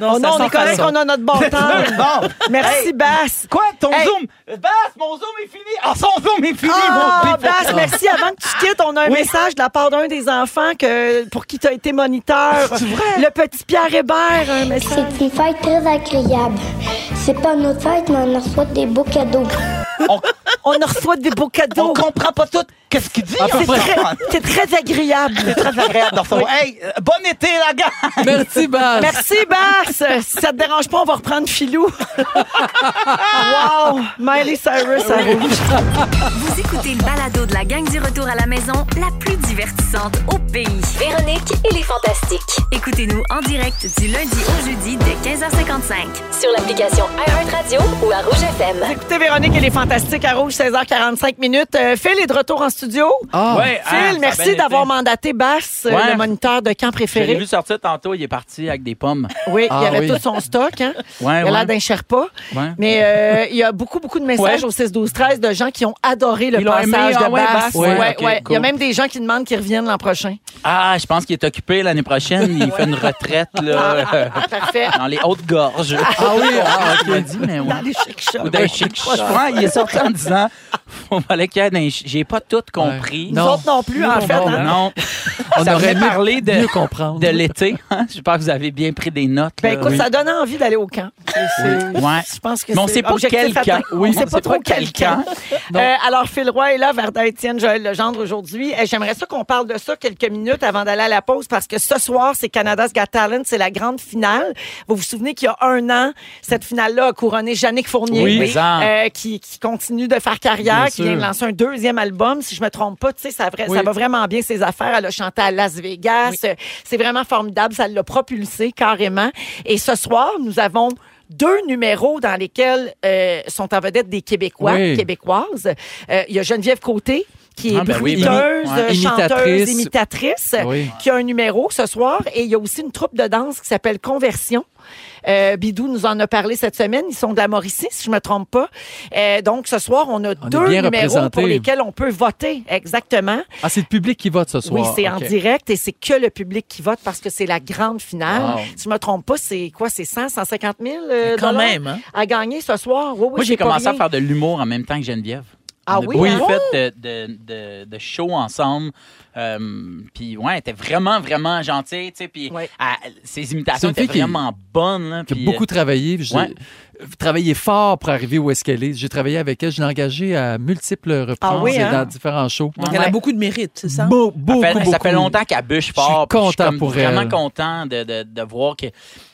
Speaker 1: Non,
Speaker 5: ça
Speaker 1: non, on
Speaker 5: sent
Speaker 1: est correct,
Speaker 5: façon.
Speaker 1: on a notre bon temps.
Speaker 3: Bon.
Speaker 1: Merci,
Speaker 3: Hey,
Speaker 1: Basse.
Speaker 3: Quoi, ton
Speaker 1: Hey.
Speaker 3: zoom? Euh, Basse, mon zoom est fini. Ah, son zoom est fini,
Speaker 1: Ah,
Speaker 3: mon bip.
Speaker 1: Basse, merci. Avant que tu quittes, on a un
Speaker 3: Oui.
Speaker 1: message de la part d'un des enfants que, pour qui tu as été moniteur. Le petit Pierre Hébert, un message.
Speaker 8: C'est une fête très agréable. C'est pas notre fête, mais on reçoit des beaux cadeaux.
Speaker 3: On,
Speaker 1: On en reçoit des beaux
Speaker 3: on
Speaker 1: cadeaux.
Speaker 3: comprend pas tout. Qu'est-ce qu'il dit?
Speaker 1: C'est
Speaker 3: on
Speaker 1: très,
Speaker 3: comprend.
Speaker 1: c'est très agréable.
Speaker 3: C'est très agréable dans son. Hey, euh, bon été, la gang!
Speaker 4: Merci, Baz.
Speaker 1: Merci, Basse. Si ça te dérange pas, on va reprendre Filou. wow! Miley Cyrus à rouge.
Speaker 6: Vous écoutez le balado de la gang du retour à la maison, la plus divertissante au pays.
Speaker 7: Véronique et les Fantastiques.
Speaker 6: Écoutez-nous en direct du lundi au jeudi dès 15h55.
Speaker 7: Sur l'application iHeartRadio ou à Rouge FM.
Speaker 1: Écoutez Véronique, elle est fantastique à rouge. Rouge, 16h45 minutes. Euh, Phil est de retour en studio.
Speaker 3: Ouais,
Speaker 1: Phil,
Speaker 3: ah, ça a bien
Speaker 1: merci
Speaker 3: été.
Speaker 1: d'avoir mandaté Bass, euh,
Speaker 3: Ouais.
Speaker 1: le moniteur de camp
Speaker 3: Je l'ai
Speaker 1: préféré.
Speaker 3: vu sortir tantôt, il est parti avec des pommes.
Speaker 1: Oui, il y
Speaker 4: Ah
Speaker 1: avait
Speaker 4: oui.
Speaker 1: tout son stock. Hein.
Speaker 3: Ouais,
Speaker 1: il a
Speaker 3: ouais.
Speaker 1: l'air d'un Sherpa.
Speaker 3: Ouais.
Speaker 1: Mais euh, il y a beaucoup, beaucoup de messages
Speaker 3: Ouais.
Speaker 1: au 6-12-13 de gens qui ont adoré le
Speaker 3: Ils l'ont
Speaker 1: passage
Speaker 3: aimé,
Speaker 1: de
Speaker 3: ah ouais,
Speaker 1: Bass.
Speaker 3: Bass, ouais,
Speaker 1: Ouais,
Speaker 3: ok,
Speaker 1: ouais. Il y a
Speaker 3: cool.
Speaker 1: même des gens qui demandent qu'ils reviennent l'an prochain.
Speaker 3: Ah, je pense qu'il est occupé l'année prochaine. Il fait une retraite là,
Speaker 1: Parfait.
Speaker 3: dans les hautes gorges.
Speaker 4: Ah oui, ah,
Speaker 3: Il m'a dit, mais ouais.
Speaker 1: Dans les chic-chocs.
Speaker 3: Ou d'un chic Ouais, il est sorti en disant Faut m'aller qu'il y ait d'un chi- J'ai pas tout compris.
Speaker 1: Nous
Speaker 4: Non.
Speaker 1: autres non plus, en fait.
Speaker 3: Non,
Speaker 1: hein.
Speaker 3: non.
Speaker 4: on
Speaker 3: Ça
Speaker 4: aurait
Speaker 3: aurait
Speaker 4: mieux,
Speaker 3: parlé de,
Speaker 4: mieux comprendre.
Speaker 3: de l'été. hein. J'espère que vous avez bien pris des notes.
Speaker 1: Ben
Speaker 3: là.
Speaker 1: écoute,
Speaker 3: Euh, Oui.
Speaker 1: ça donne envie d'aller au camp. C'est- c'est-
Speaker 3: Ouais.
Speaker 1: Je pense que
Speaker 3: Mais on
Speaker 1: c'est
Speaker 3: sait pas
Speaker 1: objectif
Speaker 3: quel
Speaker 1: atteint.
Speaker 3: camp. Oui,
Speaker 1: on sait pas trop quel camp.
Speaker 4: Non.
Speaker 1: Euh, alors, Phil Roy est là, Varda Étienne, Joël Legendre aujourd'hui. Euh, J'aimerais ça qu'on parle de ça quelques minutes avant d'aller à la pause parce que ce soir, c'est Canada's Got Talent, c'est la grande finale. Vous vous souvenez qu'il y a un an, cette finale-là a couronné Yannick Fournier,
Speaker 3: Oui, mais en-
Speaker 1: euh, qui, qui continue de faire carrière,
Speaker 4: Bien
Speaker 1: qui vient de
Speaker 4: sûr.
Speaker 1: lancer un deuxième album. Si je me trompe pas, tu sais, ça, vra-
Speaker 4: Oui.
Speaker 1: ça va vraiment bien ses affaires. Elle a chanté à Las Vegas. Euh, C'est vraiment formidable. Ça l'a propulsé carrément. Et ce soir, nous avons deux numéros dans lesquels euh, sont en vedette des Québécois,
Speaker 4: Oui.
Speaker 1: Québécoises. Euh, Il y a Geneviève Côté, qui est
Speaker 3: Ah, ben oui, ben oui.
Speaker 1: bruiteuse,
Speaker 3: Ouais.
Speaker 1: euh, chanteuse,
Speaker 4: Imitatrice.
Speaker 1: imitatrice,
Speaker 4: Oui.
Speaker 1: qui a un numéro ce soir. Et il y a aussi une troupe de danse qui s'appelle Conversion. Euh, Bidou nous en a parlé cette semaine. Ils sont de la Mauricie, si je me trompe pas. Euh, donc, ce soir, on a
Speaker 4: On est
Speaker 1: deux
Speaker 4: bien
Speaker 1: numéros pour
Speaker 4: représentés.
Speaker 1: lesquels on peut voter. Exactement.
Speaker 4: Ah, c'est le public qui vote ce
Speaker 1: Oui,
Speaker 4: soir.
Speaker 1: c'est en
Speaker 4: OK.
Speaker 1: direct et c'est que le public qui vote parce que c'est la grande finale.
Speaker 4: Wow.
Speaker 1: Si je me trompe pas, c'est quoi? C'est 100, 150 000 euh,
Speaker 5: Quand
Speaker 1: dollars
Speaker 5: même, hein?
Speaker 1: à gagner ce soir. Oui, oui,
Speaker 3: Moi,
Speaker 1: c'est
Speaker 3: j'ai
Speaker 1: pas
Speaker 3: commencé à
Speaker 1: rien.
Speaker 3: faire de l'humour en même temps que Geneviève.
Speaker 1: Ah
Speaker 3: on a
Speaker 1: oui,
Speaker 3: beaucoup
Speaker 1: hein?
Speaker 3: fait de, de, de, de shows ensemble. Euh, puis, ouais, elle était vraiment, vraiment gentille. Tu sais, puis
Speaker 1: Ouais.
Speaker 3: elle- ses
Speaker 4: C'est
Speaker 3: imitations
Speaker 4: une fille
Speaker 3: étaient
Speaker 4: qui-
Speaker 3: vraiment bonnes. là,
Speaker 4: qui a
Speaker 3: puis,
Speaker 4: beaucoup travaillé. J'ai
Speaker 3: ouais.
Speaker 4: travaillé fort pour arriver où est-ce qu'elle est. J'ai travaillé avec elle. Je l'ai engagée à multiples reprises
Speaker 1: oui,
Speaker 4: et
Speaker 1: hein?
Speaker 4: dans différents shows.
Speaker 3: Ouais.
Speaker 5: Elle
Speaker 1: Ouais.
Speaker 5: a beaucoup de mérite, c'est ça?
Speaker 4: Beau-
Speaker 3: euh,
Speaker 4: beaucoup,
Speaker 3: ça fait-
Speaker 4: beaucoup.
Speaker 3: Ça fait longtemps qu'elle bûche fort. puis
Speaker 4: content
Speaker 3: comme
Speaker 4: pour
Speaker 3: vraiment
Speaker 4: elle.
Speaker 3: content de, de, de voir que-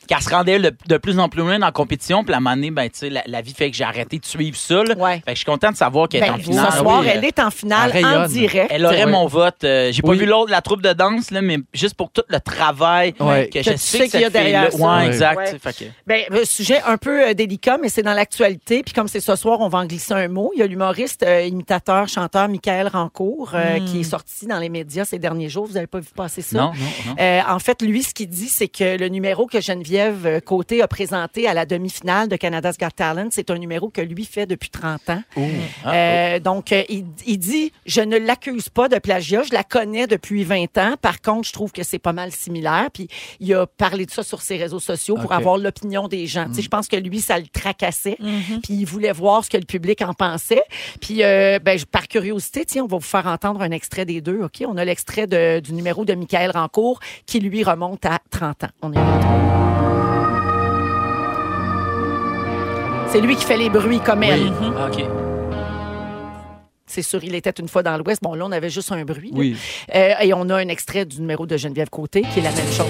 Speaker 3: qu'elle se rendait le- de plus en plus loin dans la compétition. Puis, à un moment donné, ben, tu sais, la, la vie fait que j'ai arrêté de suivre ça. là.
Speaker 1: Ouais.
Speaker 3: Fait que je suis content de savoir qu'elle est
Speaker 1: Ben,
Speaker 3: en finale.
Speaker 1: ce soir,
Speaker 4: oui,
Speaker 1: elle est en finale
Speaker 4: elle
Speaker 1: en
Speaker 4: rayonne.
Speaker 1: direct.
Speaker 3: Elle aurait
Speaker 4: Oui.
Speaker 3: mon vote. Euh, J'ai
Speaker 4: Oui.
Speaker 3: pas vu l'autre, la troupe de danse, là, mais juste pour tout le travail
Speaker 4: Ouais.
Speaker 3: que,
Speaker 1: Que
Speaker 3: je
Speaker 1: tu
Speaker 3: sais
Speaker 1: sais
Speaker 3: que
Speaker 1: qu'il y a
Speaker 3: cette fille-là-
Speaker 1: derrière ça.
Speaker 3: Ouais,
Speaker 4: Ouais.
Speaker 3: exact.
Speaker 1: Ouais.
Speaker 3: Fait que-
Speaker 1: Ben, le sujet un peu euh, délicat, mais c'est dans l'actualité. Puis comme c'est ce soir, on va en glisser un mot. Il y a l'humoriste, euh, imitateur, chanteur Michael Rancourt euh, qui est sorti dans les médias ces derniers jours. Vous n'avez pas vu passer ça?
Speaker 3: Non, non, non.
Speaker 1: Euh, en fait, lui, ce qu'il dit, c'est que le numéro que Geneviève euh, Côté a présenté à la demi-finale de Canada's Got Talent, c'est un numéro que lui fait depuis 30 ans.
Speaker 4: Oh.
Speaker 1: Euh, donc, euh, il, il dit Je ne l'accuse pas de plagiat, je la connais depuis 20 ans. Par contre, je trouve que c'est pas mal similaire. Puis, il a parlé de ça sur ses réseaux sociaux pour
Speaker 4: OK.
Speaker 1: avoir l'opinion des gens. Tu sais, Je pense que lui, ça le tracassait. Puis, il voulait voir ce que le public en pensait. Puis, euh, ben, je- par curiosité, tiens, on va vous faire entendre un extrait des deux. OK On a l'extrait de- du numéro de Michael Rancourt qui, lui, remonte à 30 ans. On y va. C'est lui qui fait les bruits comme elle.
Speaker 3: Ah, OK.
Speaker 1: C'est sûr, il était une fois dans l'Ouest. Bon, là, on avait juste un bruit. là.
Speaker 4: Oui.
Speaker 1: Euh, et on a un extrait du numéro de Geneviève Côté qui est la même chose.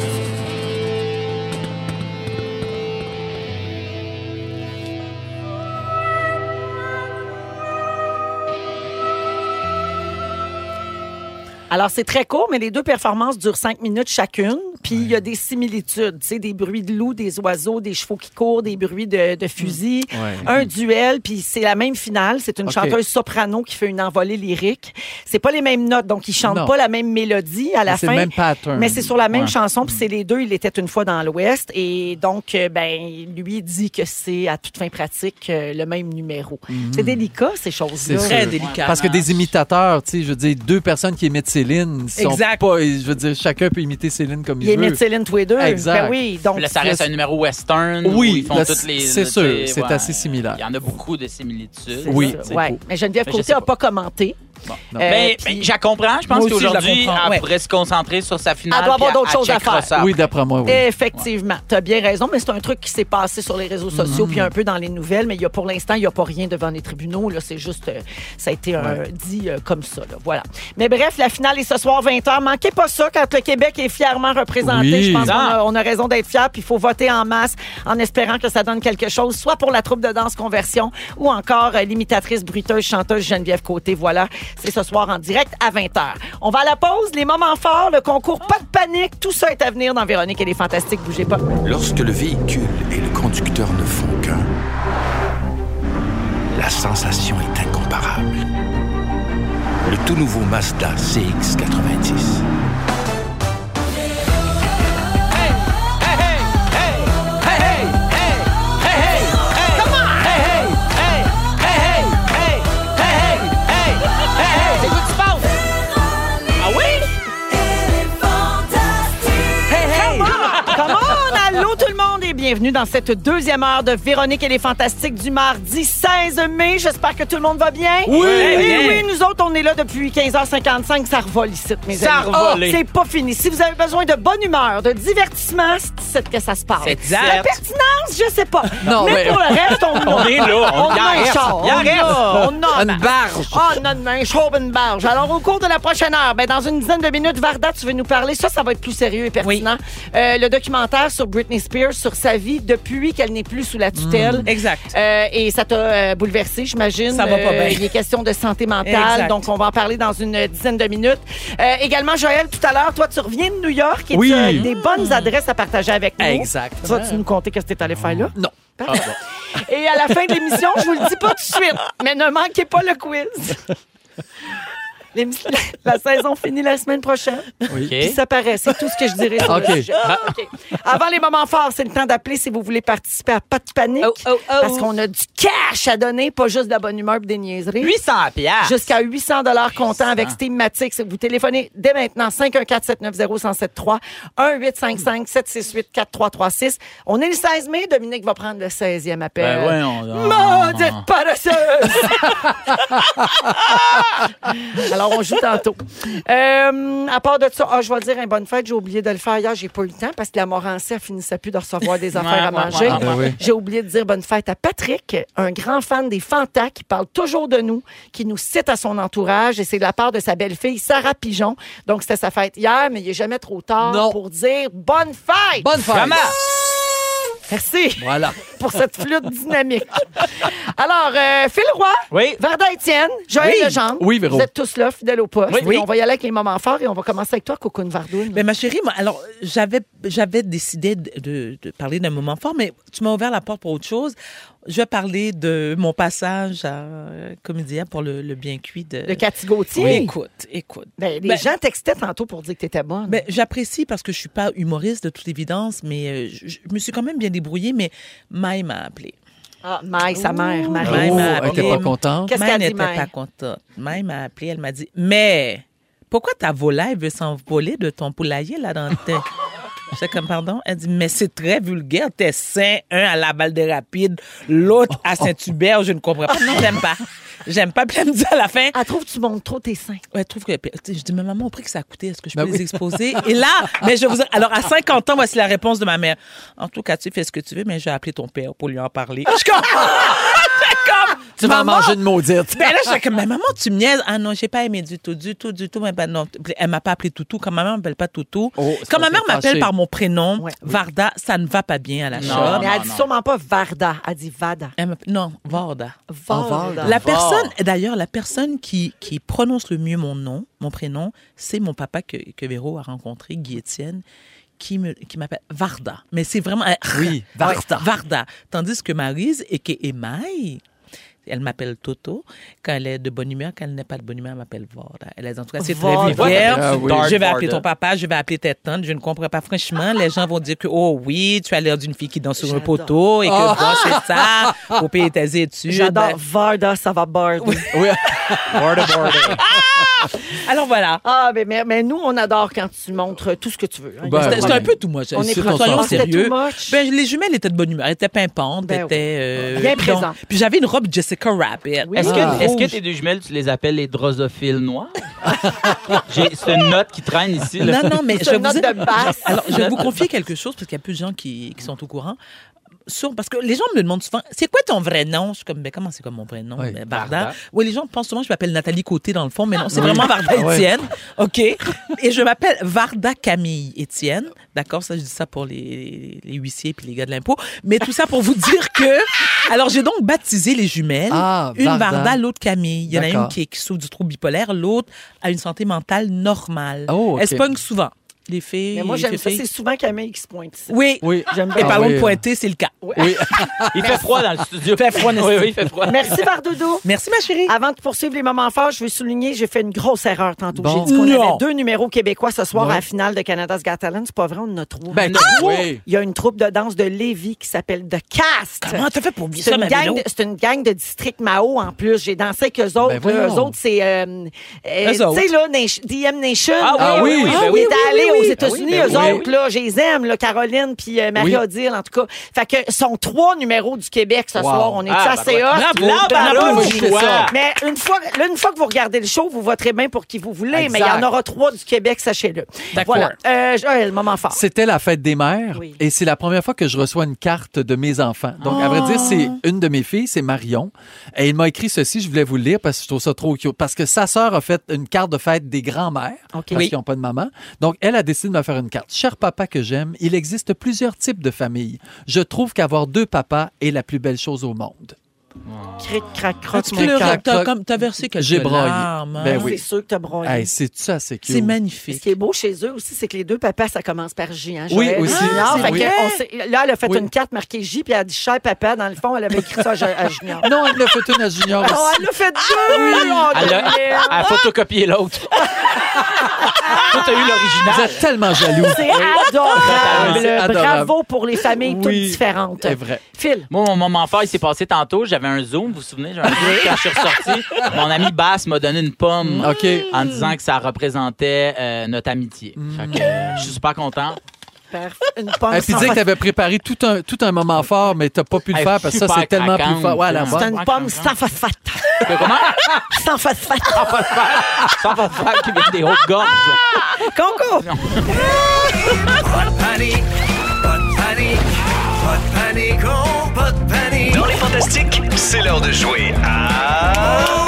Speaker 1: Alors, c'est très court, mais les deux performances durent cinq minutes chacune. Puis, il y a des similitudes, tu sais, des bruits de loups, des oiseaux, des chevaux qui courent, des bruits de, de fusils,
Speaker 4: Mm. Ouais.
Speaker 1: un duel, puis c'est la même finale. C'est une
Speaker 4: OK.
Speaker 1: chanteuse soprano qui fait une envolée lyrique. C'est pas les mêmes notes, donc ils chantent
Speaker 4: Non.
Speaker 1: pas la même mélodie à la
Speaker 4: Mais c'est
Speaker 1: fin.
Speaker 4: le même pattern. Mm.
Speaker 1: Mais c'est sur la même
Speaker 3: Ouais.
Speaker 1: chanson, puis c'est les deux. Il était une fois dans l'Ouest, et donc euh, ben lui dit que c'est à toute fin pratique euh, le même numéro. C'est délicat ces choses-là.
Speaker 4: Mm. C'est
Speaker 5: Très
Speaker 4: sûr.
Speaker 5: délicat.
Speaker 4: Parce que des imitateurs, tu sais, je veux dire, deux personnes qui imitent Céline, sont
Speaker 5: Exact.
Speaker 4: pas, je veux dire, chacun peut imiter Céline comme il,
Speaker 1: Il est
Speaker 4: veut.
Speaker 1: mis Céline tous les deux.
Speaker 4: Exact.
Speaker 1: Ben oui, donc
Speaker 3: Là, ça reste un numéro western.
Speaker 4: Oui,
Speaker 3: où ils font
Speaker 4: là,
Speaker 3: toutes les.
Speaker 4: c'est
Speaker 3: tu sais,
Speaker 4: sûr, c'est assez similaire.
Speaker 3: Il y en a beaucoup de similitudes.
Speaker 1: c'est
Speaker 4: Oui.
Speaker 1: ça,
Speaker 3: tu sais.
Speaker 1: ouais. Mais Geneviève
Speaker 3: Mais Ben, je
Speaker 1: Côté
Speaker 3: sais
Speaker 1: n'a
Speaker 3: pas.
Speaker 1: pas commenté.
Speaker 4: non.
Speaker 1: Euh,
Speaker 3: Ben,
Speaker 1: puis-
Speaker 3: ben, je la comprends. Je pense
Speaker 5: Moi aussi, je la
Speaker 3: qu'aujourd'hui,
Speaker 5: comprends,
Speaker 3: elle
Speaker 5: ouais.
Speaker 3: pourrait se concentrer sur sa finale.
Speaker 1: Elle doit
Speaker 3: puis
Speaker 1: avoir d'autres choses à
Speaker 3: checkera
Speaker 1: faire.
Speaker 3: ça
Speaker 4: Oui,
Speaker 3: après.
Speaker 4: d'après moi, oui.
Speaker 1: Effectivement, tu as bien raison, mais c'est un truc qui s'est passé sur les réseaux
Speaker 4: Mm-hmm.
Speaker 1: sociaux puis un peu dans les nouvelles, mais il y a pour l'instant, il n'y a pas rien devant les tribunaux. Là, c'est juste, euh, ça a été euh, dit euh, comme ça. là. Voilà. Mais bref, la finale est ce soir 20h. Manquez pas ça quand le Québec est fièrement représenté.
Speaker 4: Oui.
Speaker 1: Je pense qu'on a,
Speaker 3: Ah.
Speaker 1: on a raison d'être fiers, puis il faut voter en masse en espérant que ça donne quelque chose, soit pour la troupe de danse Conversion ou encore euh, l'imitatrice bruteuse chanteuse Geneviève Côté. Voilà, c'est ce soir en direct à 20h. On va à la pause, les moments forts, le concours Pas de panique, tout ça est à venir dans Véronique et les Fantastiques, bougez pas.
Speaker 9: Lorsque le véhicule et le conducteur ne font qu'un, la sensation est incomparable. tout nouveau Mazda CX90.
Speaker 1: Come on! Allô tout le monde et bienvenue dans cette deuxième heure de Véronique et les Fantastiques du mardi 16 mai. J'espère que tout le monde va bien. Oui! Oui, oui, nous autres, on est là depuis 15h55. Ça revole ici, mes
Speaker 3: Ça
Speaker 1: amis.
Speaker 3: a revolé.
Speaker 1: Ah, c'est pas fini. Si vous avez besoin de bonne humeur, de divertissement, c'est que ça se passe.
Speaker 3: Exact.
Speaker 1: La pertinence, je sais pas.
Speaker 4: Non,
Speaker 1: mais,
Speaker 4: mais-
Speaker 1: pour le reste, on,
Speaker 3: On est là, on-
Speaker 1: On
Speaker 3: il en
Speaker 1: a un
Speaker 3: reste,
Speaker 1: char.
Speaker 3: il en
Speaker 1: On
Speaker 3: reste.
Speaker 1: a- on a un
Speaker 4: Une barge.
Speaker 1: ah, on a demain, chaud une barge. Alors, au cours de la prochaine heure, ben, dans une dizaine de minutes, Varda, tu veux nous parler. Ça, ça va être plus sérieux et pertinent. Euh, le documentaire sur Britney Spears, sur sa vie depuis qu'elle n'est plus sous la tutelle.
Speaker 5: Mm, Exact.
Speaker 1: Euh, et ça t'a euh, bouleversé, j'imagine. Euh,
Speaker 5: Ça va pas bien.
Speaker 1: Il est question de santé mentale,
Speaker 5: Exact.
Speaker 1: donc on va en parler dans une dizaine de minutes. Euh, également, Joël, tout à l'heure, toi, tu reviens de New York et
Speaker 4: Oui.
Speaker 1: tu as des bonnes adresses à partager avec nous.
Speaker 4: Exact.
Speaker 1: Tu vas-tu nous compter qu'est-ce que t'es allé faire là?
Speaker 4: Non.
Speaker 1: Et à la fin de l'émission, je vous le dis pas tout de suite, mais ne manquez pas le quiz. L'émission- La saison finit la semaine prochaine.
Speaker 3: OK.
Speaker 1: Puis ça paraît, c'est tout ce que je dirais. sur le
Speaker 4: OK.
Speaker 1: sujet. OK. Avant les moments forts, c'est le temps d'appeler si vous voulez participer à Pas de panique.
Speaker 3: Oh,
Speaker 1: Parce qu'on a du cash à donner, pas juste de la bonne humeur et des niaiseries.
Speaker 3: 800 piastres.
Speaker 1: Jusqu'à 800 dollars comptant avec Steamatics. Vous téléphonez dès maintenant 514 790 1073 1 855 768 4336. On est le 16 mai, Dominique va prendre le 16e appel.
Speaker 3: Ben ouais, on- on-
Speaker 1: Maudite
Speaker 3: on-
Speaker 1: paresseuse! Alors on joue tantôt. Euh, à part de ça, ah, je vais dire un bonne fête, j'ai oublié de le faire hier, j'ai pas eu le temps parce que la Morancée elle finissait plus de recevoir des affaires à
Speaker 3: Ouais, ouais,
Speaker 1: manger.
Speaker 3: ouais,
Speaker 4: ouais.
Speaker 1: J'ai oublié de dire bonne fête à Patrick, un grand fan des Fantas qui parle toujours de nous, qui nous cite à son entourage et c'est de la part de sa belle-fille Sarah Pigeon. Donc c'était sa fête hier, mais il est jamais trop tard
Speaker 4: Non.
Speaker 1: pour dire bonne fête.
Speaker 4: Bonne fête.
Speaker 3: Comment?
Speaker 1: Merci
Speaker 4: Voilà.
Speaker 1: pour cette flûte dynamique. Alors euh, Phil Roy,
Speaker 3: Oui.
Speaker 1: Varda Étienne, Joël
Speaker 4: Oui.
Speaker 1: Legendre,
Speaker 4: Oui, Véro.
Speaker 1: vous êtes tous là, fidèles au poste.
Speaker 3: Oui.
Speaker 1: Et On va y aller avec les moments forts et on va commencer avec toi, Cocoon Vardoune.
Speaker 5: Mais ma chérie, moi, alors, j'avais, j'avais décidé de, de- de parler d'un moment fort, mais tu m'as ouvert la porte pour autre chose. Je vais parler de mon passage à euh, comédien pour le, le bien cuit de.
Speaker 1: de Cathy Gauthier.
Speaker 5: Oui, Écoute, écoute.
Speaker 1: Ben, les
Speaker 5: Ben-
Speaker 1: gens textaient tantôt pour dire que t'étais bonne.
Speaker 5: Ben, j'apprécie parce que je suis pas humoriste de toute évidence, mais euh, je, je me suis quand même bien débrouillée, mais Maï m'a appelée.
Speaker 1: ah, Maï, sa mère, Marie.
Speaker 5: Maï
Speaker 4: Oh,
Speaker 5: m'a
Speaker 4: elle était
Speaker 5: appelé.
Speaker 4: pas contente.
Speaker 1: Qu'est-ce
Speaker 5: Maï
Speaker 1: qu'elle dit,
Speaker 5: n'était
Speaker 1: Maï?
Speaker 5: pas contente. Maï m'a appelée, elle m'a dit Mais pourquoi ta volaille veut s'envoler de ton poulailler là dans le tête J'étais comme pardon. Elle dit Mais c'est très vulgaire, t'es sain, un à la balle des rapides, l'autre à Saint-Hubert, je ne comprends
Speaker 1: Ah,
Speaker 5: pas. Non, j'aime pas. J'aime pas. Puis elle me dit à la fin
Speaker 1: Elle trouve que tu montres trop tes seins.
Speaker 5: Ouais, trouve que. puis, tu sais, Je dis, mais maman, au prix que ça a coûté, est-ce que je peux
Speaker 4: Ben
Speaker 5: les
Speaker 4: oui.
Speaker 5: exposer? Et là, mais je vous. Alors, à 50 ans, voici la réponse de ma mère. En tout cas, tu fais ce que tu veux, mais je vais appeler ton père pour lui en parler. Je suis comme. J'étais comme,
Speaker 4: Tu vas
Speaker 5: maman!
Speaker 4: manger une maudite.
Speaker 5: Ben là, j'étais comme, mais maman, tu me niaises. Ah non, j'ai pas aimé du tout, du tout, du tout. Mais ben non, elle m'a pas appelé Toutou. Quand ma mère m'appelle pas Toutou,
Speaker 4: Oh, c'est
Speaker 5: quand
Speaker 4: parce
Speaker 5: ma mère
Speaker 4: qu'elle est
Speaker 5: m'appelle
Speaker 4: fâchée.
Speaker 5: par mon prénom,
Speaker 1: Ouais.
Speaker 5: Varda, ça ne va pas bien à la
Speaker 3: Non.
Speaker 5: chambre.
Speaker 1: mais elle dit
Speaker 3: non.
Speaker 1: sûrement pas Varda, elle dit Vada.
Speaker 5: Elle m'appelle- Non, Varda.
Speaker 4: Varda.
Speaker 5: La
Speaker 4: Fort.
Speaker 5: personne, d'ailleurs, la personne qui, qui prononce le mieux mon nom, mon prénom, c'est mon papa que, que Véro a rencontré, Guy Étienne, qui me- qui m'appelle Varda. Mais c'est vraiment un
Speaker 4: Oui, Varda.
Speaker 5: Ouais, Varda. Tandis que Marise et que Emaille, elle m'appelle Toto. Quand elle est de bonne humeur, quand elle n'est pas de bonne humeur, elle m'appelle Varda. Elle est en tout cas, c'est très
Speaker 1: Varda.
Speaker 5: vulgaire.
Speaker 4: Ah oui.
Speaker 5: Je vais appeler ton papa, je vais appeler ta tante. Je ne comprends pas. Franchement, les gens vont dire que, oh oui, tu as l'air d'une fille qui danse sur un
Speaker 1: J'adore.
Speaker 5: poteau et que, bon, c'est ça, pour payer tes études.
Speaker 1: J'adore Varda, ça va barder.
Speaker 4: Oui.
Speaker 5: Alors voilà.
Speaker 1: Ah, ben, mais, mais nous, on adore quand tu montres tout ce que tu veux. hein.
Speaker 4: Ben,
Speaker 5: C'était c'était un peu tout moi.
Speaker 1: On est prêt.
Speaker 5: soyons
Speaker 1: Ah, c'était
Speaker 5: sérieux.
Speaker 1: too much.
Speaker 5: Ben, les jumelles étaient de bonne humeur. Elles étaient pimpantes.
Speaker 1: Ben oui.
Speaker 5: étaient, euh,
Speaker 1: Bien
Speaker 5: donc-
Speaker 1: présentes.
Speaker 5: Puis j'avais une robe Jessica Rabbit.
Speaker 1: Oui.
Speaker 3: Est-ce
Speaker 1: Ah.
Speaker 3: que, est-ce que tes deux jumelles, tu les appelles les drosophiles noirs? J'ai, c'est une note qui traîne ici. Là.
Speaker 5: Non, non, mais je
Speaker 1: C'est une note
Speaker 5: vous,
Speaker 1: de basse.
Speaker 5: alors, je vais vous confier quelque chose parce qu'il y a peu de gens qui, qui sont au courant. Sur- parce que les gens me demandent souvent, c'est quoi ton vrai nom? Je suis comme, ben comment c'est quoi mon vrai nom?
Speaker 4: Oui,
Speaker 5: Ben, Varda.
Speaker 4: Varda.
Speaker 5: Oui, les gens pensent souvent que je m'appelle Nathalie Côté dans le fond, mais non, c'est vraiment Varda
Speaker 4: Ah
Speaker 5: Étienne. OK. Et je m'appelle Varda Camille Étienne. D'accord, ça, je dis ça pour les, les huissiers puis les gars de l'impôt. Mais tout ça pour vous dire que. Alors, j'ai donc baptisé les jumelles.
Speaker 4: Ah,
Speaker 5: une Varda,
Speaker 4: Varda.
Speaker 5: l'autre Camille. Il y en a une
Speaker 4: D'accord.
Speaker 5: qui, qui souffre du trouble bipolaire, l'autre a une santé mentale normale.
Speaker 4: Oh, OK.
Speaker 5: Elle se pogne souvent. les filles.
Speaker 1: Mais moi,
Speaker 5: les
Speaker 1: j'aime ça.
Speaker 5: filles.
Speaker 1: C'est souvent Camille qui se pointe ici.
Speaker 5: Oui.
Speaker 4: Oui.
Speaker 1: J'aime
Speaker 5: Et
Speaker 1: bien.
Speaker 4: Ah
Speaker 5: parlons de
Speaker 4: oui.
Speaker 5: pointer, c'est le cas.
Speaker 4: Oui.
Speaker 3: Il fait froid dans le studio. Il fait froid, Oui, oui, il fait froid.
Speaker 1: Merci, Bardoudou.
Speaker 5: Merci, ma chérie.
Speaker 1: Avant de poursuivre les moments forts, je veux souligner, j'ai fait une grosse erreur tantôt.
Speaker 4: Bon.
Speaker 1: J'ai dit qu'on
Speaker 5: Non.
Speaker 1: avait deux numéros québécois ce soir à la finale de Canada's Got Talent. C'est pas vrai, on en a trois.
Speaker 4: Ben, oui.
Speaker 1: Il y a une troupe de danse de Lévis qui s'appelle The Cast.
Speaker 5: Ah, Comment t'as fait pour oublier
Speaker 1: C'est
Speaker 5: ça,
Speaker 1: une,
Speaker 5: ma
Speaker 1: gang
Speaker 5: vélo?
Speaker 1: de, c'est une gang de district Mao en plus. J'ai dansé avec eux autres.
Speaker 4: Ben
Speaker 1: là. eux
Speaker 4: voyons.
Speaker 1: autres, c'est. euh, euh, tu
Speaker 5: autres.
Speaker 1: sais, là, Nation- DM Nation.
Speaker 4: Ah oui, oui, oui,
Speaker 1: On
Speaker 4: ben
Speaker 1: est
Speaker 4: oui,
Speaker 1: allés
Speaker 5: oui, oui.
Speaker 1: aux États-Unis,
Speaker 4: Ah oui, ben
Speaker 1: eux
Speaker 4: oui.
Speaker 1: autres, là. Je les aime, là, Caroline puis euh, Marie
Speaker 4: Oui.
Speaker 1: Odile, en tout cas. Fait que sont trois numéros du Québec ce soir. On est
Speaker 3: Ah,
Speaker 1: assez
Speaker 3: ben
Speaker 1: hot.
Speaker 3: Bravo. Bravo,
Speaker 4: Bravo,
Speaker 3: Joie.
Speaker 4: ça.
Speaker 1: Mais une fois, là, une fois que vous regardez le show, vous voterez bien pour qui vous voulez, mais il y en
Speaker 4: Exact.
Speaker 1: aura trois du Québec, sachez-le.
Speaker 5: D'accord.
Speaker 1: Voilà. Euh, Joël, moment fort.
Speaker 4: C'était la fête des mères
Speaker 1: Oui.
Speaker 4: et c'est la première fois que je reçois une carte de mes enfants. Donc, à vrai dire,
Speaker 1: Ah.
Speaker 4: c'est une de mes filles, c'est Marion. Et il m'a écrit ceci, je voulais vous le lire parce que je trouve ça trop cute. Parce que sa sœur a fait une carte de fête des grands-mères
Speaker 1: OK.
Speaker 4: parce
Speaker 1: Oui.
Speaker 4: qu'ils n'ont pas de maman. Donc, elle a décidé de me faire une carte. Cher papa que j'aime, il existe plusieurs types de familles. Je trouve qu'avoir deux papas est la plus belle chose au monde.
Speaker 1: Cric, crac, croc,
Speaker 5: As-tu
Speaker 1: mon
Speaker 5: pleuré?
Speaker 1: cœur.
Speaker 4: crac,
Speaker 5: T'as
Speaker 4: crac.
Speaker 5: comme- t'as versé quelques
Speaker 4: J'ai broyé.
Speaker 5: larmes, hein?
Speaker 4: Ben oui.
Speaker 1: C'est sûr que t'as broyé.
Speaker 4: Hey, c'est ça, c'est cute.
Speaker 5: C'est
Speaker 1: Ce
Speaker 5: magnifique.
Speaker 1: qui est beau chez eux aussi, c'est que les deux papas, ça commence par J. Hein,
Speaker 4: Oui,
Speaker 1: Joël
Speaker 4: aussi.
Speaker 1: Junior.
Speaker 4: Ah,
Speaker 1: Fait
Speaker 4: c'est
Speaker 1: que
Speaker 5: vrai.
Speaker 1: on sait- là, elle a fait
Speaker 4: Oui.
Speaker 1: une carte marquée J, puis elle a dit Cher papa. Dans le fond, elle avait écrit ça à, Jo- à Junior.
Speaker 4: Non, elle l'a fait une à Junior aussi.
Speaker 1: Oh, elle l'a fait deux! mon
Speaker 3: Elle a,
Speaker 1: Dieu.
Speaker 3: elle a photocopié l'autre. Toi, t'as eu
Speaker 4: Vous
Speaker 3: l'original.
Speaker 4: êtes tellement jaloux.
Speaker 1: C'est adorable. Eh,
Speaker 4: C'est adorable.
Speaker 1: Bravo pour les familles toutes
Speaker 4: Oui,
Speaker 1: différentes.
Speaker 4: c'est vrai.
Speaker 1: Phil.
Speaker 3: Moi, mon moment fort, il s'est passé tantôt. J'avais un Zoom, vous vous souvenez? J'avais un Zoom quand je suis ressorti. Mon ami Bass m'a donné une pomme
Speaker 4: OK.
Speaker 3: en disant que ça représentait euh, notre amitié. Fait que, euh, je suis super content.
Speaker 1: Parfait. Une pomme
Speaker 3: Ah,
Speaker 4: Et Ah, puis
Speaker 1: sans
Speaker 4: dis que t'avais préparé tout un, tout un moment fort, mais t'as pas pu le
Speaker 3: Hey,
Speaker 4: faire parce que ça,
Speaker 3: super
Speaker 4: c'est tellement
Speaker 3: craquante.
Speaker 4: plus fort. Ouais, la
Speaker 3: C'est
Speaker 4: bonne.
Speaker 1: C'est une pomme sans phosphate.
Speaker 3: Comment?
Speaker 1: Sans phosphate.
Speaker 3: Ça va faire qu'il y ait des hautes gorges.
Speaker 1: Concours.
Speaker 9: Pas de panique, pas de panique, pas de panique, oh, pas de panique.
Speaker 10: Dans les fantastiques, c'est l'heure de jouer à...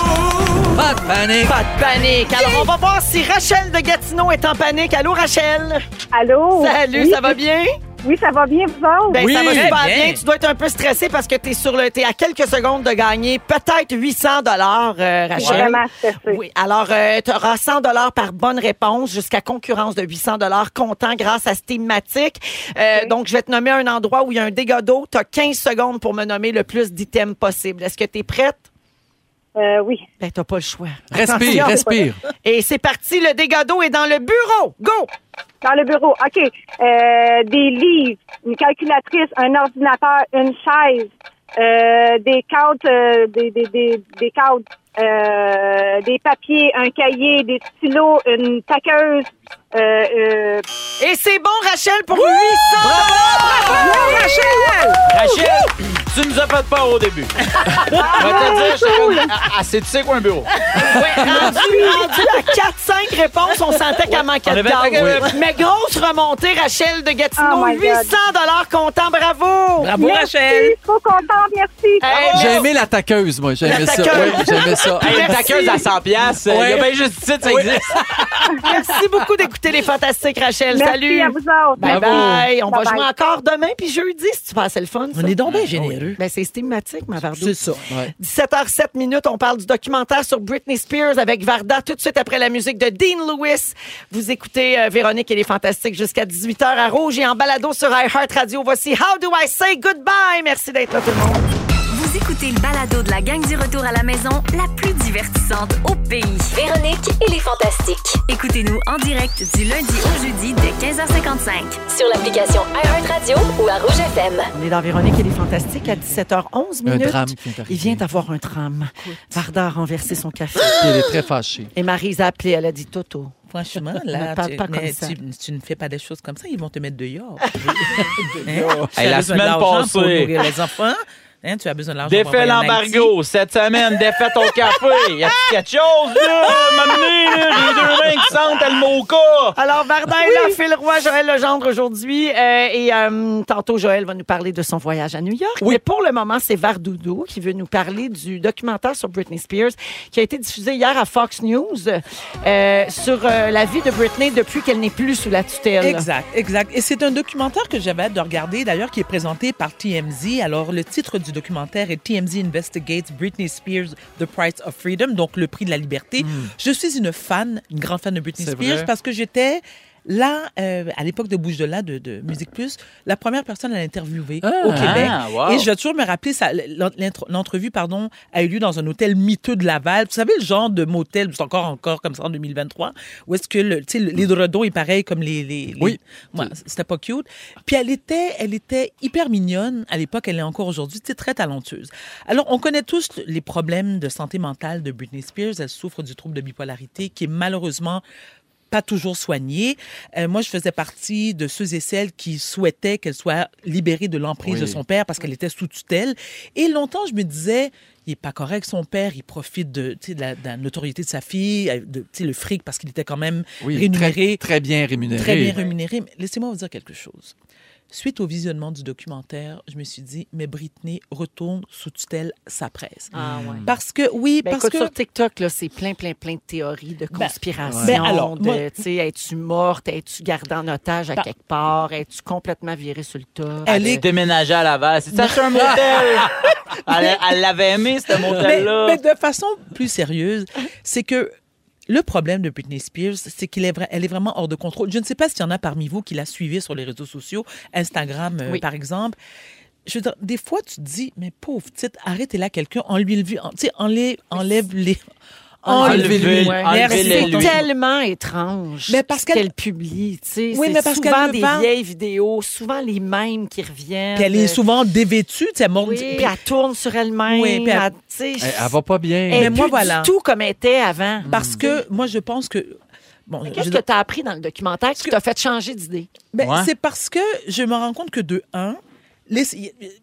Speaker 4: Pas de panique.
Speaker 1: Pas de panique. Alors, on va voir si Rachel de Gatineau est en panique. Allô, Rachel?
Speaker 7: Allô?
Speaker 1: Salut,
Speaker 7: Oui,
Speaker 1: ça va bien?
Speaker 7: Oui, ça va bien, vous autres?
Speaker 1: Ben,
Speaker 4: Oui,
Speaker 1: ça va
Speaker 4: très
Speaker 1: super bien.
Speaker 5: bien.
Speaker 1: Tu dois être un peu stressé parce que tu es sur le t'es à quelques secondes de gagner peut-être 800 dollars euh, Rachel.
Speaker 7: Vraiment stressé.
Speaker 1: Oui, alors tu auras 100 dollars par bonne réponse jusqu'à concurrence de 800 dollars comptant grâce à Steamatic. Euh, Donc je vais te nommer un endroit où il y a un dégât d'eau, tu as 15 secondes pour me nommer le plus d'items possible. Est-ce que tu es prête
Speaker 7: Euh, oui.
Speaker 1: Ben t'as pas le choix. Attention.
Speaker 4: Respire, respire.
Speaker 1: Et c'est parti, le dégât d'eau est dans le bureau. Go
Speaker 7: Dans le bureau. OK. Euh, des livres, une calculatrice, un ordinateur, une chaise, euh, des cadres, euh, des, des, des, des cadres, euh, des papiers, un cahier, des stylos, une taqueuse. Euh, euh,
Speaker 1: Et c'est bon Rachel pour 800 dollars. Rachel
Speaker 3: Rachel, tu nous as fait peur au début. Je vais te dire, j'étais comme, ah, ah, c'est tu sais quoi un bureau?
Speaker 1: rendu, rendu à 4-5 réponses, on sentait qu'elle manquait
Speaker 3: On
Speaker 1: de
Speaker 3: avait-
Speaker 1: temps.
Speaker 3: Oui.
Speaker 1: Mais grosse remontée, Rachel de Gatineau.
Speaker 7: Oh my
Speaker 1: 800 comptant, bravo!
Speaker 5: Bravo, Rachel.
Speaker 7: merci, trop content, merci.
Speaker 1: Hey,
Speaker 4: J'ai aimé la taqueuse, moi. J'ai aimé ça.
Speaker 1: taqueuse.
Speaker 4: Oui, j'aimais ça.
Speaker 3: Oh! Hey, une
Speaker 1: Merci.
Speaker 3: taqueuse à 100 piastres, Ah, euh, il y a
Speaker 4: Ouais.
Speaker 3: bien juste titre, ça existe.
Speaker 1: Merci beaucoup d'écouter les Fantastiques, Rachel.
Speaker 7: merci
Speaker 1: Salut!
Speaker 7: à vous autres.
Speaker 1: Bye bye! On
Speaker 7: Bye
Speaker 1: va
Speaker 7: bye.
Speaker 1: jouer encore demain puis jeudi si tu passes le fun. ça.
Speaker 5: On est donc bien généreux.
Speaker 1: Ben, c'est stigmatique, ma Vardo.
Speaker 5: C'est ça.
Speaker 1: 17h07 minutes, on parle du documentaire sur Britney Spears avec Varda tout de suite après la musique de Dean Lewis. Vous écoutez euh, Véronique et les Fantastiques jusqu'à 18h à Rouge et en balado sur iHeartRadio. Voici How Do I Say Goodbye. Merci d'être là tout le monde.
Speaker 6: Vous écoutez le balado de la gang du retour à la maison, la plus divertissante au pays.
Speaker 7: Véronique et les Fantastiques.
Speaker 6: Écoutez-nous en direct du lundi au jeudi dès 15h55.
Speaker 7: Sur l'application iHeartRadio ou à Rouge FM.
Speaker 1: On est dans Véronique et les Fantastiques à 17h11
Speaker 4: Un
Speaker 1: minutes.
Speaker 4: drame qui est arrivé.
Speaker 1: Il vient d'avoir un drame. Varda a renversé son café.
Speaker 4: Elle est très fâchée.
Speaker 1: Et Maryse a appelé, elle a dit Toto.
Speaker 5: Franchement,
Speaker 1: Ne
Speaker 5: là,
Speaker 1: parle
Speaker 5: tu,
Speaker 1: pas comme
Speaker 5: mais
Speaker 1: ça.
Speaker 5: tu- tu ne fais pas des choses comme ça, ils vont te mettre dehors. Hein?
Speaker 3: Hey, la semaine
Speaker 5: Pour
Speaker 3: passée.
Speaker 5: nourrir les enfants. Hein, tu as besoin de l'argent. pour
Speaker 3: Défait
Speaker 5: envoyer en Haïti.
Speaker 3: l'embargo cette semaine, défait ton café. Y a quelque chose, là? M'amener, là, j'ai deux mains qui sentent, elle moka.
Speaker 1: Alors, Varda est là, Phil Roy, Joël Legendre aujourd'hui. euh, et euh, tantôt, Joël va nous parler de son voyage à New York. Mais pour le moment, c'est Vardoudou qui veut nous parler du documentaire sur Britney Spears qui a été diffusé hier à Fox News euh, sur euh, la vie de Britney depuis qu'elle n'est plus sous la tutelle.
Speaker 5: Exact, exact. Et c'est un documentaire que j'avais hâte de regarder, d'ailleurs, qui est présenté par TMZ. Alors, le titre du documentaire est TMZ Investigates Britney Spears, The Price of Freedom, donc le prix de la liberté. Je suis une fan, une grande fan de Britney
Speaker 4: Hmm. C'est
Speaker 5: Spears,
Speaker 4: vrai.
Speaker 5: parce que j'étais Là, euh, à l'époque de Bouche de là, de, de Musique Plus, la première personne à l'interviewer
Speaker 3: Ah,
Speaker 5: au Québec.
Speaker 3: wow.
Speaker 5: Et je vais toujours me rappeler, ça, l'ent- l'intro- l'entrevue pardon, a eu lieu dans un hôtel miteux de Laval. Vous savez, le genre de motel, c'est encore, encore comme ça en 2023, où est-ce que le, tu sais, le- l'hydrodon est pareil comme les... les, les-
Speaker 4: Oui.
Speaker 5: Ouais, c'était pas cute. Puis elle était, elle était hyper mignonne. À l'époque, elle est encore aujourd'hui, tu sais, très talentueuse. Alors, on connaît tous les problèmes de santé mentale de Britney Spears. Elle souffre du trouble de bipolarité qui est malheureusement pas toujours soignée. Euh, moi, je faisais partie de ceux et celles qui souhaitaient qu'elle soit libérée de l'emprise
Speaker 4: Oui.
Speaker 5: de son père parce qu'elle était sous tutelle. Et longtemps, je me disais, il est pas correct son père, il profite de, tu sais, de, la, de la notoriété de sa fille, euh, de, tu sais, le fric parce qu'il était quand même
Speaker 4: Oui, très,
Speaker 5: rémunéré,
Speaker 4: très bien rémunéré.
Speaker 5: très bien rémunéré. Mais Laissez-moi vous dire quelque chose. Suite au visionnement du documentaire, je me suis dit, mais Britney retourne sous tutelle sa presse.
Speaker 1: Ah ouais.
Speaker 5: Parce que, oui,
Speaker 1: Ben,
Speaker 5: parce
Speaker 1: écoute,
Speaker 5: que...
Speaker 1: sur TikTok, là, c'est plein, plein, plein de théories de conspiration.
Speaker 5: ben, alors,
Speaker 1: de,
Speaker 5: moi-
Speaker 1: tu sais, es-tu morte? Es-tu gardée en otage à
Speaker 5: Ben-
Speaker 1: quelque part? Es-tu complètement virée sur le top?
Speaker 5: Elle est-
Speaker 3: Déménager à Laval. C'est ça, c'est un motel. elle elle l'avait aimé, ce
Speaker 5: mais,
Speaker 3: motel-là.
Speaker 5: mais de façon plus sérieuse, c'est que le problème de Britney Spears, c'est qu'elle est, vra- elle est vraiment hors de contrôle. Je ne sais pas s'il y en a parmi vous qui la suivez sur les réseaux sociaux, Instagram euh,
Speaker 1: Oui.
Speaker 5: par exemple. Je veux dire, des fois, tu te dis, mais pauvre petite, arrêtez-la quelqu'un, enlevez-lui, en- tu sais, enlève, enlève les...
Speaker 3: Enlevez-lui.
Speaker 5: Ouais.
Speaker 1: Merci.
Speaker 3: Enlevez-le
Speaker 1: C'est
Speaker 3: lui.
Speaker 1: tellement étrange
Speaker 5: Mais parce
Speaker 1: ce qu'elle
Speaker 5: qu'elle-
Speaker 1: publie. tu sais.
Speaker 5: Oui,
Speaker 1: c'est
Speaker 5: mais parce
Speaker 1: souvent
Speaker 5: qu'elle le
Speaker 1: des
Speaker 5: vend.
Speaker 1: vieilles vidéos, souvent les mêmes qui reviennent.
Speaker 5: Puis elle est souvent dévêtue, tu sais, elle mord-
Speaker 1: Oui, puis elle tourne sur elle-même.
Speaker 5: Oui, puis elle-
Speaker 1: elle, tu sais,
Speaker 4: Eh, Elle, elle va pas bien.
Speaker 1: elle est
Speaker 5: Mais moi,
Speaker 1: plus
Speaker 5: voilà.
Speaker 1: du tout comme elle était avant.
Speaker 5: Parce que moi, je pense que... Bon, je-
Speaker 1: Qu'est-ce
Speaker 5: je-
Speaker 1: que tu as appris dans le documentaire qui t'a fait changer d'idée?
Speaker 5: Ben,
Speaker 3: Ouais.
Speaker 5: C'est parce que je me rends compte que de un, les-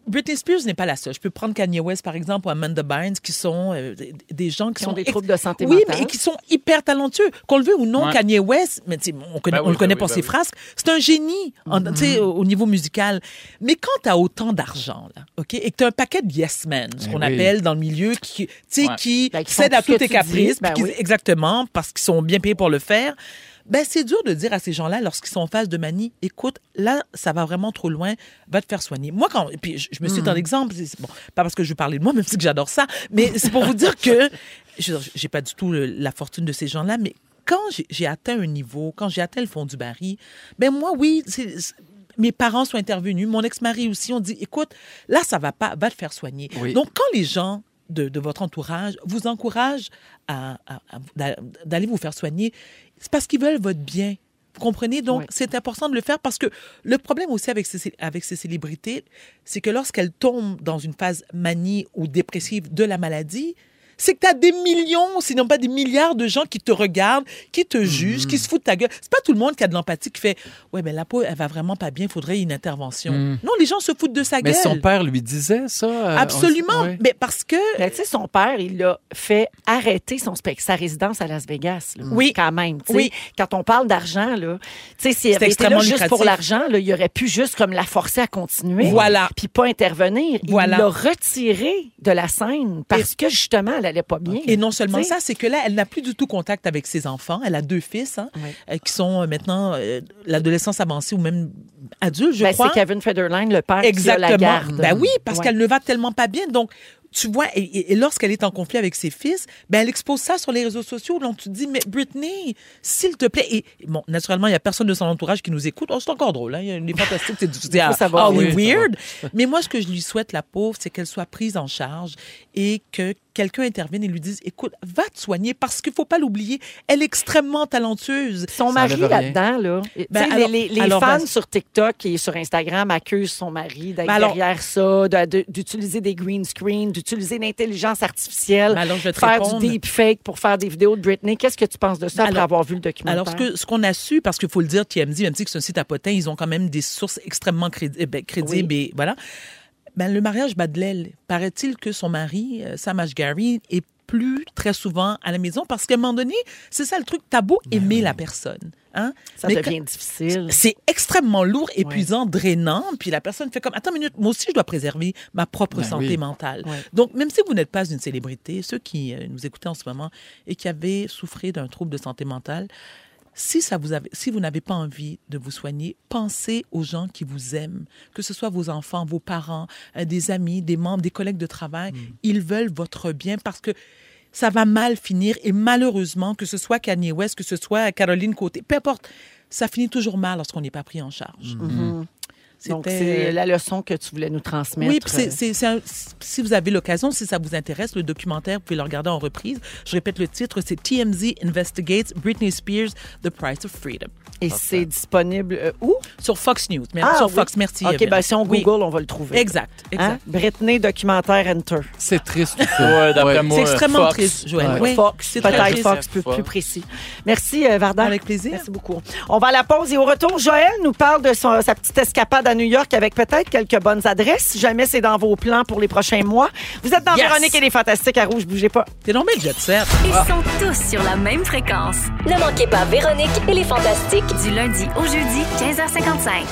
Speaker 5: Britney Spears n'est pas la seule. Je peux prendre Kanye West, par exemple, ou Amanda Bynes, qui sont euh, des- des gens qui,
Speaker 1: Qui ont des
Speaker 5: ex-
Speaker 1: troubles de santé
Speaker 5: Oui,
Speaker 1: mentale.
Speaker 5: mais qui sont hyper talentueux. Qu'on le veuille ou non,
Speaker 3: Ouais.
Speaker 5: Kanye West, mais tu sais, on, connaît-
Speaker 3: Ben
Speaker 5: on
Speaker 3: oui,
Speaker 5: le connaît
Speaker 3: ben
Speaker 5: pour
Speaker 3: oui, Mhm.
Speaker 5: ses
Speaker 3: ben
Speaker 5: frasques, c'est un génie en- tu sais, au, au niveau musical. Mais quand tu as autant d'argent, là, OK, et que tu as un paquet de yes men, ce
Speaker 4: Ben
Speaker 5: qu'on
Speaker 4: oui.
Speaker 5: appelle dans le milieu, qui, tu sais,
Speaker 3: Eh Ouais.
Speaker 5: qui
Speaker 1: Ben, qui font
Speaker 5: cèdent à
Speaker 1: tout ce
Speaker 5: tous
Speaker 1: que
Speaker 5: tes
Speaker 1: tu
Speaker 5: caprices,
Speaker 1: dis, ben
Speaker 5: puis qui-
Speaker 1: oui.
Speaker 5: Exactement, parce qu'ils sont bien payés pour le faire. Ben, c'est dur de dire à ces gens-là, lorsqu'ils sont en phase de manie, écoute, là, ça va vraiment trop loin, va te faire soigner. Moi, quand. et Puis, je, je me suis un
Speaker 1: Mm.
Speaker 5: exemple, c'est- bon, pas parce que je veux parler de moi, même si que j'adore ça, mais c'est pour vous dire que. Je veux dire, j'ai pas du tout le- la fortune de ces gens-là, mais quand j'ai- j'ai atteint un niveau, quand j'ai atteint le fond du baril, ben, moi, oui, c'est- c'est- Mes parents sont intervenus, mon ex-mari aussi. On dit, écoute, là, ça va pas, va te faire soigner.
Speaker 4: Oui.
Speaker 5: Donc, quand les gens de, de votre entourage vous encouragent à, à- à- d'a- d'aller vous faire soigner, c'est parce qu'ils veulent votre bien. Vous comprenez? Donc,
Speaker 1: Oui.
Speaker 5: c'est important de le faire parce que le problème aussi avec ces, avec ces célébrités, c'est que lorsqu'elles tombent dans une phase manie ou dépressive de la maladie, c'est que tu as des millions, sinon pas des milliards de gens qui te regardent, qui te jugent,
Speaker 4: Mm-hmm.
Speaker 5: qui se foutent de ta gueule. C'est pas tout le monde qui a de l'empathie qui fait Ouais, mais la peau, elle va vraiment pas bien, il faudrait une intervention. Non, les gens se foutent de sa
Speaker 4: Mm. Mais
Speaker 5: gueule.
Speaker 4: son père lui disait ça. euh,
Speaker 5: Absolument.
Speaker 4: on- ouais.
Speaker 5: Mais parce que.
Speaker 1: Ben, tu sais, son père, il l'a fait arrêter son spec- sa résidence à Las Vegas. là,
Speaker 5: Oui.
Speaker 1: Quand même. tu sais.
Speaker 5: Oui.
Speaker 1: Quand on parle d'argent, là, tu sais, s'il avait
Speaker 5: C'est
Speaker 1: été là
Speaker 5: extrêmement
Speaker 1: juste pour
Speaker 5: lucratif.
Speaker 1: l'argent, là, il aurait pu juste comme la forcer à continuer.
Speaker 5: Voilà.
Speaker 1: Puis pas intervenir.
Speaker 5: Voilà.
Speaker 1: Il l'a retiré de la scène parce que justement, elle allait pas bien.
Speaker 5: Et non seulement
Speaker 1: Tu sais.
Speaker 5: ça, c'est que là, elle n'a plus du tout contact avec ses enfants. Elle a deux fils hein,
Speaker 1: Oui.
Speaker 5: euh, qui sont euh, maintenant euh, l'adolescence avancée ou même adultes, je
Speaker 1: Ben,
Speaker 5: crois.
Speaker 1: c'est Kevin Federline, le père, qui a la
Speaker 5: Exactement.
Speaker 1: garde.
Speaker 5: Ben oui, parce
Speaker 1: Ouais.
Speaker 5: qu'elle ne va tellement pas bien. Donc, tu vois, et, et- et lorsqu'elle est en conflit avec ses fils, ben elle expose ça sur les réseaux sociaux. Donc, tu te dis, mais Britney, s'il te plaît. Et bon, naturellement, il n'y a personne de son entourage qui nous écoute. Oh, c'est encore drôle. Hein? Il y a des fantastiques. C'est difficile.
Speaker 1: fois, ça va,
Speaker 5: Ah
Speaker 1: oui,
Speaker 5: oui,
Speaker 1: ça
Speaker 5: weird. Mais moi, ce que je lui souhaite, la pauvre, c'est qu'elle soit prise en charge et que quelqu'un intervienne et lui dise, écoute, va te soigner parce qu'il ne faut pas l'oublier. Elle est extrêmement talentueuse.
Speaker 1: Son
Speaker 4: Ça
Speaker 1: mari
Speaker 4: enlève rien.
Speaker 1: là-dedans, là, tu sais,
Speaker 5: Ben,
Speaker 1: les-
Speaker 5: alors-
Speaker 1: les, les
Speaker 5: alors,
Speaker 1: fans
Speaker 5: ben-
Speaker 1: sur TikTok et sur Instagram accusent son mari d'être
Speaker 5: Ben, alors-
Speaker 1: derrière ça, de- de- d'utiliser des green screens, d'utiliser l'intelligence artificielle,
Speaker 5: Ben, alors, je vais te
Speaker 1: faire
Speaker 5: répondre.
Speaker 1: du deepfake pour faire des vidéos de Britney. Qu'est-ce que tu penses de ça après
Speaker 5: Alors-
Speaker 1: avoir vu le documentaire?
Speaker 5: Alors, ce que- ce qu'on a su, parce qu'il faut le dire, TMZ, même si c'est un site à potins, ils ont quand même des sources extrêmement crédi- eh ben, crédibles. Et voilà. Ben, le mariage bat de l'aile. Paraît-il que son mari, euh, Sam Ashgary, est plus très souvent à la maison parce qu'à un moment donné, c'est ça le truc, t'as beau aimer la personne. Hein?
Speaker 1: Ben ça
Speaker 5: mais
Speaker 1: devient
Speaker 5: quand-
Speaker 1: difficile.
Speaker 5: c'est extrêmement lourd, épuisant, drainant. Puis la personne fait comme, attends une minute, moi aussi, je dois préserver ma propre santé
Speaker 4: oui.
Speaker 5: mentale.
Speaker 1: Ben Ouais.
Speaker 5: Donc, même si vous n'êtes pas une célébrité, ceux qui euh, nous écoutez en ce moment et qui avez souffert d'un trouble de santé mentale, si, ça vous avez, si vous n'avez pas envie de vous soigner, pensez aux gens qui vous aiment, que ce soit vos enfants, vos parents, euh, des amis, des membres, des collègues de travail. Ils veulent votre bien parce que ça va mal finir. Et malheureusement, que ce soit Kanye West, que ce soit Caroline Côté, peu importe, ça finit toujours mal lorsqu'on n'est pas pris en charge.
Speaker 1: Mm-hmm. Donc,
Speaker 5: C'était-
Speaker 1: c'est la leçon que tu voulais nous transmettre. euh,
Speaker 5: Oui, puis c'est- c'est- c'est un- si vous avez l'occasion, si ça vous intéresse, le documentaire, vous pouvez le regarder en reprise. Je répète le titre, c'est TMZ Investigates Britney Spears, The Price of Freedom.
Speaker 1: Et c'est disponible euh, où?
Speaker 5: Sur Fox News. Mer-
Speaker 1: Ah,
Speaker 5: sur
Speaker 1: oui.
Speaker 5: Fox, merci.
Speaker 1: OK,
Speaker 5: Evelyn.
Speaker 1: ben si on
Speaker 5: Oui.
Speaker 1: Google, on va le trouver.
Speaker 5: Exact,
Speaker 1: Hein?
Speaker 5: exact.
Speaker 1: Britney, documentaire, enter.
Speaker 4: C'est triste, tout ça.
Speaker 3: Ouais, d'après moi,
Speaker 5: C'est extrêmement
Speaker 3: Fox.
Speaker 5: triste, Joël.
Speaker 3: Ouais.
Speaker 5: Oui,
Speaker 1: Fox,
Speaker 5: c'est très
Speaker 1: peut-être
Speaker 5: triste.
Speaker 1: Fox, plus, plus précis. Merci, euh, Varda.
Speaker 5: Avec plaisir.
Speaker 1: Merci beaucoup. On va à la pause et au retour, Joël nous parle de son- sa petite escapade à New York avec peut-être quelques bonnes adresses, si jamais c'est dans vos plans pour les prochains mois. Vous êtes dans
Speaker 5: Yes.
Speaker 1: Véronique et les Fantastiques à Rouge, bougez pas.
Speaker 5: T'es dans le jet set.
Speaker 6: Ils sont tous sur la même fréquence.
Speaker 11: Ne manquez pas Véronique et les Fantastiques.
Speaker 6: Du lundi au jeudi, 15h55.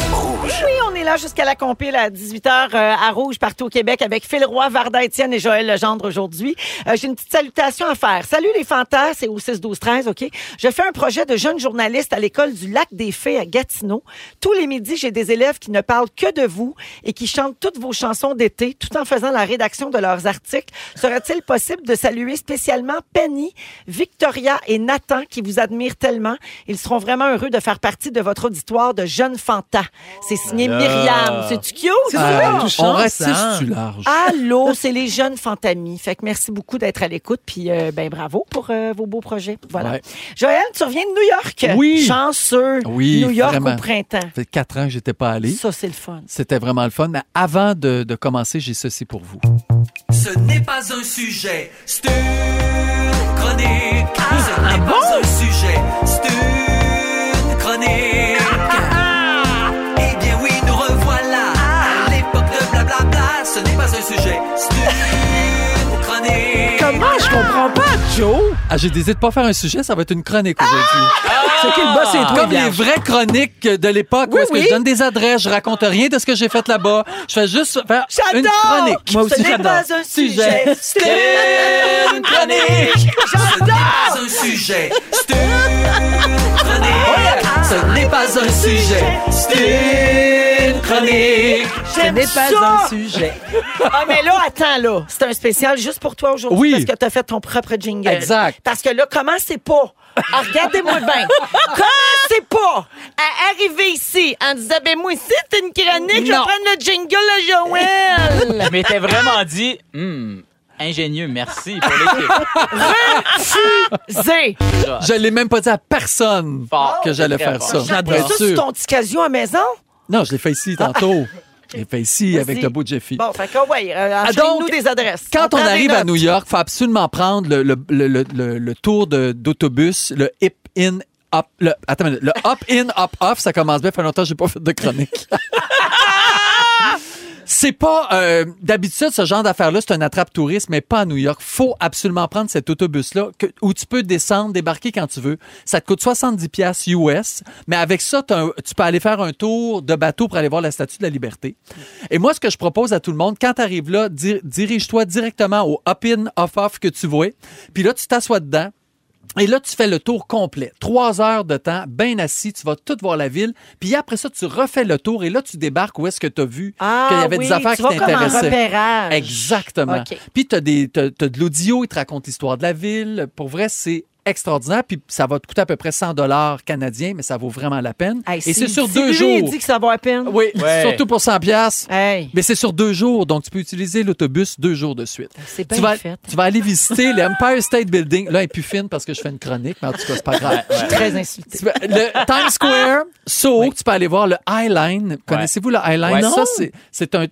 Speaker 1: Oui, on est là jusqu'à la compile à 18h euh, à Rouge, partout au Québec, avec Phil Roy, Varda Étienne et Joël Legendre aujourd'hui. Euh, J'ai une petite salutation à faire. Salut les fantasmes, c'est au 6-12-13, OK? Je fais un projet de jeunes journalistes à l'école du Lac des Fées à Gatineau. Tous les midis, j'ai des élèves qui ne parlent que de vous et qui chantent toutes vos chansons d'été tout en faisant la rédaction de leurs articles. Serait-il possible de saluer spécialement Penny, Victoria et Nathan qui vous admirent tellement? Ils seront vraiment heureux de faire partie de votre auditoire de jeunes fantas. C'est signé Myriam. C'est-tu cute?
Speaker 4: Ah,
Speaker 5: touchant,
Speaker 4: on ratisse
Speaker 5: ça.
Speaker 4: tu large.
Speaker 1: Allô, c'est les jeunes fantamis. Fait que merci beaucoup d'être à l'écoute, puis euh, ben bravo pour euh, vos beaux projets. Voilà.
Speaker 4: Ouais.
Speaker 1: Joël, tu reviens de New York.
Speaker 4: Oui.
Speaker 1: Chanceux.
Speaker 4: Oui,
Speaker 1: New York
Speaker 4: vraiment.
Speaker 1: au printemps.
Speaker 4: Ça fait quatre ans que j'étais pas allé.
Speaker 1: Ça, c'est le fun.
Speaker 4: C'était vraiment le fun. Mais avant de, de commencer, j'ai ceci pour vous.
Speaker 9: Ce n'est pas un sujet, c'est une chronique.
Speaker 5: Ah,
Speaker 9: Ce n'est pas un sujet, c'est une chronique. Eh bien oui, nous revoilà
Speaker 5: Ah.
Speaker 9: à l'époque de blablabla. Ce n'est pas un sujet, c'est une chronique.
Speaker 5: Comment je comprends pas, Joe? Ah!
Speaker 4: Ah, j'ai décidé de pas faire un sujet, ça va être une chronique aujourd'hui.
Speaker 5: C'est qui le boss, c'est toi,
Speaker 4: Comme les
Speaker 5: Blanche.
Speaker 4: vraies chroniques de l'époque où
Speaker 5: Oui,
Speaker 4: est-ce que
Speaker 5: oui.
Speaker 4: je donne des adresses, je raconte rien de ce que j'ai fait là-bas. Je fais juste faire une chronique.
Speaker 1: Ce n'est pas un sujet.
Speaker 4: C'est une chronique.
Speaker 9: Ce n'est pas un sujet, c'est une chronique. Ce
Speaker 5: Ce n'est
Speaker 9: n'est pas un sujet, c'est une chronique.
Speaker 1: ça.
Speaker 5: pas un sujet.
Speaker 1: Ah, mais là, attends, là. C'est un spécial juste pour toi aujourd'hui
Speaker 4: Oui.
Speaker 1: parce que tu as fait ton propre jingle.
Speaker 4: Exact.
Speaker 1: Parce que là, comment c'est pas? Ah, Regardez-moi bien. comment c'est pas à arriver ici en disant, ben moi ici, c'est une chronique, je vais
Speaker 3: Non.
Speaker 1: prendre le jingle à Joël.
Speaker 3: Je m'étais vraiment dit, Hmm, ingénieux, merci pour l'équipe.
Speaker 1: Zé.
Speaker 4: Je l'ai même pas dit à personne
Speaker 3: Fort.
Speaker 4: que j'allais
Speaker 3: Très
Speaker 4: faire
Speaker 3: fort.
Speaker 4: ça.
Speaker 1: J'adore
Speaker 4: Pour être
Speaker 1: ça sur
Speaker 4: sûr.
Speaker 1: ton petit casio à maison.
Speaker 4: Non, je l'ai fait ici tantôt. Je l'ai fait ici avec
Speaker 1: Vas-y.
Speaker 4: le beau Jeffy.
Speaker 1: Bon, fait que, ouais, euh, nous
Speaker 4: Ah, donc,
Speaker 1: des adresses.
Speaker 4: Quand on,
Speaker 1: prend des
Speaker 4: arrive à
Speaker 1: notes.
Speaker 4: New York, faut absolument prendre le, le, le, le- le- le tour de- d'autobus, le hip in up, le, attends, une minute, le up in up off, ça commence bien. Ça fait longtemps que j'ai pas fait de chronique. C'est pas euh, d'habitude ce genre d'affaire là, c'est un attrape touriste mais pas à New York. Faut absolument prendre cet autobus là où tu peux descendre, débarquer quand tu veux. Ça te coûte 70 pièces US, mais avec ça t'as un- tu peux aller faire un tour de bateau pour aller voir la statue de la Liberté. Et moi ce que je propose à tout le monde quand tu arrives là, dir- dirige-toi directement au up-in off off que tu vois, puis là tu t'assois dedans. Et là, tu fais le tour complet. Trois heures de temps, bien assis, tu vas tout voir la ville. Puis après ça, tu refais le tour et là, tu débarques où est-ce que tu as vu
Speaker 1: Ah,
Speaker 4: qu'il y avait
Speaker 1: oui,
Speaker 4: des affaires
Speaker 1: tu
Speaker 4: qui
Speaker 1: vas comme en
Speaker 4: t'intéressaient.
Speaker 1: repérage.
Speaker 4: Exactement.
Speaker 1: OK.
Speaker 4: Puis tu as, de l'audio, ils te racontent l'histoire de la ville. Pour vrai, c'est extraordinaire. Puis ça va te coûter à peu près 100 dollars canadiens, mais ça vaut vraiment la peine.
Speaker 1: Hey,
Speaker 4: et c'est sur
Speaker 1: si
Speaker 4: deux
Speaker 1: lui, Il
Speaker 4: jours. Ah
Speaker 1: dit que ça va à peine.
Speaker 4: Oui, surtout pour 100 piastres.
Speaker 1: Hey.
Speaker 4: Mais c'est sur deux jours, donc tu peux utiliser l'autobus deux jours de suite.
Speaker 1: Ben, C'est
Speaker 4: tu,
Speaker 1: bien
Speaker 4: vas,
Speaker 1: fait.
Speaker 4: tu vas aller visiter l'Empire State Building. Là, elle est plus fine parce que je fais une chronique, mais en tout cas, c'est pas grave.
Speaker 1: Très insulté.
Speaker 4: Tu peux- le Times Square, Soho, tu peux aller voir le Highline. Connaissez-vous le Highline?
Speaker 3: Ouais.
Speaker 4: Ça, c'est- c'est un...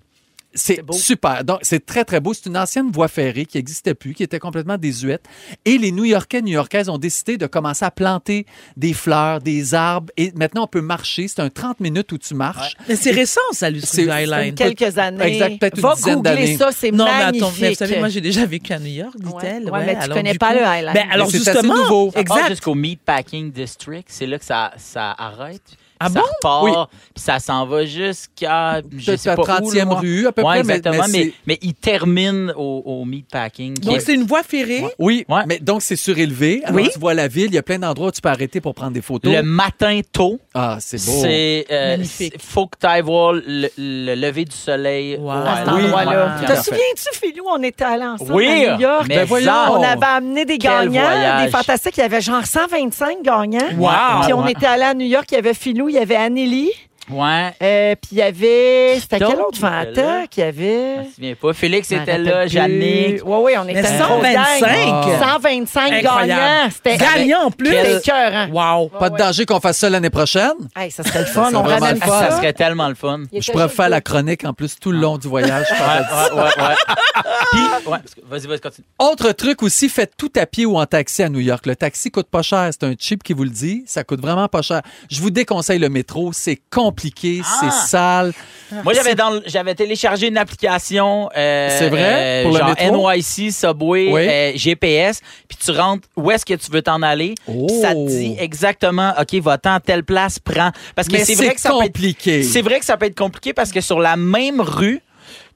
Speaker 4: C'est
Speaker 1: beau.
Speaker 4: super. Donc, c'est très, très beau. C'est une ancienne voie ferrée qui n'existait plus, qui était complètement désuète. Et les New-Yorkais, New-Yorkaises ont décidé de commencer à planter des fleurs, des arbres. Et maintenant, on peut marcher. C'est un 30 minutes où tu marches.
Speaker 5: Mais c'est récent, ça, le
Speaker 4: C'est-
Speaker 5: Skyline.
Speaker 1: Quelques années.
Speaker 4: Exact, peut-être une
Speaker 1: Va
Speaker 4: dizaine
Speaker 1: googler
Speaker 4: d'années.
Speaker 1: ça, c'est
Speaker 5: Non, mais
Speaker 1: magnifique.
Speaker 5: attends, mais vous savez, moi, j'ai déjà vécu à New York, dit-elle.
Speaker 1: Ouais, ouais, mais tu
Speaker 5: alors,
Speaker 1: connais
Speaker 5: du
Speaker 1: pas
Speaker 5: coup-
Speaker 1: le Highland.
Speaker 5: Ben, alors,
Speaker 4: Mais c'est assez
Speaker 5: justement,
Speaker 4: nouveau.
Speaker 3: Ça part
Speaker 5: exact.
Speaker 3: jusqu'au Meatpacking District, c'est là que ça, ça arrête.
Speaker 5: Ah
Speaker 3: ça
Speaker 5: bon?
Speaker 3: repart,
Speaker 4: Oui.
Speaker 3: puis ça s'en va jusqu'à je
Speaker 4: Peut-être
Speaker 3: sais
Speaker 4: la
Speaker 3: pas où,
Speaker 4: 30e
Speaker 3: là.
Speaker 4: rue, à peu
Speaker 3: Ouais,
Speaker 4: près, mais-
Speaker 3: exactement,
Speaker 4: mais
Speaker 3: mais,
Speaker 4: c'est-
Speaker 3: mais, il termine au, au meatpacking. qui
Speaker 5: Donc,
Speaker 3: est-
Speaker 5: c'est une voie ferrée.
Speaker 4: Oui, mais donc c'est surélevé. Alors
Speaker 5: Oui.
Speaker 4: tu vois la ville, il y a plein d'endroits où tu peux arrêter pour prendre des photos.
Speaker 3: le matin tôt.
Speaker 4: Ah, c'est beau.
Speaker 3: C'est euh,
Speaker 5: Magnifique.
Speaker 3: c'est- faut que tu ailles voir le, le lever du soleil
Speaker 5: Wow.
Speaker 3: à cet
Speaker 4: Ah, oui.
Speaker 3: endroit-là.
Speaker 4: Ah.
Speaker 1: Te
Speaker 4: Parfait.
Speaker 1: souviens-tu, Philou, on était allés ensemble
Speaker 3: Oui,
Speaker 1: à New York?
Speaker 3: mais Ben voyons.
Speaker 1: on avait amené des
Speaker 3: Quel
Speaker 1: gagnants,
Speaker 3: voyage.
Speaker 1: des fantastiques. Il y avait genre 125 gagnants.
Speaker 3: Wow.
Speaker 1: Puis on
Speaker 3: Ouais.
Speaker 1: était allés à New York, il y avait Philou, il y avait Anneli,
Speaker 3: Ouais.
Speaker 1: euh, puis il y avait... C'était
Speaker 3: d'autre
Speaker 1: quel autre
Speaker 3: qui était là?
Speaker 1: fantastique qu'il y avait?
Speaker 3: Je me souviens pas. Félix
Speaker 1: Je m'en
Speaker 3: était
Speaker 1: rappelle
Speaker 3: là,
Speaker 1: plus.
Speaker 3: Jannick.
Speaker 1: Oui, oui, on était
Speaker 5: Mais
Speaker 1: une grosse
Speaker 5: 125!
Speaker 1: gang. 125
Speaker 5: Oh. Incroyable.
Speaker 1: gagnants. C'était
Speaker 5: Gagnant en plus!
Speaker 1: C'était écœurant.
Speaker 5: Wow!
Speaker 4: Pas de danger qu'on fasse ça l'année prochaine.
Speaker 1: Hey, ça serait le fun.
Speaker 4: serait
Speaker 1: on
Speaker 4: vraiment
Speaker 1: ramène
Speaker 4: le
Speaker 3: Ah,
Speaker 4: fun.
Speaker 1: ça.
Speaker 3: ça serait tellement le fun.
Speaker 1: Il
Speaker 4: Je
Speaker 1: était
Speaker 4: pourrais
Speaker 1: juste
Speaker 4: faire la
Speaker 1: deux.
Speaker 4: chronique en plus tout le long du voyage.
Speaker 3: Ah. Ouais, ouais, ouais, ouais. Puis- ouais, parce que- vas-y, vas-y, continue.
Speaker 4: Autre truc aussi, faites tout à pied ou en taxi à New York. Le taxi coûte pas cher, c'est un chip qui vous le dit, ça coûte vraiment pas cher. Je vous déconseille le métro, c'est compliqué,
Speaker 3: Ah!
Speaker 4: c'est sale.
Speaker 3: Moi, j'avais dans le- j'avais téléchargé une application. euh,
Speaker 4: C'est vrai?
Speaker 3: euh,
Speaker 4: Pour le
Speaker 3: genre
Speaker 4: métro?
Speaker 3: NYC, Subway,
Speaker 4: Oui.
Speaker 3: euh, GPS. Puis tu rentres où est-ce que tu veux t'en aller. Puis
Speaker 4: Oh.
Speaker 3: ça te dit exactement, OK, va-t'en à telle place, prends. Parce que
Speaker 4: Mais
Speaker 3: c'est vrai
Speaker 4: c'est
Speaker 3: que ça peut être
Speaker 4: compliqué.
Speaker 3: C'est vrai que ça peut être compliqué parce que sur la même rue,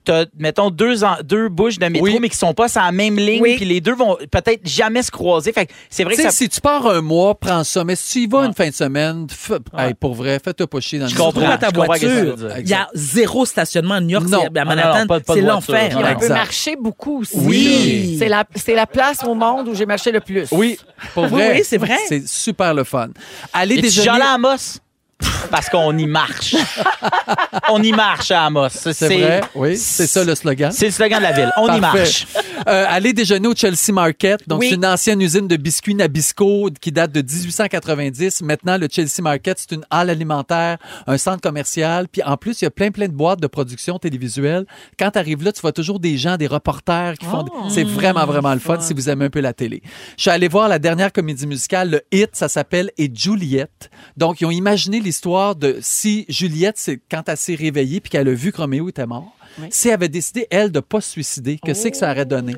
Speaker 3: t'as, mettons, deux, en- deux bouches de métro,
Speaker 4: Oui.
Speaker 3: mais qui sont pas sur la même ligne,
Speaker 1: Oui.
Speaker 3: puis les deux vont peut-être jamais se croiser. Fait que c'est vrai
Speaker 4: Tu
Speaker 3: que
Speaker 4: sais,
Speaker 3: ça...
Speaker 4: si tu pars un mois, prends ça. Mais si tu y vas
Speaker 3: Ouais.
Speaker 4: une fin de semaine, f-
Speaker 3: Ouais.
Speaker 4: hey, pour vrai, fais-toi pas chier dans
Speaker 3: Je
Speaker 4: le métro.
Speaker 5: Trouve à ta
Speaker 3: Je comprends ce que tu veux
Speaker 5: voiture.
Speaker 3: dire.
Speaker 5: Il y a zéro stationnement à New York,
Speaker 4: Non.
Speaker 5: c'est- à
Speaker 3: Ah, non, non, pas-
Speaker 5: Manhattan.
Speaker 3: pas de
Speaker 5: c'est
Speaker 3: voiture.
Speaker 5: l'enfer.
Speaker 3: Non,
Speaker 5: là.
Speaker 1: On peut
Speaker 4: Exact.
Speaker 1: marcher beaucoup aussi.
Speaker 5: Oui.
Speaker 1: C'est la, c'est la place au monde où j'ai marché le plus.
Speaker 4: Oui, pour vrai.
Speaker 5: oui, c'est vrai.
Speaker 4: C'est super le fun. Allez
Speaker 3: Et
Speaker 4: déjeuner.
Speaker 3: déjà là, Amos? Parce qu'on y marche. on y marche à Amos. C'est,
Speaker 4: C'est vrai, oui. C'est ça le slogan.
Speaker 3: C'est le slogan de la ville. On y
Speaker 4: Parfait.
Speaker 3: marche.
Speaker 4: Euh, aller déjeuner au Chelsea Market. Donc, c'est une ancienne usine de biscuits Nabisco qui date de 1890. Maintenant, le Chelsea Market, c'est une halle alimentaire, un centre commercial. Puis en plus, il y a plein, plein de boîtes de production télévisuelle. Quand tu arrives là, tu vois toujours des gens, des reporters qui font... des-
Speaker 3: Oh.
Speaker 4: C'est vraiment, vraiment
Speaker 3: Mm.
Speaker 4: le fun si vous aimez un peu la télé. Je suis allé voir la dernière comédie musicale, le hit, ça s'appelle « Et Juliette ». Donc, ils ont imaginé l'histoire de si Juliette, c'est quand elle s'est réveillée puis qu'elle a vu que Roméo était mort, si elle avait décidé, elle, de pas se suicider, que c'est que ça aurait donné.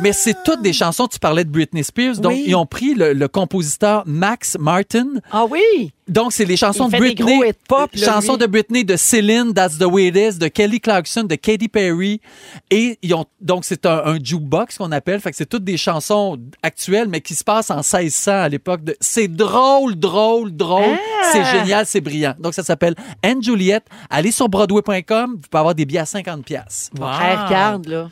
Speaker 4: Mais c'est toutes des chansons, tu parlais de Britney Spears, donc
Speaker 5: Oui.
Speaker 4: ils ont pris le, le compositeur Max Martin.
Speaker 1: Ah oui!
Speaker 4: Donc, c'est les chansons
Speaker 1: Il
Speaker 4: de
Speaker 1: fait des
Speaker 4: Britney.
Speaker 1: gros hits pop, là,
Speaker 4: chansons
Speaker 1: lui.
Speaker 4: de Britney, de Céline, That's the Way It Is, de Kelly Clarkson, de Katy Perry. Et ils ont, donc, c'est un, un jukebox qu'on appelle. Fait que c'est toutes des chansons actuelles, mais qui se passent en 1600 à l'époque. de- C'est drôle, drôle, drôle.
Speaker 1: Ah!
Speaker 4: C'est génial, c'est brillant. Donc, ça s'appelle Anne Juliette. Allez sur Broadway.com. Vous pouvez avoir des billets à 50$. piastres.
Speaker 5: Wow.
Speaker 1: Elle Ah, regarde, là,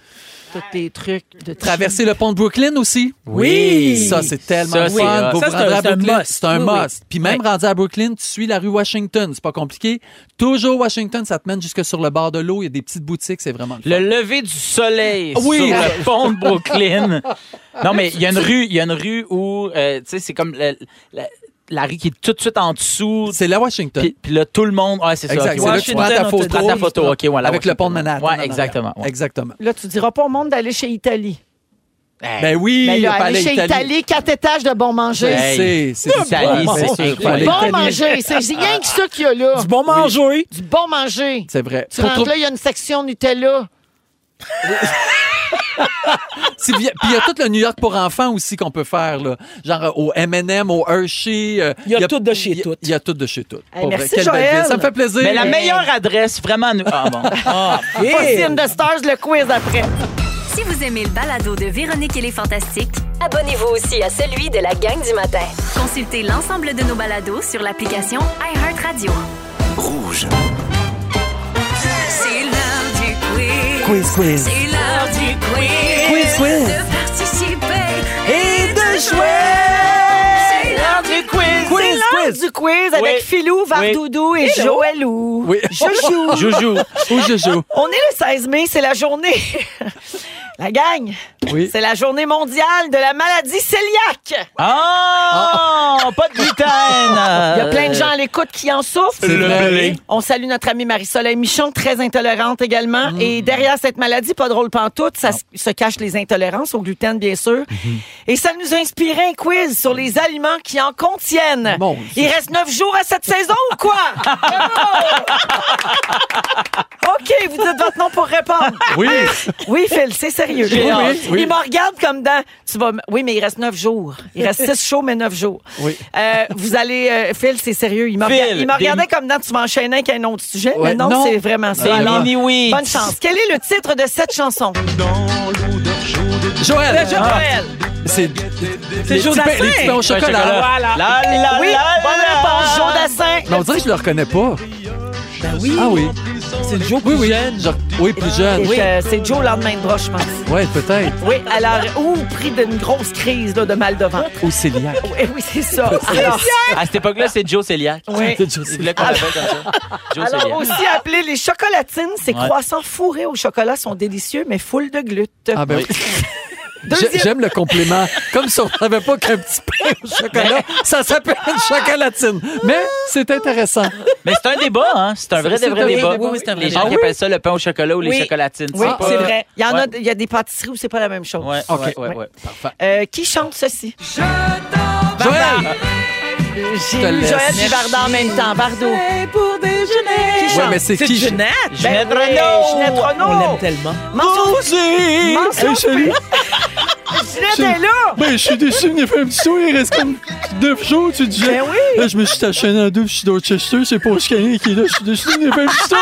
Speaker 1: tous tes trucs de
Speaker 4: Traverser le pont de Brooklyn aussi.
Speaker 5: Oui.
Speaker 4: Ça, c'est tellement
Speaker 3: Ça,
Speaker 4: le
Speaker 3: c'est hot.
Speaker 4: fun. Vous
Speaker 5: Ça,
Speaker 4: vous
Speaker 5: c'est
Speaker 4: rendrez
Speaker 5: un-
Speaker 4: à
Speaker 5: c'est un
Speaker 4: Brooklyn,
Speaker 5: must.
Speaker 4: C'est un
Speaker 5: Oui, oui.
Speaker 4: must. Puis même
Speaker 5: Ouais.
Speaker 4: rendu à Brooklyn, tu suis la rue Washington. C'est pas compliqué. Toujours Washington, ça te mène jusque sur le bord de l'eau. Il y a des petites boutiques. C'est vraiment le
Speaker 3: Le
Speaker 4: fun.
Speaker 3: lever du soleil
Speaker 4: Ah Oui.
Speaker 3: sur le pont de Brooklyn. Non, mais il y a une rue, il y a une rue où, euh, tu sais, c'est comme la, la- la rue qui est tout de suite en dessous.
Speaker 4: C'est la Washington.
Speaker 3: Puis, puis là, tout le monde. Ouais, c'est ça. ok,
Speaker 4: exact. C'est là
Speaker 3: ouais.
Speaker 4: que tu prends ta
Speaker 5: Washington, on te
Speaker 4: photo.
Speaker 3: Prends ta photo, OK, voilà.
Speaker 4: Avec le pont de Manhattan. en
Speaker 3: Ouais,
Speaker 4: arrière.
Speaker 3: exactement. ouais.
Speaker 4: Exactement.
Speaker 1: Là, tu diras pas au monde d'aller chez Italie.
Speaker 3: Hey.
Speaker 4: Ben oui,
Speaker 1: Mais
Speaker 4: le
Speaker 1: là, aller
Speaker 4: palais
Speaker 1: chez Italie. quatre étages de bon manger.
Speaker 3: Ouais.
Speaker 4: C'est- C'est
Speaker 3: Non, Italie,
Speaker 4: bon,
Speaker 3: c'est
Speaker 4: bon,
Speaker 3: incroyable.
Speaker 4: palais
Speaker 1: Bon
Speaker 4: italien.
Speaker 1: manger, c'est c'est rien que ça qu'il y a là.
Speaker 5: Du bon manger.
Speaker 1: Du bon manger.
Speaker 4: C'est vrai.
Speaker 1: Tu
Speaker 4: Faut
Speaker 1: rentres
Speaker 4: trop-
Speaker 1: là, il y a une section Nutella.
Speaker 4: Si vi- Puis il y a tout le New York pour enfants aussi qu'on peut faire. Là. Genre euh, au M&M, au Hershey. euh,
Speaker 5: Il y a tout de chez tout.
Speaker 4: Il y a tout de chez tout.
Speaker 1: Hey,
Speaker 4: Pour vrai.
Speaker 1: merci,
Speaker 4: Quelle belle
Speaker 1: Joël.
Speaker 4: ville. Ça me fait plaisir.
Speaker 3: Mais la meilleure adresse, vraiment, nous. Ah bon. Ah.
Speaker 5: Eh!
Speaker 1: Voici une de Stars, le quiz après.
Speaker 6: Si vous aimez le balado de Véronique et les Fantastiques,
Speaker 11: Abonnez-vous aussi à celui de la gang du matin.
Speaker 6: consultez l'ensemble de nos balados sur l'application iHeartRadio.
Speaker 10: Rouge.
Speaker 6: C'est l'heure du quiz.
Speaker 2: Quiz, quiz.
Speaker 6: C'est l'heure du quiz.
Speaker 2: Quiz, quiz.
Speaker 6: De participer.
Speaker 2: Et de
Speaker 6: C'est
Speaker 2: jouer!
Speaker 6: l'heure du quiz.
Speaker 2: Quiz,
Speaker 1: L'heure
Speaker 2: quiz.
Speaker 1: du quiz avec
Speaker 3: Oui.
Speaker 1: Philou, Vardoudou et Joëlou.
Speaker 4: Oui.
Speaker 1: Joujou.
Speaker 4: Joujou. Ou Joujou.
Speaker 1: On est le 16 mai, c'est la journée. la gang,
Speaker 4: Oui.
Speaker 1: c'est la journée mondiale de la maladie cœliaque.
Speaker 3: Ah! Pas de gluten!
Speaker 1: Il y a plein de gens à l'écoute qui en souffrent.
Speaker 4: C'est Le vrai. blé.
Speaker 1: On salue notre amie Marie-Soleil Michon, très intolérante également. Et derrière cette maladie, pas drôle pantoute, ça se- se cache les intolérances au gluten, bien sûr. Et ça nous a inspiré un quiz sur les aliments qui en contiennent.
Speaker 4: Mon
Speaker 1: Il reste neuf jours à cette saison ou quoi? Bravo! OK, vous dites votre nom pour répondre.
Speaker 4: Oui.
Speaker 1: Oui, Phil, c'est ça. sérieux.
Speaker 2: J'ai hâte, oui.
Speaker 1: Il me regarde comme dans. Tu vas, m- oui, mais il reste neuf jours. Il reste six shows, mais neuf jours.
Speaker 4: Oui.
Speaker 1: Euh, vous allez. euh, Phil, c'est sérieux. Il me
Speaker 3: Phil,
Speaker 1: rega- il me
Speaker 3: des-
Speaker 1: regardait comme dans. Tu m'enchaînais avec un autre sujet.
Speaker 4: Ouais.
Speaker 1: Mais non,
Speaker 4: Non.
Speaker 1: c'est vraiment
Speaker 3: Des
Speaker 1: ça. Alors,
Speaker 3: mini-weeds.
Speaker 1: Bonne chance. Quel est le titre de cette chanson?
Speaker 4: Joël! Ah,
Speaker 1: Joël.
Speaker 4: C'est
Speaker 5: C'est
Speaker 4: les petits
Speaker 5: Jodassin.
Speaker 4: pains- les petits pains au chocolat.
Speaker 3: Voilà. La, la,
Speaker 1: Oui,
Speaker 3: la,
Speaker 1: bonne
Speaker 3: la.
Speaker 1: réponse. Jodassin.
Speaker 4: Mais on dirait que je le reconnais pas.
Speaker 5: Ben oui.
Speaker 4: Ah oui.
Speaker 5: C'est le jour
Speaker 4: Oui,
Speaker 5: plus
Speaker 4: oui.
Speaker 5: jeune.
Speaker 4: Genre- oui, plus jeune.
Speaker 1: Oui. euh, c'est Joe le lendemain de broche, je pense.
Speaker 4: Ouais, peut-être.
Speaker 1: Oui, alors, ou pris d'une grosse crise là, de mal de ventre.
Speaker 4: Ou celiac.
Speaker 1: Oui, oui, c'est ça. Alors,
Speaker 3: À cette époque-là, c'est Joe Celiac.
Speaker 1: oui.
Speaker 4: C'est Joe
Speaker 3: Il
Speaker 4: Celiac.
Speaker 3: voulait qu'on l'appelle comme ça. Joe
Speaker 1: Alors,
Speaker 3: Celiac.
Speaker 1: aussi appelé les chocolatines, ces
Speaker 3: Ouais.
Speaker 1: croissants fourrés au chocolat sont délicieux, mais full de gluten.
Speaker 4: Ah ben oui.
Speaker 1: Deuxième-
Speaker 4: J'ai- J'aime le complément. Comme si on savait pas qu'un petit pain au chocolat, ça s'appelle une chocolatine. Mais c'est intéressant.
Speaker 3: Mais c'est un débat, hein? C'est un vrai,
Speaker 4: C'est
Speaker 3: des vrais
Speaker 4: un vrai
Speaker 3: débat.
Speaker 4: débat, oui,
Speaker 5: c'est un vrai
Speaker 3: Les gens
Speaker 5: débat.
Speaker 3: qui appellent ça le pain au chocolat ou les
Speaker 1: Oui.
Speaker 3: chocolatines.
Speaker 1: Oui,
Speaker 3: pas-
Speaker 1: Ah, c'est vrai. Il y en a,
Speaker 3: Ouais.
Speaker 1: il y a des pâtisseries où c'est pas la même chose.
Speaker 3: Ouais,
Speaker 4: OK.
Speaker 3: ouais, ouais, ouais.
Speaker 4: Parfait.
Speaker 1: Euh, qui chante ceci?
Speaker 4: Joël!
Speaker 1: J'ai
Speaker 4: te
Speaker 1: eu
Speaker 4: laisse.
Speaker 1: Joël et Varda en même temps. Vardo.
Speaker 5: pour déjeuner.
Speaker 4: Ouais, mais c'est
Speaker 5: C'est
Speaker 4: qui?
Speaker 5: Jeannette.
Speaker 3: Ginette
Speaker 1: oui,
Speaker 3: Renaud.
Speaker 1: Ginette Ben, Renaud.
Speaker 5: On l'aime tellement.
Speaker 1: Mention Mention
Speaker 4: Hey, chérie.
Speaker 1: Ginette est là!
Speaker 4: Ben, je suis déçu, venez faire un petit tour, il reste comme deux jours, tu disais.
Speaker 1: Ben oui.
Speaker 4: Là, je me suis taché en deux, puis je suis Dorchester, c'est pour chicaner qui est là, je suis déçu, venez faire un petit tour,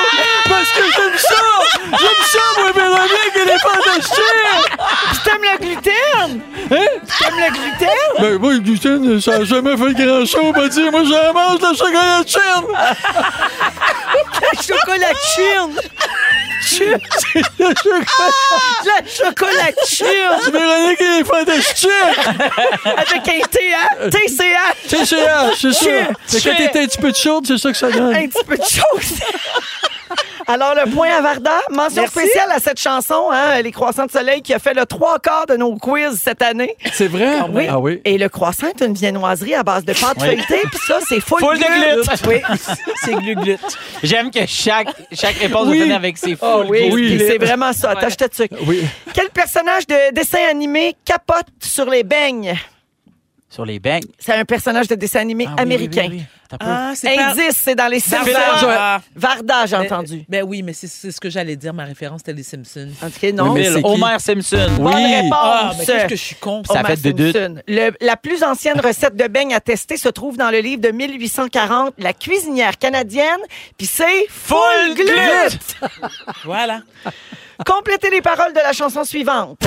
Speaker 4: parce que j'aime ça! J'aime ça, moi, Véronique, elle est fantastique!
Speaker 1: Puis t'aimes le gluten! T'aimes le gluten?
Speaker 4: Hein? Ben, moi, le gluten, ça a jamais fait grand-chose, pas dire, moi, j'en mange de la chocolatine!
Speaker 1: La chocolatine!
Speaker 4: La chocolatine,
Speaker 1: La chocolatine!
Speaker 4: Véronique, elle est fantastique!
Speaker 1: Avec un T, hein? TCH!
Speaker 4: C'est ça, c'est ça! Mais
Speaker 1: Chien.
Speaker 4: quand t'étais un petit peu de chaude, c'est ça que ça donne.
Speaker 1: un petit peu de chose. Alors, le point à Varda. Mention spéciale à cette chanson, hein, Les Croissants de Soleil, qui a fait le trois quarts de nos quiz cette année.
Speaker 4: C'est vrai? Ah oui.
Speaker 1: Et le croissant est une viennoiserie à base de pâte feuilletée, puis ça, c'est full,
Speaker 3: Full de
Speaker 1: gluten. Oui,
Speaker 5: C'est Gluglut.
Speaker 3: J'aime que chaque, chaque réponse
Speaker 4: Oui.
Speaker 3: vous donne avec ses
Speaker 5: Oh,
Speaker 1: Oh,
Speaker 3: fous.
Speaker 1: oui,
Speaker 4: Oui.
Speaker 1: c'est vraiment ça. Attends, je te tue.
Speaker 4: Oui.
Speaker 1: Quel personnage de dessin animé capote sur les beignes?
Speaker 3: Sur les bangs.
Speaker 1: C'est un personnage de dessin animé américain.
Speaker 5: Ah, c'est pas-
Speaker 1: Indice, c'est dans les
Speaker 5: Varda.
Speaker 1: Simpsons. Varda, j'ai entendu. Oh,
Speaker 5: Ben oui, mais c'est c'est ce que j'allais dire. Ma référence, c'était les Simpsons.
Speaker 1: OK, non.
Speaker 4: Oui, mais c'est qui?
Speaker 3: Homer Simpson.
Speaker 1: Bonne réponse.
Speaker 5: Ah, mais qu'est-ce que je suis con.
Speaker 3: Ça
Speaker 1: Homer
Speaker 3: fait deux doutes.
Speaker 1: Simpson. Le- la plus ancienne recette de beignes à tester se trouve dans le livre de 1840, La cuisinière canadienne, puis c'est Full Glut.
Speaker 5: Voilà.
Speaker 1: Complétez les paroles de la chanson suivante.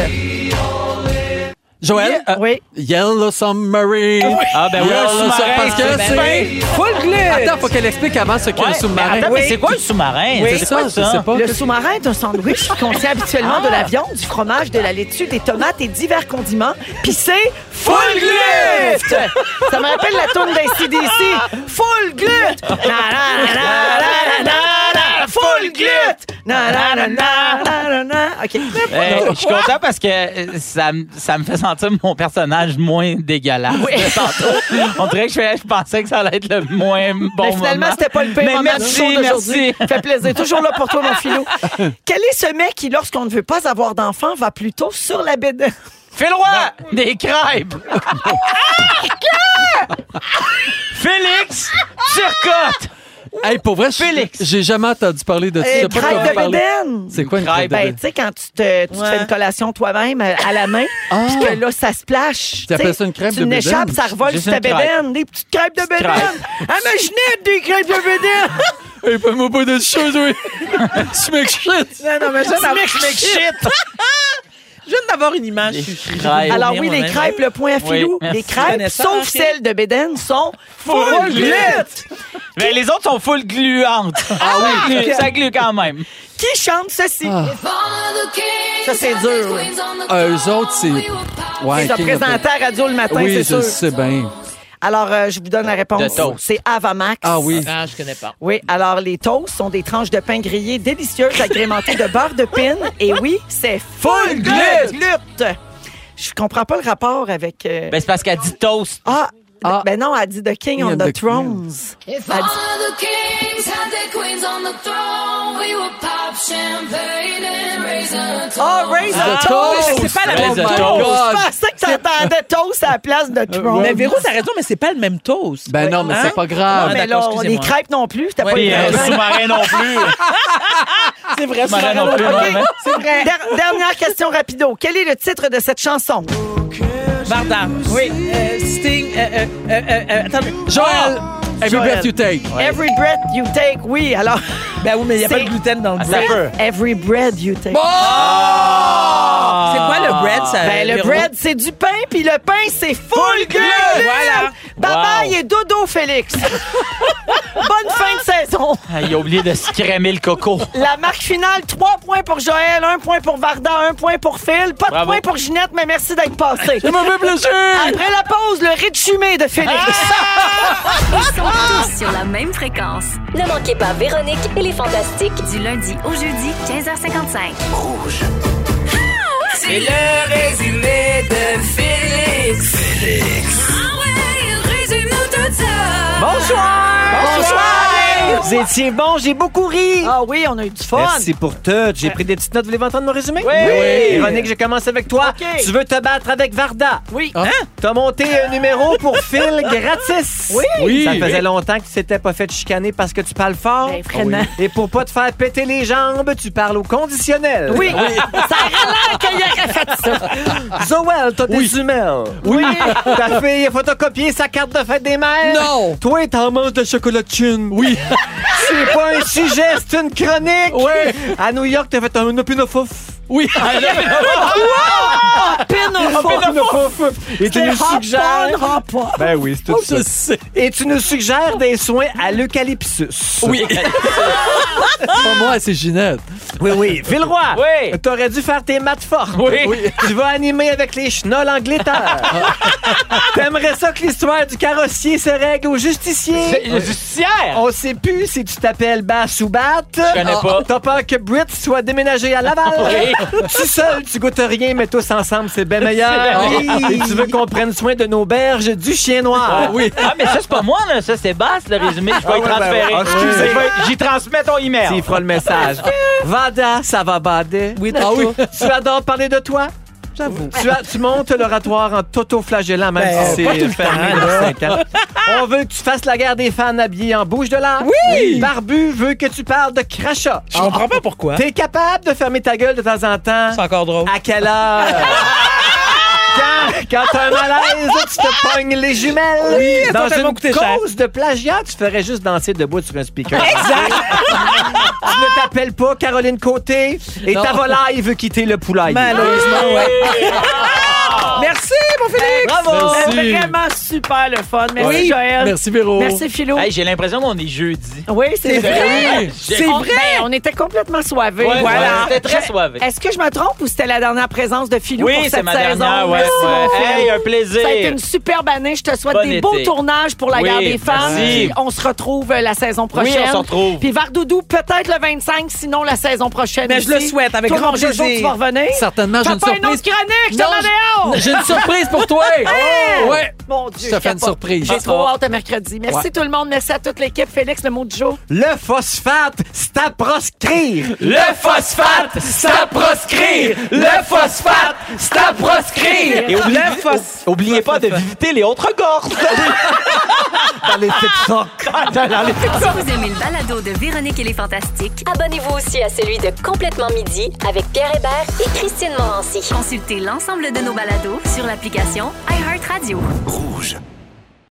Speaker 4: Joël? euh,
Speaker 1: Oui.
Speaker 4: Yellow Submarine.
Speaker 3: Ah, ben oui, un
Speaker 4: Yellow
Speaker 3: sous-marin.
Speaker 4: Submarine. Parce que
Speaker 3: Ben
Speaker 4: c'est.
Speaker 1: Full Glut.
Speaker 4: Attends, faut qu'elle explique avant ce qu'est un
Speaker 3: Ouais, mais
Speaker 4: sous-marin.
Speaker 3: attends, mais c'est quoi le sous-marin?
Speaker 4: Oui.
Speaker 3: C'est quoi
Speaker 4: Ça, je sais
Speaker 3: ça?
Speaker 4: pas. Ah!
Speaker 1: Le sous-marin est un sandwich qui contient habituellement de la viande, du fromage, de la laitue, des tomates et divers condiments. Puis c'est Full Glut! Ça me rappelle la tourne d'ACDC. Full Glut! Na, na, na, na, na, na, na, Full Glut! Na, na, na, na, na, na, na. OK.
Speaker 3: Eh, je suis content parce que euh, ça, me- ça me fait sentir mon personnage moins dégueulasse. de tantôt. On dirait que je, je pensais que ça allait être le moins bon
Speaker 1: Mais finalement,
Speaker 3: moment.
Speaker 1: c'était pas le pire
Speaker 3: Mais
Speaker 1: moment
Speaker 3: merci,
Speaker 1: du show d'aujourd'hui.
Speaker 3: merci.
Speaker 1: Fait plaisir. Toujours là pour toi, mon filou. Quel est ce mec qui, lorsqu'on ne veut pas avoir d'enfant, va plutôt sur la bête?
Speaker 3: Fais le roi des crêpes. Félix Turcotte.
Speaker 4: Hey, pour vrai, je-
Speaker 3: Félix.
Speaker 4: j'ai jamais entendu parler de ça. Je sais
Speaker 1: Euh,
Speaker 4: pas de
Speaker 1: crêpe
Speaker 4: quoi
Speaker 1: de
Speaker 4: vous parlez.
Speaker 1: bédaine.
Speaker 4: C'est quoi une
Speaker 3: Crêpe.
Speaker 4: crêpe de
Speaker 1: Ben,
Speaker 4: bédaine?
Speaker 1: tu sais, quand tu te, tu te
Speaker 5: Ouais.
Speaker 1: fais une collation toi-même euh, à la main, puis que là, ça se plache.
Speaker 4: Ah. Tu appelles ça une crêpe
Speaker 1: tu
Speaker 4: de
Speaker 1: Tu
Speaker 4: bédaine?
Speaker 1: l'échappes, ça revole
Speaker 3: Juste
Speaker 1: sur ta
Speaker 3: une crêpe.
Speaker 1: bédaine. Des petites crêpes de
Speaker 3: Petite
Speaker 1: bédaine. Ah,
Speaker 3: crêpe.
Speaker 1: Imaginez des crêpes de bédaine.
Speaker 4: Hey, fais-moi pas de choses, oui. Smack shit.
Speaker 5: Non, non, mais je viens d'avoir-
Speaker 3: Mec, mec, shit.
Speaker 5: je viens d'avoir une image.
Speaker 3: Des
Speaker 5: Je suis- je-
Speaker 3: crêpes.
Speaker 1: Alors oui,
Speaker 5: mon
Speaker 1: les
Speaker 5: ami.
Speaker 1: crêpes, le point à
Speaker 3: Oui,
Speaker 1: filou. les
Speaker 3: merci.
Speaker 1: crêpes,
Speaker 5: Connais ça,
Speaker 1: sauf
Speaker 5: ok.
Speaker 1: celles de bédaine, sont
Speaker 3: Full
Speaker 1: full glut.
Speaker 3: Mais les autres sont full gluantes. Ah oui, ça glue quand même.
Speaker 1: Qui chante ceci?
Speaker 4: Ah.
Speaker 1: Ça, c'est dur. oui.
Speaker 4: Euh, eux autres, c'est. Ouais,
Speaker 1: Ils ont
Speaker 4: King of the-
Speaker 1: présenté à la radio le matin,
Speaker 4: Ah, Oui,
Speaker 1: hein, c'est
Speaker 4: je
Speaker 1: sûr.
Speaker 4: sais bien.
Speaker 1: Alors, euh, je vous donne la
Speaker 3: De
Speaker 1: réponse.
Speaker 3: toast.
Speaker 1: C'est Avamax.
Speaker 4: Ah oui.
Speaker 5: Ah, je connais pas.
Speaker 1: Oui, alors les toasts sont des tranches de pain grillé délicieuses agrémentées de beurre de pin. Et oui, c'est full glut. Je comprends pas le rapport avec. euh,
Speaker 3: Ben, c'est parce qu'elle dit toast.
Speaker 1: Ah,
Speaker 4: Ah.
Speaker 12: Ben non, elle dit The King on
Speaker 4: of
Speaker 12: the,
Speaker 4: the
Speaker 12: Thrones.
Speaker 13: If
Speaker 12: Elle
Speaker 13: all
Speaker 12: dit-
Speaker 13: of the kings had their queens on the throne, we would pop champagne and raise a toast.
Speaker 1: Ah,
Speaker 12: Oh, raise a toast!
Speaker 5: Mais c'est pas la
Speaker 12: Raise
Speaker 5: même
Speaker 12: a
Speaker 5: toast.
Speaker 12: toast. Je pensais que t'entendais toast à la place de Trump.
Speaker 5: Mais Véro, t'as raison, mais c'est pas le même toast.
Speaker 4: Ben non, mais
Speaker 5: Hein?
Speaker 4: c'est pas grave.
Speaker 5: Ah,
Speaker 12: Non, mais là,
Speaker 5: d'accord,
Speaker 12: on- les
Speaker 5: excusez-moi.
Speaker 12: crêpes non plus, c'était
Speaker 5: Ouais,
Speaker 12: pas les
Speaker 5: puis, euh,
Speaker 12: crêpes.
Speaker 3: Sous-marin non plus.
Speaker 12: C'est vrai,
Speaker 3: Marin non
Speaker 12: Sous-marin,
Speaker 3: plus,
Speaker 12: ok.
Speaker 3: maman.
Speaker 12: C'est vrai. Der- Dernière question rapido. Quel est le titre de cette chanson?
Speaker 5: Varda. Oui. euh, Sting. euh, euh, euh, euh, euh, attendez.
Speaker 4: Joël, every
Speaker 12: Joël.
Speaker 4: breath you take.
Speaker 1: Ah!
Speaker 12: Every breath you take, oui. Alors,
Speaker 5: Ben oui, mais il n'y a pas
Speaker 12: C'est-
Speaker 5: de gluten dans le
Speaker 3: Attends
Speaker 5: bread.
Speaker 3: un peu.
Speaker 12: every bread you take. Ah!
Speaker 5: C'est quoi le bread, ça?
Speaker 12: Ben, le
Speaker 5: Véro?
Speaker 12: bread, c'est du pain, puis le pain, c'est full gluten.
Speaker 5: Voilà.
Speaker 12: Bye
Speaker 3: Wow.
Speaker 12: bye et dodo, Félix. Bonne fin de saison.
Speaker 3: Ah, Il a oublié de se crémer le coco.
Speaker 12: La marque finale, 3 points pour Joël, 1 point pour Varda, 1 point pour Phil. Pas de
Speaker 3: Bravo.
Speaker 12: point pour Ginette, mais merci d'être passé.
Speaker 4: Ça m'a fait plaisir!
Speaker 12: Après la pause, le riz de fumée de
Speaker 3: Ah,
Speaker 12: Félix.
Speaker 6: Ils sont tous sur la même fréquence.
Speaker 7: Ne manquez pas Véronique et les Fantastiques.
Speaker 6: Du lundi au jeudi, 15h55.
Speaker 14: C'est le résumé de Félix. Félix. Ah ouais, résume-nous tout ça.
Speaker 12: Bonsoir.
Speaker 1: Vous étiez bon, j'ai beaucoup ri.
Speaker 12: Ah oui, on a eu du fun.
Speaker 1: Merci pour tout. J'ai pris des petites notes. Voulez-vous entendre mon résumé?
Speaker 12: Oui.
Speaker 1: Véronique, je commence avec toi.
Speaker 12: OK.
Speaker 1: Tu veux te battre avec Varda?
Speaker 12: Oui. Ah.
Speaker 1: Hein? T'as monté un numéro pour Phil gratis.
Speaker 12: Oui.
Speaker 4: Oui.
Speaker 1: Ça faisait longtemps que tu t'étais pas fait chicaner parce que tu parles fort.
Speaker 12: Ben, vraiment.
Speaker 1: Et pour pas te faire péter les jambes, tu parles au conditionnel.
Speaker 12: Oui, ça aurait l'air qu'il aurait fait ça.
Speaker 1: Zoël, t'as des humeurs.
Speaker 4: Oui.
Speaker 1: Ta fille a photocopié sa carte de fête des mères.
Speaker 4: Non.
Speaker 1: Toi, t'en manges de chocolatine.
Speaker 4: Oui.
Speaker 1: C'est pas un sujet, c'est une chronique.
Speaker 4: Ouais.
Speaker 1: À New York, t'as fait un opinofouf.
Speaker 4: Oui.
Speaker 1: Opinofouf. Et tu nous suggères. Ben oui, c'est tout ça.
Speaker 4: Je sais.
Speaker 1: Et tu nous suggères des soins à l'eucalyptus.
Speaker 4: Oui. C'est pas moi, c'est Ginette.
Speaker 1: Oui, oui. Villeroy,
Speaker 3: Oui.
Speaker 1: t'aurais dû faire tes maths fortes.
Speaker 3: Oui.
Speaker 1: Tu vas animer avec les chenolles en glitter. T'aimerais ça que l'histoire du carrossier se règle au justicier?
Speaker 3: Le justicière.
Speaker 1: On sait plus si tu t'appelles Bass ou Bat. Je
Speaker 3: connais pas.
Speaker 1: T'as peur que Britt soit déménagée à Laval. Tu seul, tu goûtes rien, mais tous ensemble, c'est bien meilleur.
Speaker 3: C'est
Speaker 1: Et tu veux qu'on prenne soin de nos berges du chien noir.
Speaker 4: Oui.
Speaker 3: Ah, mais ça, c'est pas moi, là. Ça, c'est basse, le résumé. Je vais
Speaker 1: Ah
Speaker 3: y
Speaker 1: ouais,
Speaker 3: transférer.
Speaker 1: ben, excusez.
Speaker 3: Je vais- J'y transmets ton email.
Speaker 1: Il fera le message. Vada, ça va bader.
Speaker 5: Oui,
Speaker 4: Ah oui.
Speaker 1: Tu adores parler de toi? J'avoue. Tu, as- tu montes l'oratoire en toto-flagellant, même
Speaker 5: Ben,
Speaker 1: si
Speaker 5: pas tout
Speaker 1: c'est
Speaker 5: le
Speaker 1: fermé
Speaker 5: temps,
Speaker 1: depuis
Speaker 5: là.
Speaker 1: cinq ans. On veut que tu fasses la guerre des fans habillés en bouche de l'art. Oui! Barbu veut que tu parles de crachat.
Speaker 5: Je comprends pas pourquoi.
Speaker 1: T'es capable de fermer ta gueule de temps en temps?
Speaker 5: C'est encore drôle.
Speaker 1: À quelle heure? Quand, quand t'as un malaise, tu te pognes les jumelles.
Speaker 5: elles
Speaker 1: Dans
Speaker 5: vont tellement
Speaker 1: une
Speaker 5: coûter cher.
Speaker 1: cause de plagiat, tu ferais juste danser debout sur un speaker. Exact. tu ne t'appelles pas Caroline Côté et ta volaille veut quitter le poulailler.
Speaker 12: Ben,
Speaker 5: Malheureusement, ouais. Ben, Merci, mon Félix.
Speaker 1: Bravo.
Speaker 4: Merci.
Speaker 12: Vraiment super le fun. Merci
Speaker 4: Oui.
Speaker 12: Joël.
Speaker 4: Merci, Véro.
Speaker 12: Merci Philo.
Speaker 3: Hey, j'ai l'impression qu'on est jeudi.
Speaker 12: oui, c'est vrai.
Speaker 4: Oui.
Speaker 12: C'est
Speaker 3: On-
Speaker 12: vrai. Ben, on était complètement soivés.
Speaker 3: Ouais,
Speaker 12: voilà.
Speaker 3: ouais, C'était très
Speaker 12: Je-
Speaker 3: soivé.
Speaker 12: Est-ce que je me trompe ou c'était la dernière présence de Philou
Speaker 3: Oui,
Speaker 12: pour cette
Speaker 3: c'est ma
Speaker 12: saison?
Speaker 3: dernière. Ouais,
Speaker 12: Merci,
Speaker 3: ouais.
Speaker 12: mon Phil.
Speaker 3: Hey, un plaisir.
Speaker 12: Ça a été une superbe année. Je te souhaite
Speaker 3: Bon
Speaker 12: des
Speaker 3: été.
Speaker 12: beaux tournages pour la
Speaker 3: Oui,
Speaker 12: guerre des femmes.
Speaker 3: merci.
Speaker 12: Puis On se retrouve euh, la saison
Speaker 3: Oui,
Speaker 12: prochaine.
Speaker 3: on se retrouve.
Speaker 12: Puis Vardoudou, peut-être le 25, sinon la saison prochaine.
Speaker 5: Mais je
Speaker 12: aussi.
Speaker 5: le souhaite, avec
Speaker 12: Toi,
Speaker 5: grand
Speaker 12: mon Jojo,
Speaker 5: plaisir.
Speaker 12: tu vas revenir?
Speaker 4: Certainement, j'ai
Speaker 12: T'as
Speaker 4: une
Speaker 12: pas une
Speaker 4: surprise.
Speaker 12: autre chronique, je
Speaker 4: Non,
Speaker 12: t'en avais hâte.
Speaker 4: J'ai une surprise pour toi. Ouais.
Speaker 12: Mon Dieu,
Speaker 4: Je te fais une
Speaker 12: capote.
Speaker 4: surprise.
Speaker 12: J'ai trop hâte à mercredi. Merci tout le monde. Merci à toute l'équipe. Félix, le mot du jour.
Speaker 1: Le phosphate, c'est à proscrire.
Speaker 3: Le phosphate, ça proscrire! Le phosphate, ça proscrire! Et oubliez, oubliez pas de visiter les autres gorges!
Speaker 1: Dans les TikTok. Dans les TikTok.
Speaker 6: Si vous aimez le balado de Véronique et les Fantastiques,
Speaker 7: Abonnez-vous aussi à celui de Complètement Midi avec Pierre Hébert et Christine Morancy.
Speaker 6: consultez l'ensemble de nos balados sur l'application iHeartRadio.
Speaker 15: Rouge.